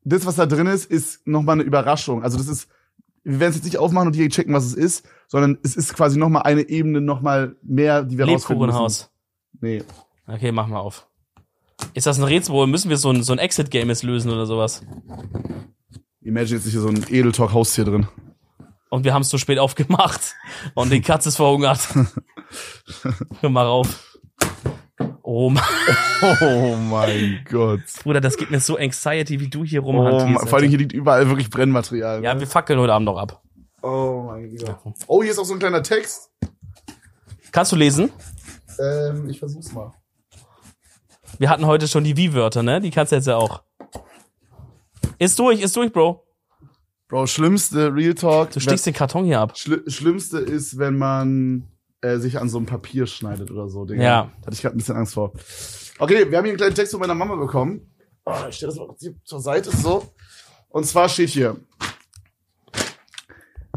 das, was da drin ist, ist nochmal eine Überraschung. Also das ist, wir werden es jetzt nicht aufmachen und direkt checken, was es ist, sondern es ist quasi nochmal eine Ebene, nochmal mehr, die wir rausfinden müssen. Lebkuchenhaus. Nee. Okay, machen wir auf. Ist das ein Rätsel, oder müssen wir so ein, so ein Exit-Game jetzt lösen oder sowas? Imagine jetzt nicht hier so ein Edeltalk-Haustier drin. Und wir haben es zu spät aufgemacht. (laughs) Und die Katze ist verhungert. (laughs) Hör mal auf. Oh mein (laughs) Oh mein Gott. Bruder, das gibt mir so Anxiety, wie du hier Oh, rumhantierst. mein- vor allem hier liegt überall wirklich Brennmaterial. ja, wir fackeln heute Abend noch ab. oh mein Gott. Oh, hier ist auch so ein kleiner Text. Kannst du lesen? Ähm, ich versuch's mal. Wir hatten heute schon die Wie-Wörter, ne? Die kannst du jetzt ja auch. Ist durch, ist durch, Bro. Bro, schlimmste Real Talk. Du stichst den Karton hier ab. Schli schlimmste ist, wenn man äh, sich an so einem Papier schneidet oder so. Digga. Ja. Da hatte ich gerade ein bisschen Angst vor. Okay, wir haben hier einen kleinen Text von meiner Mama bekommen. Oh, ich stelle das mal kurz hier zur Seite so. Und zwar steht hier.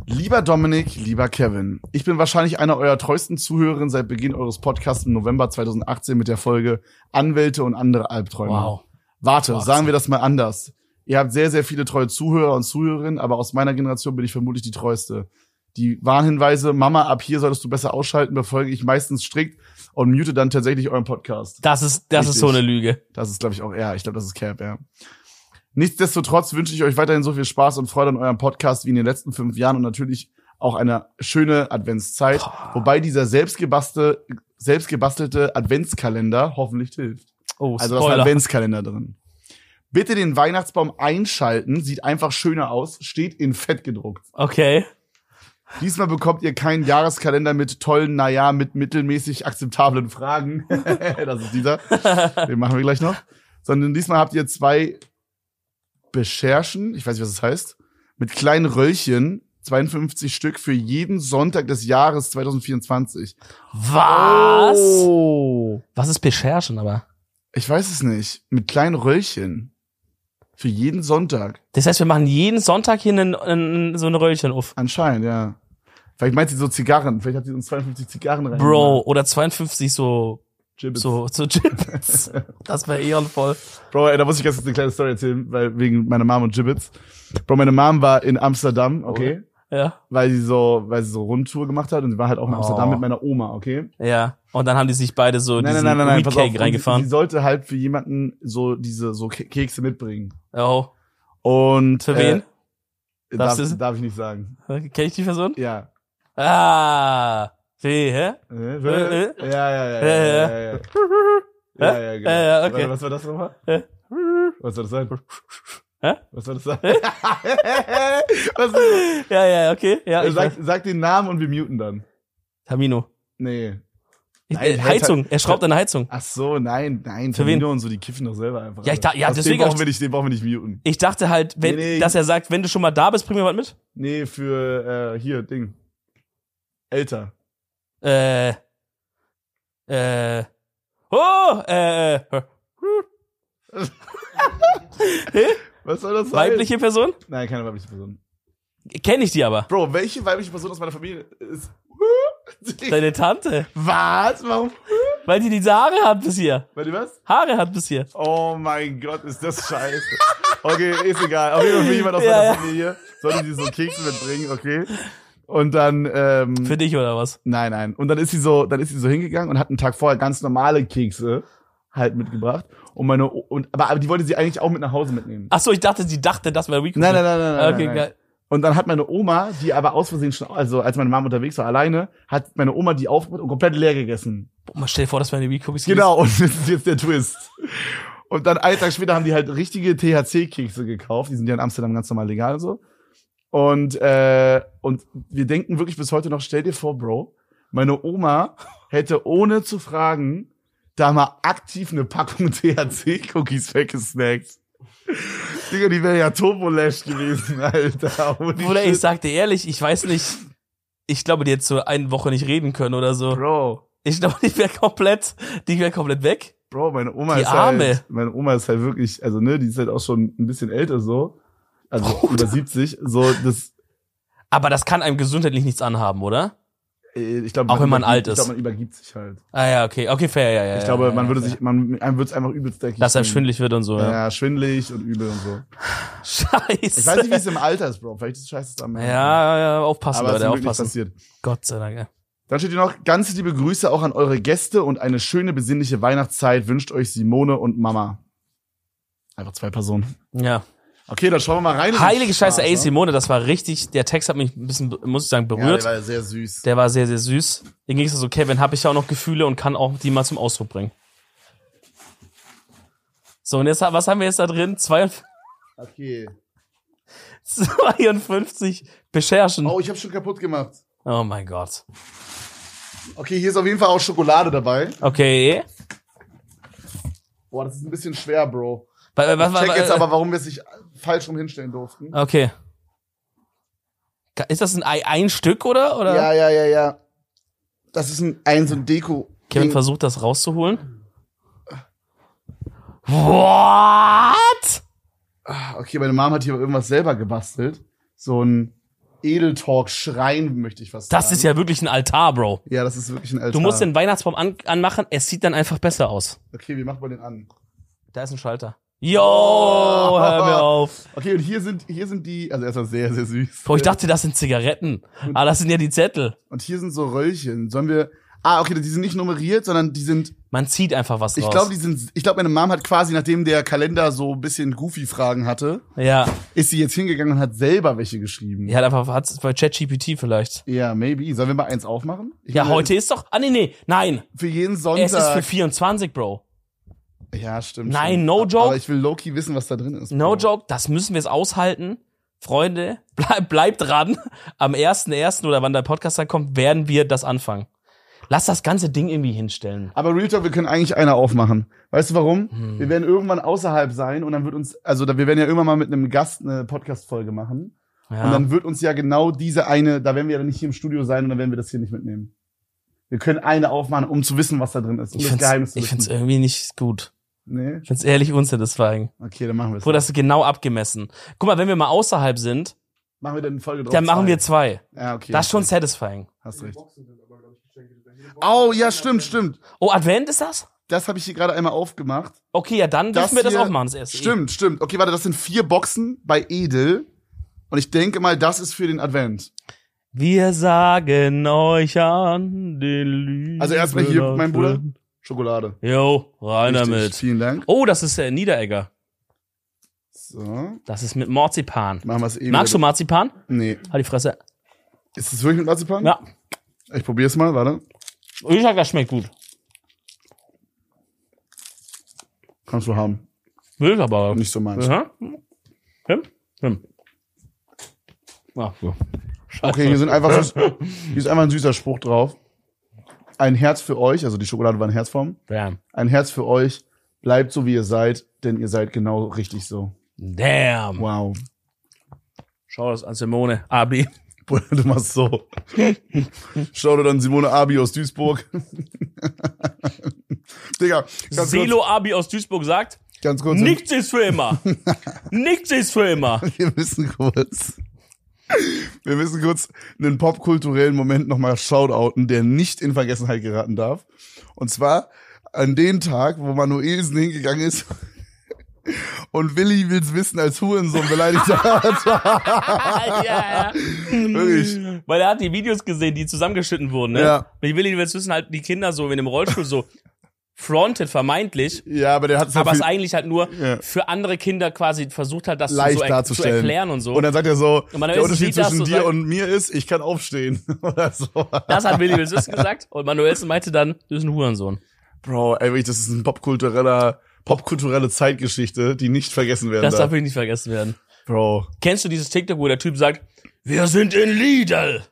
Lieber Dominik, lieber Kevin, ich bin wahrscheinlich einer eurer treuesten Zuhörerinnen seit Beginn eures Podcasts im November 2018 mit der Folge Anwälte und andere Albträume. Wow. Warte, Wahnsinn. sagen wir das mal anders. Ihr habt sehr, sehr viele treue Zuhörer und Zuhörerinnen, aber aus meiner Generation bin ich vermutlich die treueste. Die Warnhinweise, Mama, ab hier solltest du besser ausschalten, befolge ich meistens strikt und mute dann tatsächlich euren Podcast. Das ist, das ist Richtig. so eine Lüge. Das ist, glaube ich, auch er. Ich glaube, das ist Cap, ja. Nichtsdestotrotz wünsche ich euch weiterhin so viel Spaß und Freude an eurem Podcast wie in den letzten fünf Jahren und natürlich auch eine schöne Adventszeit. Boah. Wobei dieser selbstgebastelte, selbstgebastelte Adventskalender hoffentlich hilft. Oh, Also da ist ein Adventskalender drin. Bitte den Weihnachtsbaum einschalten, sieht einfach schöner aus, steht in Fett gedruckt. okay. Diesmal bekommt ihr keinen Jahreskalender mit tollen, naja, mit mittelmäßig akzeptablen Fragen. (laughs) das ist dieser. Den machen wir gleich noch. Sondern diesmal habt ihr zwei Bescherchen, ich weiß nicht, was es das heißt, mit kleinen Röllchen, 52 Stück für jeden Sonntag des Jahres 2024. Was? Oh. Was ist Bescherchen aber? Ich weiß es nicht. Mit kleinen Röllchen. Für jeden Sonntag. Das heißt, wir machen jeden Sonntag hier einen, einen, so ein Röllchen auf. Anscheinend, ja. Vielleicht meint sie so Zigarren. Vielleicht hat sie uns 52 Zigarren rein. Bro, oder 52 so, Gibbets. so, (laughs) so Chips. Das eh wäre ehrenvoll. Bro, ey, da muss ich ganz kurz eine kleine Story erzählen, weil wegen meiner Mom und Gibbets. Bro, meine Mom war in Amsterdam, Oh. okay? Ja. Weil sie so, weil sie so Rundtour gemacht hat und sie war halt auch in Oh. Amsterdam mit meiner Oma, okay? Ja. Und dann haben die sich beide so nein, nein, diesen nein, nein, nein, pass auf. Weedcake Und Sie, reingefahren. sie sollte halt für jemanden so diese, so Ke- Kekse mitbringen. Oh. Und. Für wen? Äh, darf, Darfst darf, du- ich nicht sagen. Kenn ich die Person? Ja. Ah. Wie, hä? Äh, Äh, Ja, ja, ja, Äh, ja, ja, ja. (laughs) Ja, ja, genau. Ja, ja, okay. Warte, was war das nochmal? Äh. Was soll das sein? Hä? Äh? Was soll das sein? (laughs) was ist Ja, ja, okay. Ja, ich Äh, sag, weiß. sag den Namen und wir muten dann. Tamino. Nee. Ich, Nein, äh, Heizung. Er schraubt an der Heizung. Ach so, nein, nein. Für wen? Tamino und so, die kiffen doch selber einfach. Ja, ich alle. da- ja, Also deswegen Den hab brauchen, ich- wir nicht, den brauchen wir nicht muten. Ich dachte halt, wenn, Nee, nee. dass er sagt, wenn du schon mal da bist, bring mir was mit. Nee, für, äh, hier, Ding. Älter. Äh. Äh. Oh! Äh. Was soll das sein? Weibliche Person? Nein, keine weibliche Person. Kenne ich die aber. Bro, welche weibliche Person aus meiner Familie ist. (laughs) Deine Tante. Was? Warum? Weil die diese Haare hat bis hier. Warte, was? Haare hat bis hier. Oh mein Gott, ist das scheiße. Okay, ist egal. Auf jeden Fall will jemand aus Ja, meiner ja. Familie. Sollte die so Kekse mitbringen, okay? Und dann, ähm, Für dich oder was? nein, nein. Und dann ist sie so, dann ist sie so hingegangen und hat einen Tag vorher ganz normale Kekse halt mitgebracht. Und meine, O- und, aber, aber die wollte sie eigentlich auch mit nach Hause mitnehmen. Ach so, ich dachte, sie dachte, das wäre Rico. Nein, nein, nein, nein, nein. Ah. Okay, nein. geil. Und dann hat meine Oma, die aber aus Versehen schon, also als meine Mama unterwegs war, alleine, hat meine Oma die auf und komplett leer gegessen. Boah, mal stell dir vor, das wäre eine Rico. Genau, und das ist jetzt der Twist. Und dann einen Tag später haben die halt richtige THC-Kekse gekauft. Die sind ja in Amsterdam ganz normal legal und so. Und, äh, und wir denken wirklich bis heute noch, stell dir vor, Bro, meine Oma hätte ohne zu fragen da mal aktiv eine Packung (laughs) THC-Cookies weggesnackt. Digga, die wäre ja Turbolash gewesen, (laughs) Alter. Holy Oder shit, ich sag dir ehrlich, ich weiß nicht. Ich glaube, die hätte so eine Woche nicht reden können oder so. Bro. Ich glaube, die wäre komplett, die wäre komplett weg. Bro, meine Oma Die ist Arme. halt, meine Oma ist halt wirklich, also ne, die ist halt auch schon ein bisschen älter so, also über 70, so das, Aber das kann einem gesundheitlich nichts anhaben, oder? äh, ich glaube, Auch wenn man übergibt- alt ich glaube, ist. man übergibt sich halt. Ah ja, okay, okay, fair, ja, ja. ich ja, glaube, ja, man ja, halt würde fair. sich, man, einem wird's einfach übelst dreckig. Dass einem gehen. schwindelig wird und so, ja. Ja, schwindelig und übel und so. Scheiße. Ich weiß nicht, wie es im Alter ist, Bro. Vielleicht ist scheiße es am Ende. ja, ja, aufpassen, aber es Leute, ist wirklich aufpassen. passiert. Gott sei Dank. ey. Dann steht hier noch, ganz liebe Grüße auch an eure Gäste und eine schöne, besinnliche Weihnachtszeit wünscht euch Simone und Mama. Einfach zwei Personen. Ja. Okay, dann schauen wir mal rein. Heilige Scheiße, ey, AC Simone, das war richtig, der Text hat mich ein bisschen, muss ich sagen, ne? Ja, berührt. der war ja sehr süß. Der war sehr, sehr süß. Dann ging es so, Kevin, habe ich ja auch noch Gefühle und kann auch die mal zum Ausdruck bringen. So, und jetzt, was haben wir jetzt da drin? Zwei- (laughs) Okay. 52 Bescherchen. Oh, Oh, ich habe schon kaputt gemacht. mein Gott. Okay, hier ist auf jeden Fall auch Schokolade dabei. Okay. Boah, das ist ein bisschen schwer, Bro. Wa- wa- wa- Ich check wa- jetzt aber, warum wir es sich falsch rum hinstellen durften. Okay. Ka- Ist das ein Ei, ein Stück, oder? oder? Ja, ja, ja, ja. Das ist ein, ein so ein Deko. Kevin versucht, das rauszuholen. What? Ah, Okay, meine Mom hat hier irgendwas selber gebastelt. So ein Edeltalk-Schrein, möchte ich fast Das sagen. ist ja wirklich ein Altar, Bro. Ja, das ist wirklich ein Altar. Du musst den Weihnachtsbaum an, anmachen, es sieht dann einfach besser aus. Okay, wie macht man den an? Da ist ein Schalter. Oh. Yo, hör mir (laughs) auf. Okay, und hier sind, hier sind die, also erstmal sehr, sehr süß. Bro, ich dachte, das sind Zigaretten. Aber das sind ja die Zettel. Und hier sind so Röllchen. Sollen wir, ah, okay, die sind nicht nummeriert, sondern die sind, Man zieht einfach was raus. ich glaube, die sind, ich glaube, meine Mom hat quasi, nachdem der Kalender so ein bisschen Goofy-Fragen hatte, ja, ist sie jetzt hingegangen und hat selber welche geschrieben. die hat einfach, hat's bei ChatGPT vielleicht. Ja, maybe. Sollen wir mal eins aufmachen? Ich Ja, meine, heute ist doch, ah nee, nee, nein. Für jeden Sonntag. Es ist für 24, Bro. ja, stimmt. Nein, stimmt. no joke. Aber ich will Loki wissen, was da drin ist. No Bro. joke, das müssen wir jetzt aushalten. Freunde, (laughs) bleib, bleibt dran. Am 1.1. oder wann der Podcast dann kommt, werden wir das anfangen. Lass das ganze Ding irgendwie hinstellen. Aber Real Talk, wir können eigentlich einer aufmachen. Weißt du warum? Hm. Wir werden irgendwann außerhalb sein und dann wird uns, also da- wir werden ja irgendwann mal mit einem Gast eine Podcast-Folge machen. Und Ja. dann wird uns ja genau diese eine, da werden wir ja dann nicht hier im Studio sein und dann werden wir das hier nicht mitnehmen. Wir können eine aufmachen, um zu wissen, was da drin ist. Um Ich das Geheimnis find's, zu ich find's wissen. irgendwie nicht gut. Nee? Ich find's ehrlich unsatisfying. Okay, dann machen wir Bro, es. das ist genau abgemessen. Guck mal, wenn wir mal außerhalb sind, Machen wir dann eine Folge drauf. dann machen wir zwei. Ja, okay. Das ist schon satisfying. Hast recht. Boxen sind aber, glaube ich, Geschenke. die da jede Box- Oh, ja, stimmt, stimmt. Oh, Advent ist das? Das habe ich hier gerade einmal aufgemacht. Okay, ja, dann dürfen wir das hier- auch machen, das erste. E. Stimmt, stimmt. Okay, warte, das sind vier Boxen bei Edel. Und ich denke mal, das ist für den Advent. Wir sagen euch an den Liebe. Also erstmal hier, mein Bruder. Schokolade. Jo, rein Richtig, damit. Vielen Dank. Oh, das ist äh, Niederegger. So. Machen Das ist mit Marzipan. wir es eben. Magst du Marzipan? Nee. Halt die Fresse. Ist es wirklich mit Marzipan? Ja. Ich probiere es mal, warte. Ich sag, das schmeckt gut. Kannst du haben. Will ich aber. Nicht so meins. Aha. Hm? Hm. Ach, so. Okay, hier sind einfach süß, hier ist einfach ein süßer Spruch drauf. Ein Herz für euch, also die Schokolade war in Herzform. Damn. Ein Herz für euch. Bleibt so, wie ihr seid, denn ihr seid genau richtig so. Damn. Wow. (laughs) Schau das an Simone. Abi. Bruder, du machst so. Schau dir dann Simone Abi aus Duisburg. (laughs) Digga, ganz kurz, Selo Abi aus Duisburg sagt, ganz kurz. nichts ist für (laughs) immer. nichts ist für immer. Wir müssen kurz. Wir müssen kurz einen popkulturellen Moment nochmal shoutouten, der nicht in Vergessenheit geraten darf. Und zwar an den Tag, wo Manuelsen hingegangen ist (laughs) und Willi will's wissen als Hurensohn beleidigt (laughs) hat. Ah, (laughs) ja, ja. Wirklich. Weil er hat die Videos gesehen, die zusammengeschnitten wurden. Ne? Ja. Und ich will jetzt wissen, halt die Kinder so in dem Rollstuhl so fronted vermeintlich. Ja, aber der hat es aber es eigentlich halt nur Ja. für andere Kinder quasi versucht hat, das so leicht er- darzustellen. zu erklären und so. Und dann sagt er so, Und Manuel der Unterschied sieht das zwischen und dir sagt- und mir ist, ich kann aufstehen. (laughs) Oder so. das hat Willi Wilson gesagt und Manuelsen meinte dann, du bist ein Hurensohn. Bro, ey, wirklich, das ist ein popkultureller, popkulturelle Zeitgeschichte, die nicht vergessen werden Das darf darf. wirklich nicht vergessen werden. Bro. Kennst du dieses TikTok, wo der Typ sagt, wir sind in Lidl?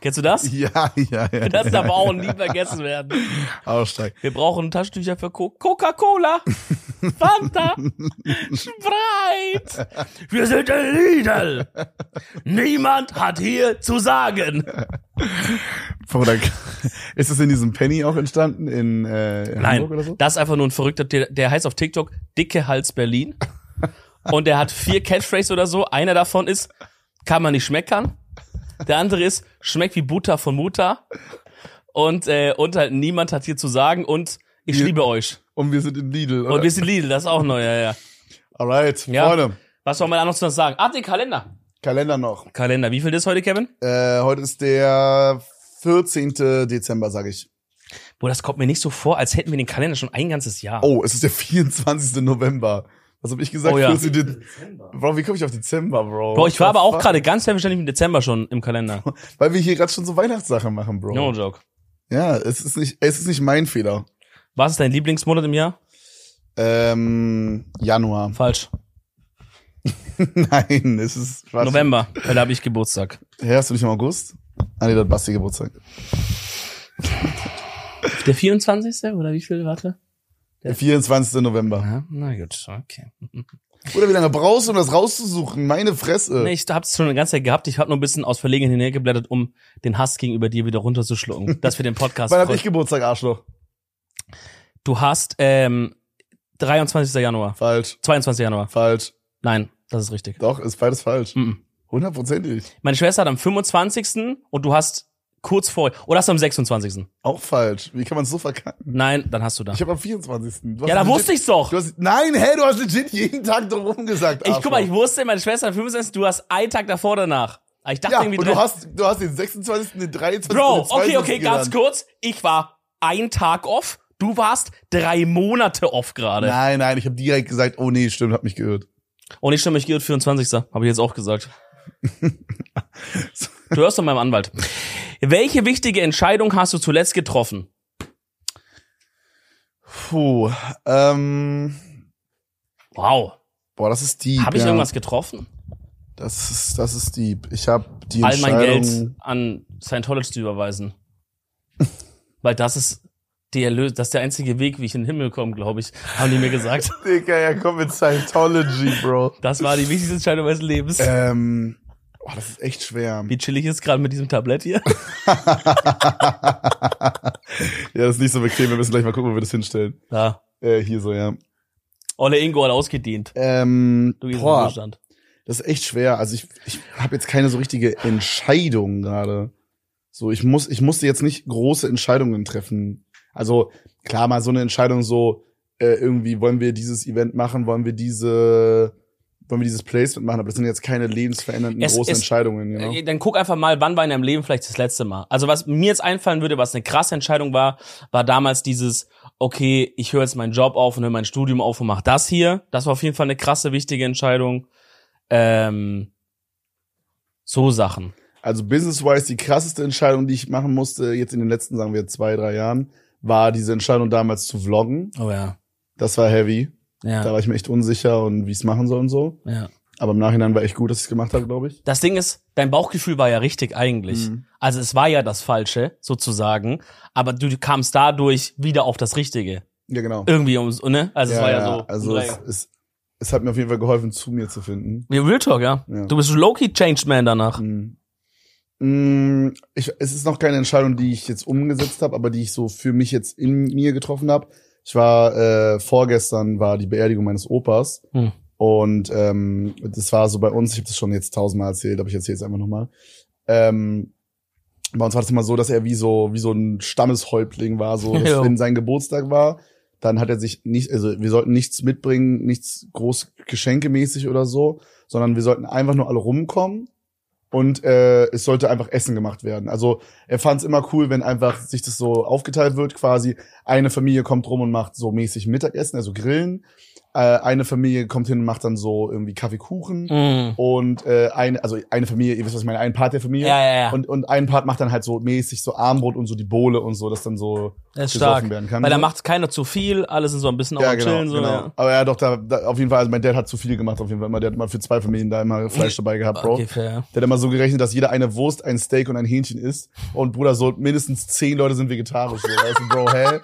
Kennst du das? (laughs) Ja, ja, ja. Das darf auch nie vergessen werden. Aussteig. Wir brauchen Taschentücher für Co Coca-Cola, Fanta, Sprite. Wir sind in Lidl. Niemand hat hier zu sagen. Bro, dann, ist es in diesem Penny auch entstanden? In, äh, in Nein, Hamburg oder so? das ist einfach nur ein Verrückter, der, der heißt auf TikTok Dicke (laughs) Hals Berlin. Und der hat vier Catchphrases oder so. Einer davon ist, kann man nicht schmeckern. Der andere ist, schmeckt wie Butter von Mutter. Und, äh, und halt, niemand hat hier zu sagen. Und ich liebe euch. Und wir sind in Lidl. Und Oder? wir sind Lidl, das ist auch neu, ja, ja. Alright, Ja. Freunde. Was soll man da noch zu sagen? Ach, den Kalender. Kalender noch. Kalender, wie viel ist heute, Kevin? Äh, heute ist der 14. Dezember, sage ich. Boah, das kommt mir nicht so vor, als hätten wir den Kalender schon ein ganzes Jahr. Oh, es ist der 24. November. Was habe ich gesagt? Oh ja. 14. De- Dezember. Bro, wie komme ich auf Dezember, Bro? Bro, ich war What the aber auch fuck? gerade ganz selbstverständlich im Dezember schon im Kalender. Weil wir hier gerade schon so Weihnachtssachen machen, Bro. No joke. Ja, es ist nicht, es ist nicht mein Fehler. Was ist dein Lieblingsmonat im Jahr? Ähm, Januar. (laughs) Falsch. Nein, es ist Quatsch. November, weil da habe ich Geburtstag. Hä, hast du nicht im August? Ah, nee, das hat Basti Geburtstag. Der 24. oder wie viel? Warte. Der 24. November. Ja, na gut, okay. Oder wie lange brauchst du, um das rauszusuchen? Meine Fresse. Nee, ich hab's schon eine ganze Zeit gehabt. Ich habe nur ein bisschen aus Verlegen hinhergeblättert, um den Hass gegenüber dir wieder (laughs) runterzuschlucken, dass wir den Podcast. Wann hab ich Geburtstag, Arschloch? du hast ähm, 23. Januar, Falsch. 22. Januar. Falsch. Nein, das ist richtig. Doch, ist beides falsch. Mhm. Hundertprozentig. Meine Schwester hat am 25. und du hast kurz vor oder hast du am 26. Auch falsch. Wie kann man so verkacken? Nein, dann hast du da. Ich habe am 24. Du ja, da wusste ich's doch. Du hast, nein, hä, du hast legit jeden Tag drum gesagt. Ich guck mal, ich Arschloch. wusste, meine Schwester am 25. Du hast einen Tag davor danach. Aber Ich dachte ja, irgendwie und drei- du hast, du hast den 26., den 23. Bro, den okay, 22. okay, ganz genannt. kurz. Ich war ein Tag off. Du warst drei Monate off gerade. Nein, nein, ich habe direkt gesagt, oh nee, stimmt, hab mich geirrt. Und ich stimme, ich gehe 24. Habe ich jetzt auch (laughs) gesagt. du hörst von meinem Anwalt. Welche wichtige Entscheidung hast du zuletzt getroffen? Puh, ähm, Wow. boah, das ist deep. Habe ich ja. irgendwas getroffen? Das ist, das ist deep. Ich habe die All mein Geld Entscheidung- an Scientology zu überweisen. (laughs) Weil das ist die Erlös das ist der einzige Weg, wie ich in den Himmel komme, glaube ich. Haben die mir gesagt. Digga, ja, komm mit Scientology, Bro. Das war die wichtigste Entscheidung meines Lebens. ähm, boah, das ist echt schwer. (laughs) Wie chillig ist gerade mit diesem Tablett hier? Ja, das ist nicht so bequem. Wir müssen gleich mal gucken, wo wir das hinstellen. Da. Äh, hier so, ja. Olle Oh, ne, Ingo hat ausgedient. Ähm, Du gehst in den boah, Ruhestand. das ist echt schwer. Also ich, ich habe jetzt keine so richtige Entscheidung gerade. So, ich muss, ich musste jetzt nicht große Entscheidungen treffen. Also klar, mal so eine Entscheidung so äh, irgendwie wollen wir dieses Event machen, wollen wir diese, wollen wir dieses Placement machen. Aber das sind jetzt keine lebensverändernden Es- großen es- Entscheidungen. You know? Äh, Dann guck einfach mal, wann war in deinem Leben vielleicht das letzte Mal. Also was mir jetzt einfallen würde, was eine krasse Entscheidung war, war damals dieses, okay, ich höre jetzt meinen Job auf und höre mein Studium auf und mache das hier. Das war auf jeden Fall eine krasse, wichtige Entscheidung. Ähm, so Sachen. Also business-wise die krasseste Entscheidung, die ich machen musste, jetzt in den letzten, sagen wir, zwei, drei Jahren, war diese Entscheidung damals zu vloggen. Oh ja. Das war heavy. Da Ja. war ich mir echt unsicher und wie ich es machen soll und so. ja. Aber im Nachhinein war echt gut, dass ich es gemacht habe, glaube ich. Das Ding ist, dein Bauchgefühl war ja richtig eigentlich. Mhm. Also es war ja das Falsche, sozusagen. Aber du kamst dadurch wieder auf das Richtige. Ja, genau. Irgendwie ums, ne? Also es war ja, so. Also es, es, es hat mir auf jeden Fall geholfen, zu mir zu finden. Ja, Real Talk, ja. Ja. Du bist Loki Changed Man danach. Mhm. Mm, Ich, es ist noch keine Entscheidung, die ich jetzt umgesetzt habe, aber die ich so für mich jetzt in mir getroffen habe. Ich war äh, vorgestern war die Beerdigung meines Opas Hm. und ähm, das war so bei uns. Ich habe das schon jetzt tausendmal erzählt, aber ich erzähle es einfach nochmal. Ähm, bei uns war das immer so, dass er wie so wie so ein Stammeshäuptling war, (laughs) so dass Jo. wenn sein Geburtstag war, dann hat er sich nicht, also wir sollten nichts mitbringen, nichts groß geschenkemäßig oder so, sondern wir sollten einfach nur alle rumkommen und äh, es sollte einfach Essen gemacht werden. Also er fand es immer cool, wenn einfach sich das so aufgeteilt wird, quasi eine Familie kommt rum und macht so mäßig Mittagessen, also Grillen, äh, eine Familie kommt hin und macht dann so irgendwie Kaffeekuchen Mhm. und äh, eine, also eine Familie, ihr wisst was ich meine, ein Part der Familie. Ja, ja, ja. Und, und ein Part macht dann halt so mäßig so Armbrot und so die Bohle und so, dass dann so das ist gesoffen stark. werden genau, kann. Weil da So. macht keiner zu viel, alle sind so ein bisschen auch am chillen. So, ja. Aber ja, doch, da, da auf jeden Fall, also mein Dad hat zu viel gemacht, auf jeden Fall. immer. Der hat mal für zwei Familien da immer Fleisch dabei gehabt, Bro. Okay, fair. Der hat immer so gerechnet, dass jeder eine Wurst, ein Steak und ein Hähnchen isst. Und Bruder, so mindestens zehn Leute sind vegetarisch. So, weißt du, Bro, hä?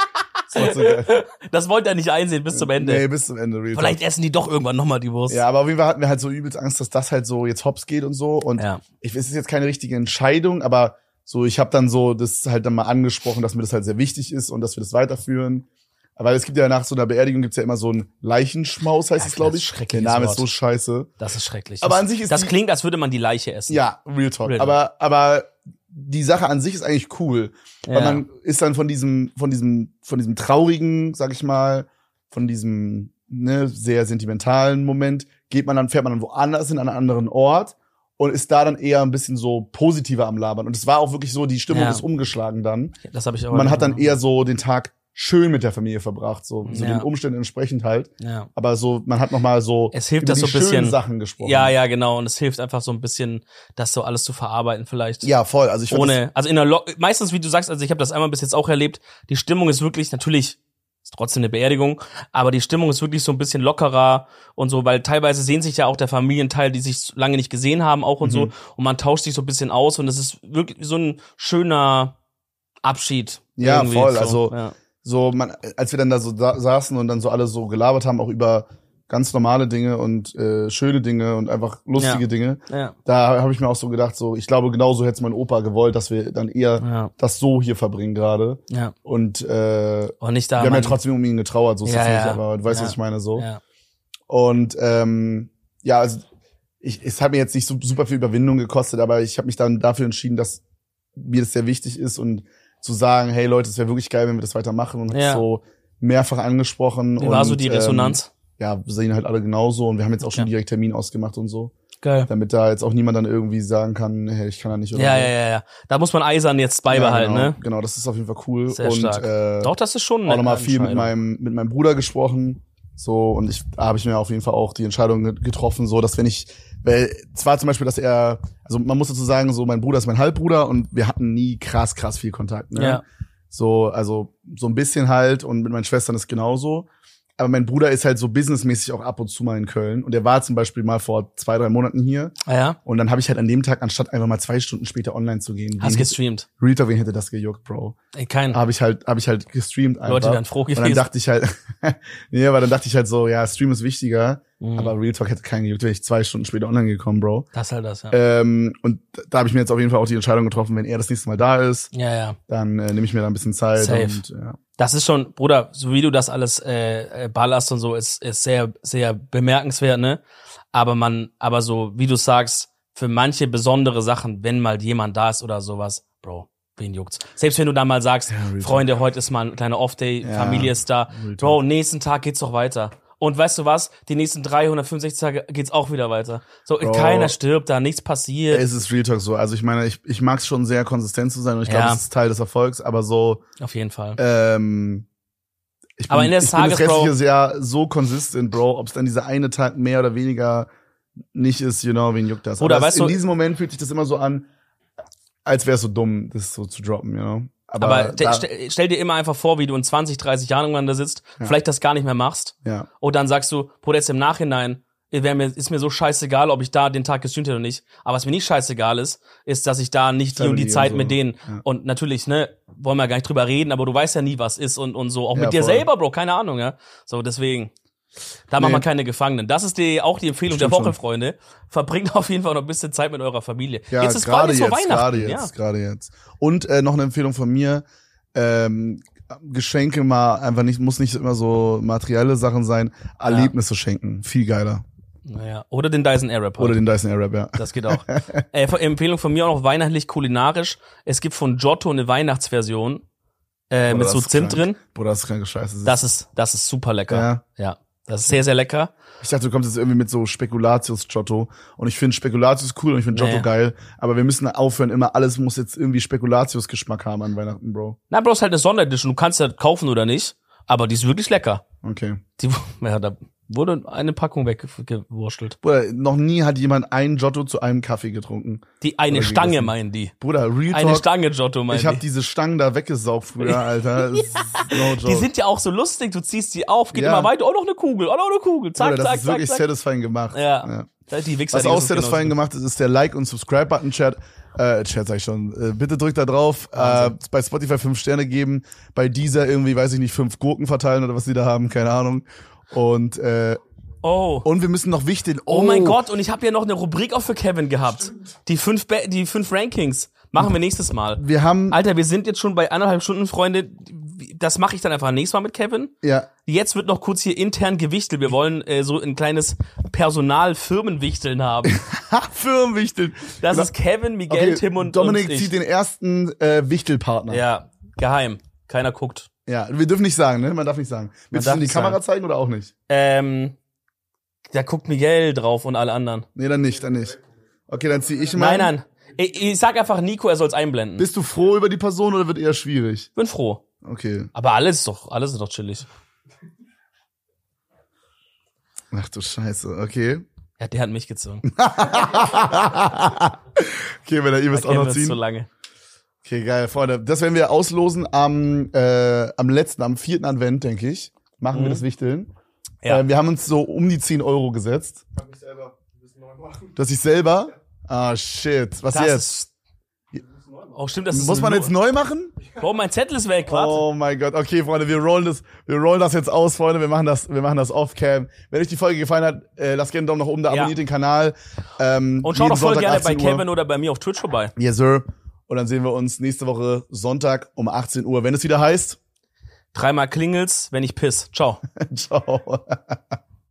Das war so geil. Das wollte er nicht einsehen bis zum Ende. Nee, bis zum Ende, real talk. Vielleicht essen die doch irgendwann nochmal die Wurst. Ja, aber auf jeden Fall hatten wir halt so übelst Angst, dass das halt so jetzt hops geht und so. Und Ja. ich, es ist jetzt keine richtige Entscheidung, aber so, ich habe dann so das halt dann mal angesprochen, dass mir das halt sehr wichtig ist und dass wir das weiterführen. Weil es gibt ja nach so einer Beerdigung gibt's ja immer so einen Leichenschmaus, heißt Ja, es, glaube das ich. Der schreckliches Name ist Wort. so scheiße. Das ist schrecklich. Aber das, an sich ist das die- klingt, als würde man die Leiche essen. Ja, Real Talk. Real Talk. Aber, aber die Sache an sich ist eigentlich cool. Ja. Weil man ist dann von diesem, von diesem, von diesem traurigen, sag ich mal, von diesem ne, sehr sentimentalen Moment, geht man dann, fährt man dann woanders hin, an einen anderen Ort und ist da dann eher ein bisschen so positiver am Labern. Und es war auch wirklich so, die Stimmung Ja. ist umgeschlagen dann. Das habe ich auch. Man hat dann eher so den Tag schön mit der Familie verbracht, so, so Ja. den Umständen entsprechend halt. Ja. Aber so, man hat nochmal so Es hilft über das die so ein schönen bisschen- Sachen gesprochen. ja, ja, genau. Und es hilft einfach so ein bisschen, das so alles zu verarbeiten vielleicht. Ja, voll. Also ich fand das- Ohne, also in der Lo meistens, wie du sagst, also ich habe das einmal bis jetzt auch erlebt, die Stimmung ist wirklich, natürlich ist trotzdem eine Beerdigung, aber die Stimmung ist wirklich so ein bisschen lockerer und so, weil teilweise sehen sich ja auch der Familienteil, die sich lange nicht gesehen haben auch und so Mhm. und man tauscht sich so ein bisschen aus und es ist wirklich so ein schöner Abschied. Ja, irgendwie, voll, so. also- ja. so, man, als wir dann da so da saßen und dann so alle so gelabert haben, auch über ganz normale Dinge und äh, schöne Dinge und einfach lustige Ja. Dinge, Ja. da habe ich mir auch so gedacht, so, ich glaube, genauso hätte es mein Opa gewollt, dass wir dann eher ja, das so hier verbringen gerade. ja. Und äh, wir Und nicht da. haben ja man- trotzdem um ihn getrauert, so ist Ja, das nicht, ja. aber du weißt, Ja. was ich meine, so. ja. Und ähm, ja, also ich, es hat mir jetzt nicht so super viel Überwindung gekostet, aber ich habe mich dann dafür entschieden, dass mir das sehr wichtig ist und zu sagen, hey Leute, es wäre wirklich geil, wenn wir das weitermachen und Ja. ja. so mehrfach angesprochen. Wie war und, so die Resonanz? Ähm, ja, wir sehen halt alle genauso und wir haben jetzt auch schon Okay. direkt Termin ausgemacht und so, Geil. damit da jetzt auch niemand dann irgendwie sagen kann, hey, ich kann da nicht oder Ja, so. ja, ja, ja. Da muss man eisern jetzt beibehalten, ja, genau, ne? Genau, das ist auf jeden Fall cool Sehr und stark. Äh, Doch, das ist schon auch nochmal viel mit Entscheidung. meinem, mit meinem Bruder gesprochen. So, und ich da habe ich mir auf jeden Fall auch die Entscheidung get- getroffen, so dass wenn ich, weil zwar zum Beispiel, dass er, also man muss dazu sagen, so mein Bruder ist mein Halbbruder und wir hatten nie krass, krass viel Kontakt. Ne? Ja. So, also so ein bisschen halt und mit meinen Schwestern ist genauso. Aber mein Bruder ist halt so businessmäßig auch ab und zu mal in Köln und er war zum Beispiel mal vor zwei, drei Monaten hier Ah, ja. und dann habe ich halt an dem Tag, anstatt einfach mal zwei Stunden später online zu gehen, Hast wen- gestreamt. Rita, wen hätte das gejuckt, Bro? Ey, kein. Habe ich halt, habe ich halt gestreamt einfach. Leute wären froh Und dann gewesen. dachte ich halt, (laughs) nee, aber dann dachte ich halt so, ja, Stream ist wichtiger, Mhm. aber Real Talk hätte keinen gejuckt, wäre ich zwei Stunden später online gekommen, Bro. das ist halt das, ja. Ähm, und da habe ich mir jetzt auf jeden Fall auch die Entscheidung getroffen, wenn er das nächste Mal da ist, ja, ja. dann äh, nehme ich mir da ein bisschen Zeit. Safe. Und, ja. Das ist schon, Bruder, so wie du das alles äh, äh, ballerst und so, ist, ist sehr, sehr bemerkenswert, ne? Aber man, aber so, wie du sagst, für manche besondere Sachen, wenn mal jemand da ist oder sowas, Bro, wen juckt's? Selbst wenn du dann mal sagst, Ja, Real Freunde, heute ist mal ein kleiner Off-Day, Ja. Familie ist da, Talk, Real Bro, Talk. nächsten Tag geht's doch weiter. Und weißt du was? Die nächsten 365 Tage geht's auch wieder weiter. So, Bro. keiner stirbt da, nichts passiert. Es ist Real Talk so. Also ich meine, ich, ich mag es schon sehr konsistent zu sein und ich glaube, Ja. das ist Teil des Erfolgs, aber so, Auf jeden Fall. ähm, ich bin, Aber in der ich bin das Tages- Bro- restliche Jahr so consistent, Bro, ob es dann dieser eine Tag mehr oder weniger nicht ist, you know, wen juckt das. Bruder, Aber weißt es, in du- diesem Moment fühlt sich das immer so an, als wäre es so dumm, das so zu droppen, you know. Aber, Aber, de- da, stell, stell dir immer einfach vor, wie du in 20, 30 Jahren irgendwann da sitzt, Ja. vielleicht das gar nicht mehr machst ja, und dann sagst du, Bruder, jetzt im Nachhinein wär mir, ist mir so scheißegal, ob ich da den Tag gestreamt hätte oder nicht. Aber was mir nicht scheißegal ist, ist, dass ich da nicht die und Family die und Zeit so. mit denen Ja. und natürlich, ne, wollen wir gar nicht drüber reden, aber du weißt ja nie, was ist und, und so. Auch Ja, mit dir voll. selber, Bro, keine Ahnung, ja. So, deswegen. Da macht Nee. man keine Gefangenen. Das ist die, auch die Empfehlung Stimmt der Woche, schon. Freunde. Verbringt (laughs) auf jeden Fall noch ein bisschen Zeit mit eurer Familie. ja jetzt ist gerade bald jetzt, vor Weihnachten. gerade ja. jetzt, gerade jetzt. Und äh, noch eine Empfehlung von mir, ähm, Geschenke mal einfach nicht, muss nicht immer so materielle Sachen sein, Erlebnisse schenken, viel geiler. Naja. Oder den Dyson Airwrap. Oder den Dyson Airwrap, ja. Das geht auch. äh, Ver- Empfehlung von mir auch noch weihnachtlich kulinarisch. Es gibt von Giotto eine Weihnachtsversion äh, Boah, mit das so ist Zimt krank. drin. Bruder, das ist kranke Scheiße. ist- Das ist das ist super lecker. ja. Ja. Das ist sehr sehr lecker. Ich dachte, du kommst jetzt irgendwie mit so Spekulatius-Giotto. Und ich finde Spekulatius cool und ich finde Giotto Nee. geil. Aber wir müssen aufhören, immer alles muss jetzt irgendwie Spekulatius-Geschmack haben an Weihnachten, Bro. Na, bloß halt eine Sonderedition. Du kannst das kaufen oder nicht, aber die ist wirklich lecker. Okay. Die wu- (laughs) ja, da wurde eine Packung weggewurschtelt. Bruder, noch nie hat jemand einen Giotto zu einem Kaffee getrunken. Die Oder eine gegessen. Stange meinen die. Bruder, Real Eine Talk. Stange Giotto meinen Ich habe die. diese Stangen da weggesaugt früher, Alter. (laughs) Das ist No joke. Die sind ja auch so lustig. Du ziehst die auf, geht Ja. immer weiter. Oh noch eine Kugel, oh noch eine Kugel. Zack, Bruder, das zack, ist zack, wirklich zack. satisfying gemacht. Ja. Die Wichser, Was die auch wissen es satisfying genauso. gemacht ist, ist der Like- und Subscribe-Button-Chat. Äh, Chat sag ich schon. Äh, bitte drückt da drauf. Äh, Wahnsinn. bei Spotify fünf Sterne geben. Bei dieser irgendwie, weiß ich nicht, fünf Gurken verteilen oder was die da haben. Keine Ahnung. Und, äh, Oh. und wir müssen noch wichtig. Oh mein Gott, und ich habe ja noch eine Rubrik auch für Kevin gehabt. Die fünf, Be die fünf Rankings. Machen wir nächstes Mal. Wir haben, Alter, wir sind jetzt schon bei anderthalb Stunden, Freunde. Das mache ich dann einfach nächstes Mal mit Kevin. ja, (laughs) Jetzt wird noch kurz hier intern gewichtelt. Wir wollen äh, so ein kleines Personal-Firmenwichteln haben. Firmenwichteln. Das ist Kevin, Miguel, Tim und Dominik und ich. zieht den ersten äh, Wichtelpartner. Ja. Ja, geheim. Keiner guckt. ja, wir dürfen nicht sagen, ne? Man darf nicht sagen. Willst du darf denn die nicht Kamera sagen. zeigen oder auch nicht? Ähm, Da guckt Miguel drauf und alle anderen. Nee, dann nicht, dann nicht. Okay, dann zieh ich mal. Nein, nein. Ich, ich sag einfach Nico, er soll's einblenden. Bist du froh über die Person oder wird eher schwierig? Bin froh. Okay. Aber alles ist doch, alles ist doch chillig. Ach du Scheiße, okay. (laughs) Ja, der hat mich gezogen. Okay, wenn er ihr Da wisst auch kennen wir noch uns so ziehen. lange. Okay, geil, Freunde. Das werden wir auslosen am, äh, am letzten, am vierten Advent, denke ich. Machen wir Mhm. das Wichteln. Ja. Äh, wir haben uns so um die 10 Euro gesetzt. Kann ich selber. Wir müssen neu machen. Dass ich selber. Ah, shit. Was Das jetzt? ist, Wir müssen neu machen. auch stimmt, das ist Muss man eine jetzt neu machen? Null. Oh, mein Zettel ist weg, warte. Oh mein Gott. Okay, Freunde, wir rollen das, wir rollen das jetzt aus, Freunde. Wir machen das, wir machen das off-cam. Wenn euch die Folge gefallen hat, äh, lasst gerne einen Daumen nach oben da, Ja. abonniert den Kanal. Ähm, Und schaut jeden doch voll Sonntag gerne bei 18 Uhr. Kevin oder bei mir auf Twitch vorbei. Yes, sir. Und dann sehen wir uns nächste Woche Sonntag um 18 Uhr, wenn es wieder heißt. (laughs) Dreimal klingelt's, wenn ich piss. Ciao. Ciao.